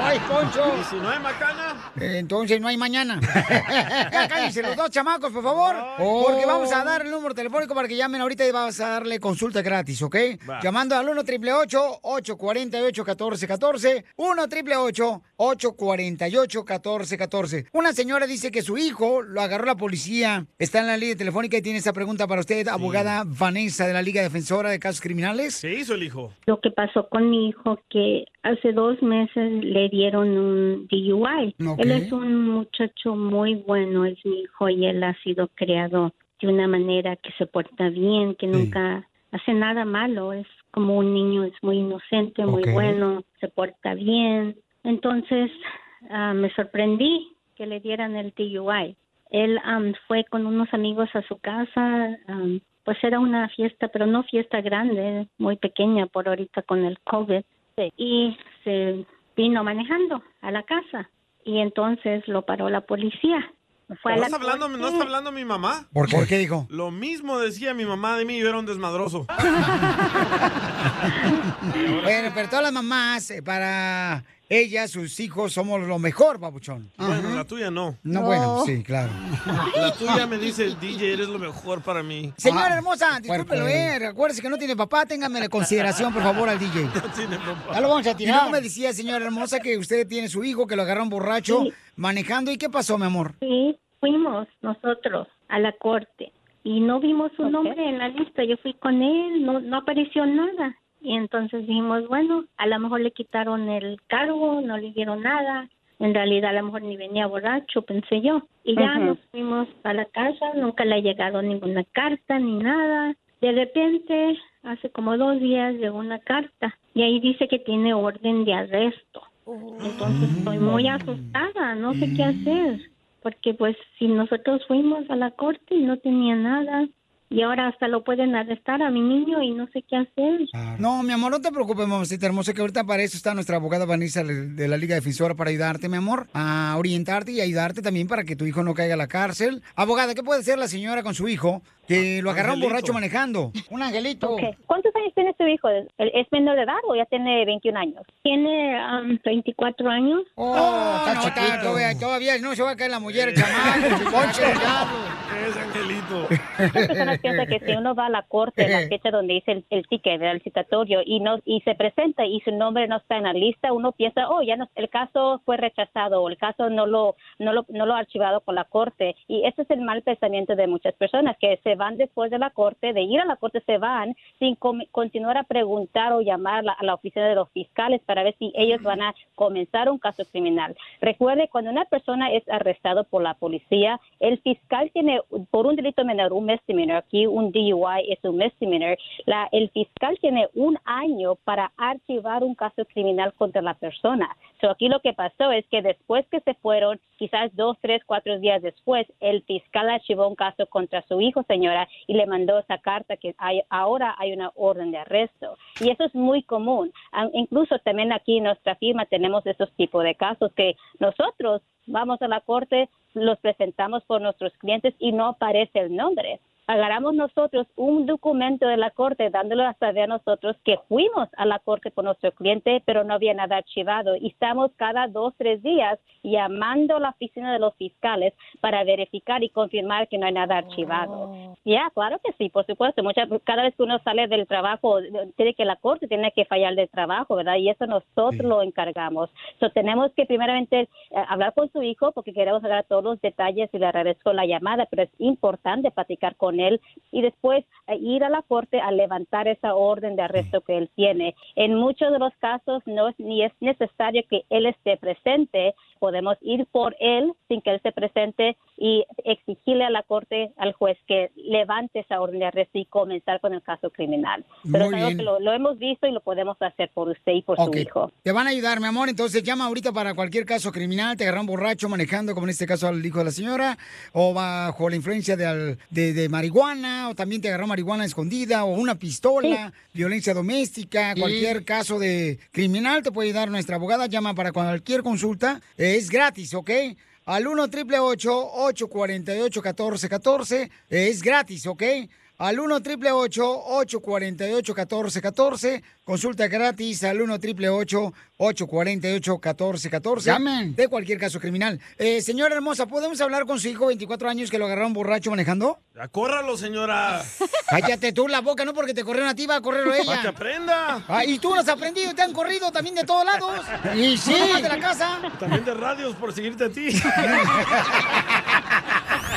Speaker 2: Ay, Poncho.
Speaker 4: Y si no hay macana.
Speaker 2: Eh, Entonces no hay mañana. ya cállense los dos chamacos, por favor. Porque
Speaker 4: Oh.
Speaker 2: vamos a dar el número telefónico para que llamen ahorita y vamos a darle consulta gratis, ¿ok?
Speaker 6: Va.
Speaker 2: Llamando al 1 888 848 1414 1 888 848 1414 Una señora dice que su hijo lo agarró la policía. Está en la línea telefónica y tiene esta pregunta para usted, abogada Vanessa de la Liga Defensora de Casos Criminales.
Speaker 4: ¿Qué hizo el hijo?
Speaker 9: Lo que pasó con mi hijo que hace dos meses le dieron un DUI.
Speaker 2: Ok.
Speaker 9: Él es un muchacho muy bueno, es mi hijo y él ha sido criado de una manera que se porta bien, que nunca hace nada malo, es como un niño, es muy inocente, muy
Speaker 25: Ok.
Speaker 9: bueno, se porta bien. Entonces ah, me sorprendí que le dieran el DUI. Él am, fue con unos amigos a su casa, am, pues era una fiesta, pero no fiesta grande, muy pequeña por ahorita con el COVID. Y se vino manejando a la casa y entonces lo paró la policía. Fue a
Speaker 4: ¿No
Speaker 9: la
Speaker 4: está, hablando, ¿No está hablando mi mamá?
Speaker 2: ¿Por qué? ¿Por qué, hijo?
Speaker 4: Lo mismo decía mi mamá de mí, yo era un desmadroso.
Speaker 2: Bueno, pero todas las mamás, eh, para ellas, sus hijos, somos lo mejor, babuchón.
Speaker 4: Bueno, la tuya no.
Speaker 2: No, bueno, sí, claro.
Speaker 4: La tuya me dice, DJ, eres lo mejor para mí. Ah.
Speaker 2: Señora hermosa, discúlpelo, eh. Acuérdese que no tiene papá, téngame la consideración, por favor, al DJ. Ya lo vamos a tirar. Y luego me decía, señora hermosa, que usted tiene su hijo que lo agarraron borracho
Speaker 9: Sí.
Speaker 2: manejando. ¿Y qué pasó, mi amor?
Speaker 9: Sí, fuimos nosotros a la corte y no vimos su nombre en la lista. Yo fui con él, no, no apareció nada. Y entonces dijimos, bueno, a lo mejor le quitaron el cargo, no le dieron nada. En realidad a lo mejor ni venía borracho, pensé yo. Y ya
Speaker 25: Ujú.
Speaker 9: nos fuimos a la casa, nunca le ha llegado ninguna carta ni nada. De repente, hace como dos días llegó una carta y ahí dice que tiene orden de arresto. Entonces estoy
Speaker 2: Mm.
Speaker 3: Mm.
Speaker 9: muy asustada, no sé qué hacer, porque pues si nosotros fuimos a la corte y no tenía nada y ahora hasta lo pueden arrestar a mi niño y no sé qué hacer.
Speaker 2: No, mi amor, no te preocupes, mamacita hermosa, que ahorita para eso está nuestra abogada Vanessa de la Liga Defensora para ayudarte, mi amor, a orientarte y ayudarte también para que tu hijo no caiga a la cárcel. Abogada, ¿qué puede hacer la señora con su hijo que lo agarraron
Speaker 14: Angelito.
Speaker 2: borracho manejando? Un angelito.
Speaker 14: Ok. ¿Cuántos años tiene su hijo? ¿Es- ¿Es menor de edad o ya tiene 21 años?
Speaker 9: Tiene am, 24 años.
Speaker 2: Oh,
Speaker 14: Ah,
Speaker 2: está chiquito. todavía, todavía no se va a caer la mujer, chamán. Poncho, diablo.
Speaker 4: Es angelito.
Speaker 14: Muchas personas piensan que si uno va a la corte, en la fecha donde dice el, el ticket, ¿verdad? el citatorio, y no y se presenta y su nombre no está en la lista, uno piensa, oh, ya no, el caso fue rechazado o el caso no lo no lo, no lo ha archivado con la corte. Y ese es el mal pensamiento de muchas personas, que se van después de la corte, de ir a la corte se van sin com- continuar a preguntar o llamar la- a la oficina de los fiscales para ver si ellos van a comenzar un caso criminal. Recuerde, cuando una persona es arrestado por la policía, el fiscal tiene por un delito menor, un misdemeanor, aquí un DUI es un misdemeanor, la, el fiscal tiene un año para archivar un caso criminal contra la persona. So aquí lo que pasó es que después que se fueron, quizás dos, tres, cuatro días después, el fiscal archivó un caso contra su hijo, señora, y le mandó esa carta que hay- ahora hay una orden de arresto. Y eso es muy común. Ah, Incluso también aquí en nuestra firma tenemos esos tipos de casos que nosotros vamos a la corte, los presentamos por nuestros clientes y no aparece el nombre. agarramos nosotros un documento de la corte dándolo a saber a nosotros que fuimos a la corte por nuestro cliente, pero no había nada archivado. Y estamos cada dos, tres días llamando a la oficina de los fiscales para verificar y confirmar que no hay nada archivado. Ya, claro que sí, por supuesto. Mucha, cada vez que uno sale del trabajo, tiene que la corte tiene que fallar del trabajo, ¿verdad? Y eso nosotros lo encargamos. So, tenemos que primeramente eh, hablar con su hijo porque queremos hablar todos los detalles y le agradezco la llamada, pero es importante platicar con él y después eh, ir a la corte a levantar esa orden de arresto que él tiene. En muchos de los casos no es ni es necesario que él esté presente, podemos ir por él sin que él se presente y exigirle a la corte, al juez, que levante esa orden de arresto y comenzar con el caso criminal. Pero es
Speaker 2: Muy
Speaker 14: algo
Speaker 2: bien.
Speaker 14: que lo, lo hemos visto y lo podemos hacer por usted y por
Speaker 2: Ok.
Speaker 14: su hijo.
Speaker 2: Te van a ayudar, mi amor. Entonces llama ahorita para cualquier caso criminal. Te agarran borracho manejando, como en este caso al hijo de la señora, o bajo la influencia de, al- de- de marihuana, o también te agarró marihuana escondida, o una pistola, violencia doméstica,
Speaker 6: Sí.
Speaker 2: cualquier caso de criminal te puede ayudar nuestra abogada. Llama para cualquier consulta. Eh, Es gratis, ¿ok? Al 1 triple 848 1414 Es gratis, ¿ok? Al 1 triple 848 1414 Consulta gratis al 1 triple 848 1414
Speaker 6: Llamen.
Speaker 2: De cualquier caso criminal. Eh, señora hermosa, ¿podemos hablar con su hijo, 24 años, que lo agarraron borracho manejando?
Speaker 4: Ya córralo, señora.
Speaker 2: Cállate tú la boca, no porque te corrieron a ti, va a correrlo ella.
Speaker 4: Para que aprenda.
Speaker 2: Ah, y tú lo has aprendido y te han corrido también de todos lados. Y sí.
Speaker 4: No nomás
Speaker 2: de la casa.
Speaker 4: También de radios por seguirte a ti.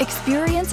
Speaker 1: Experience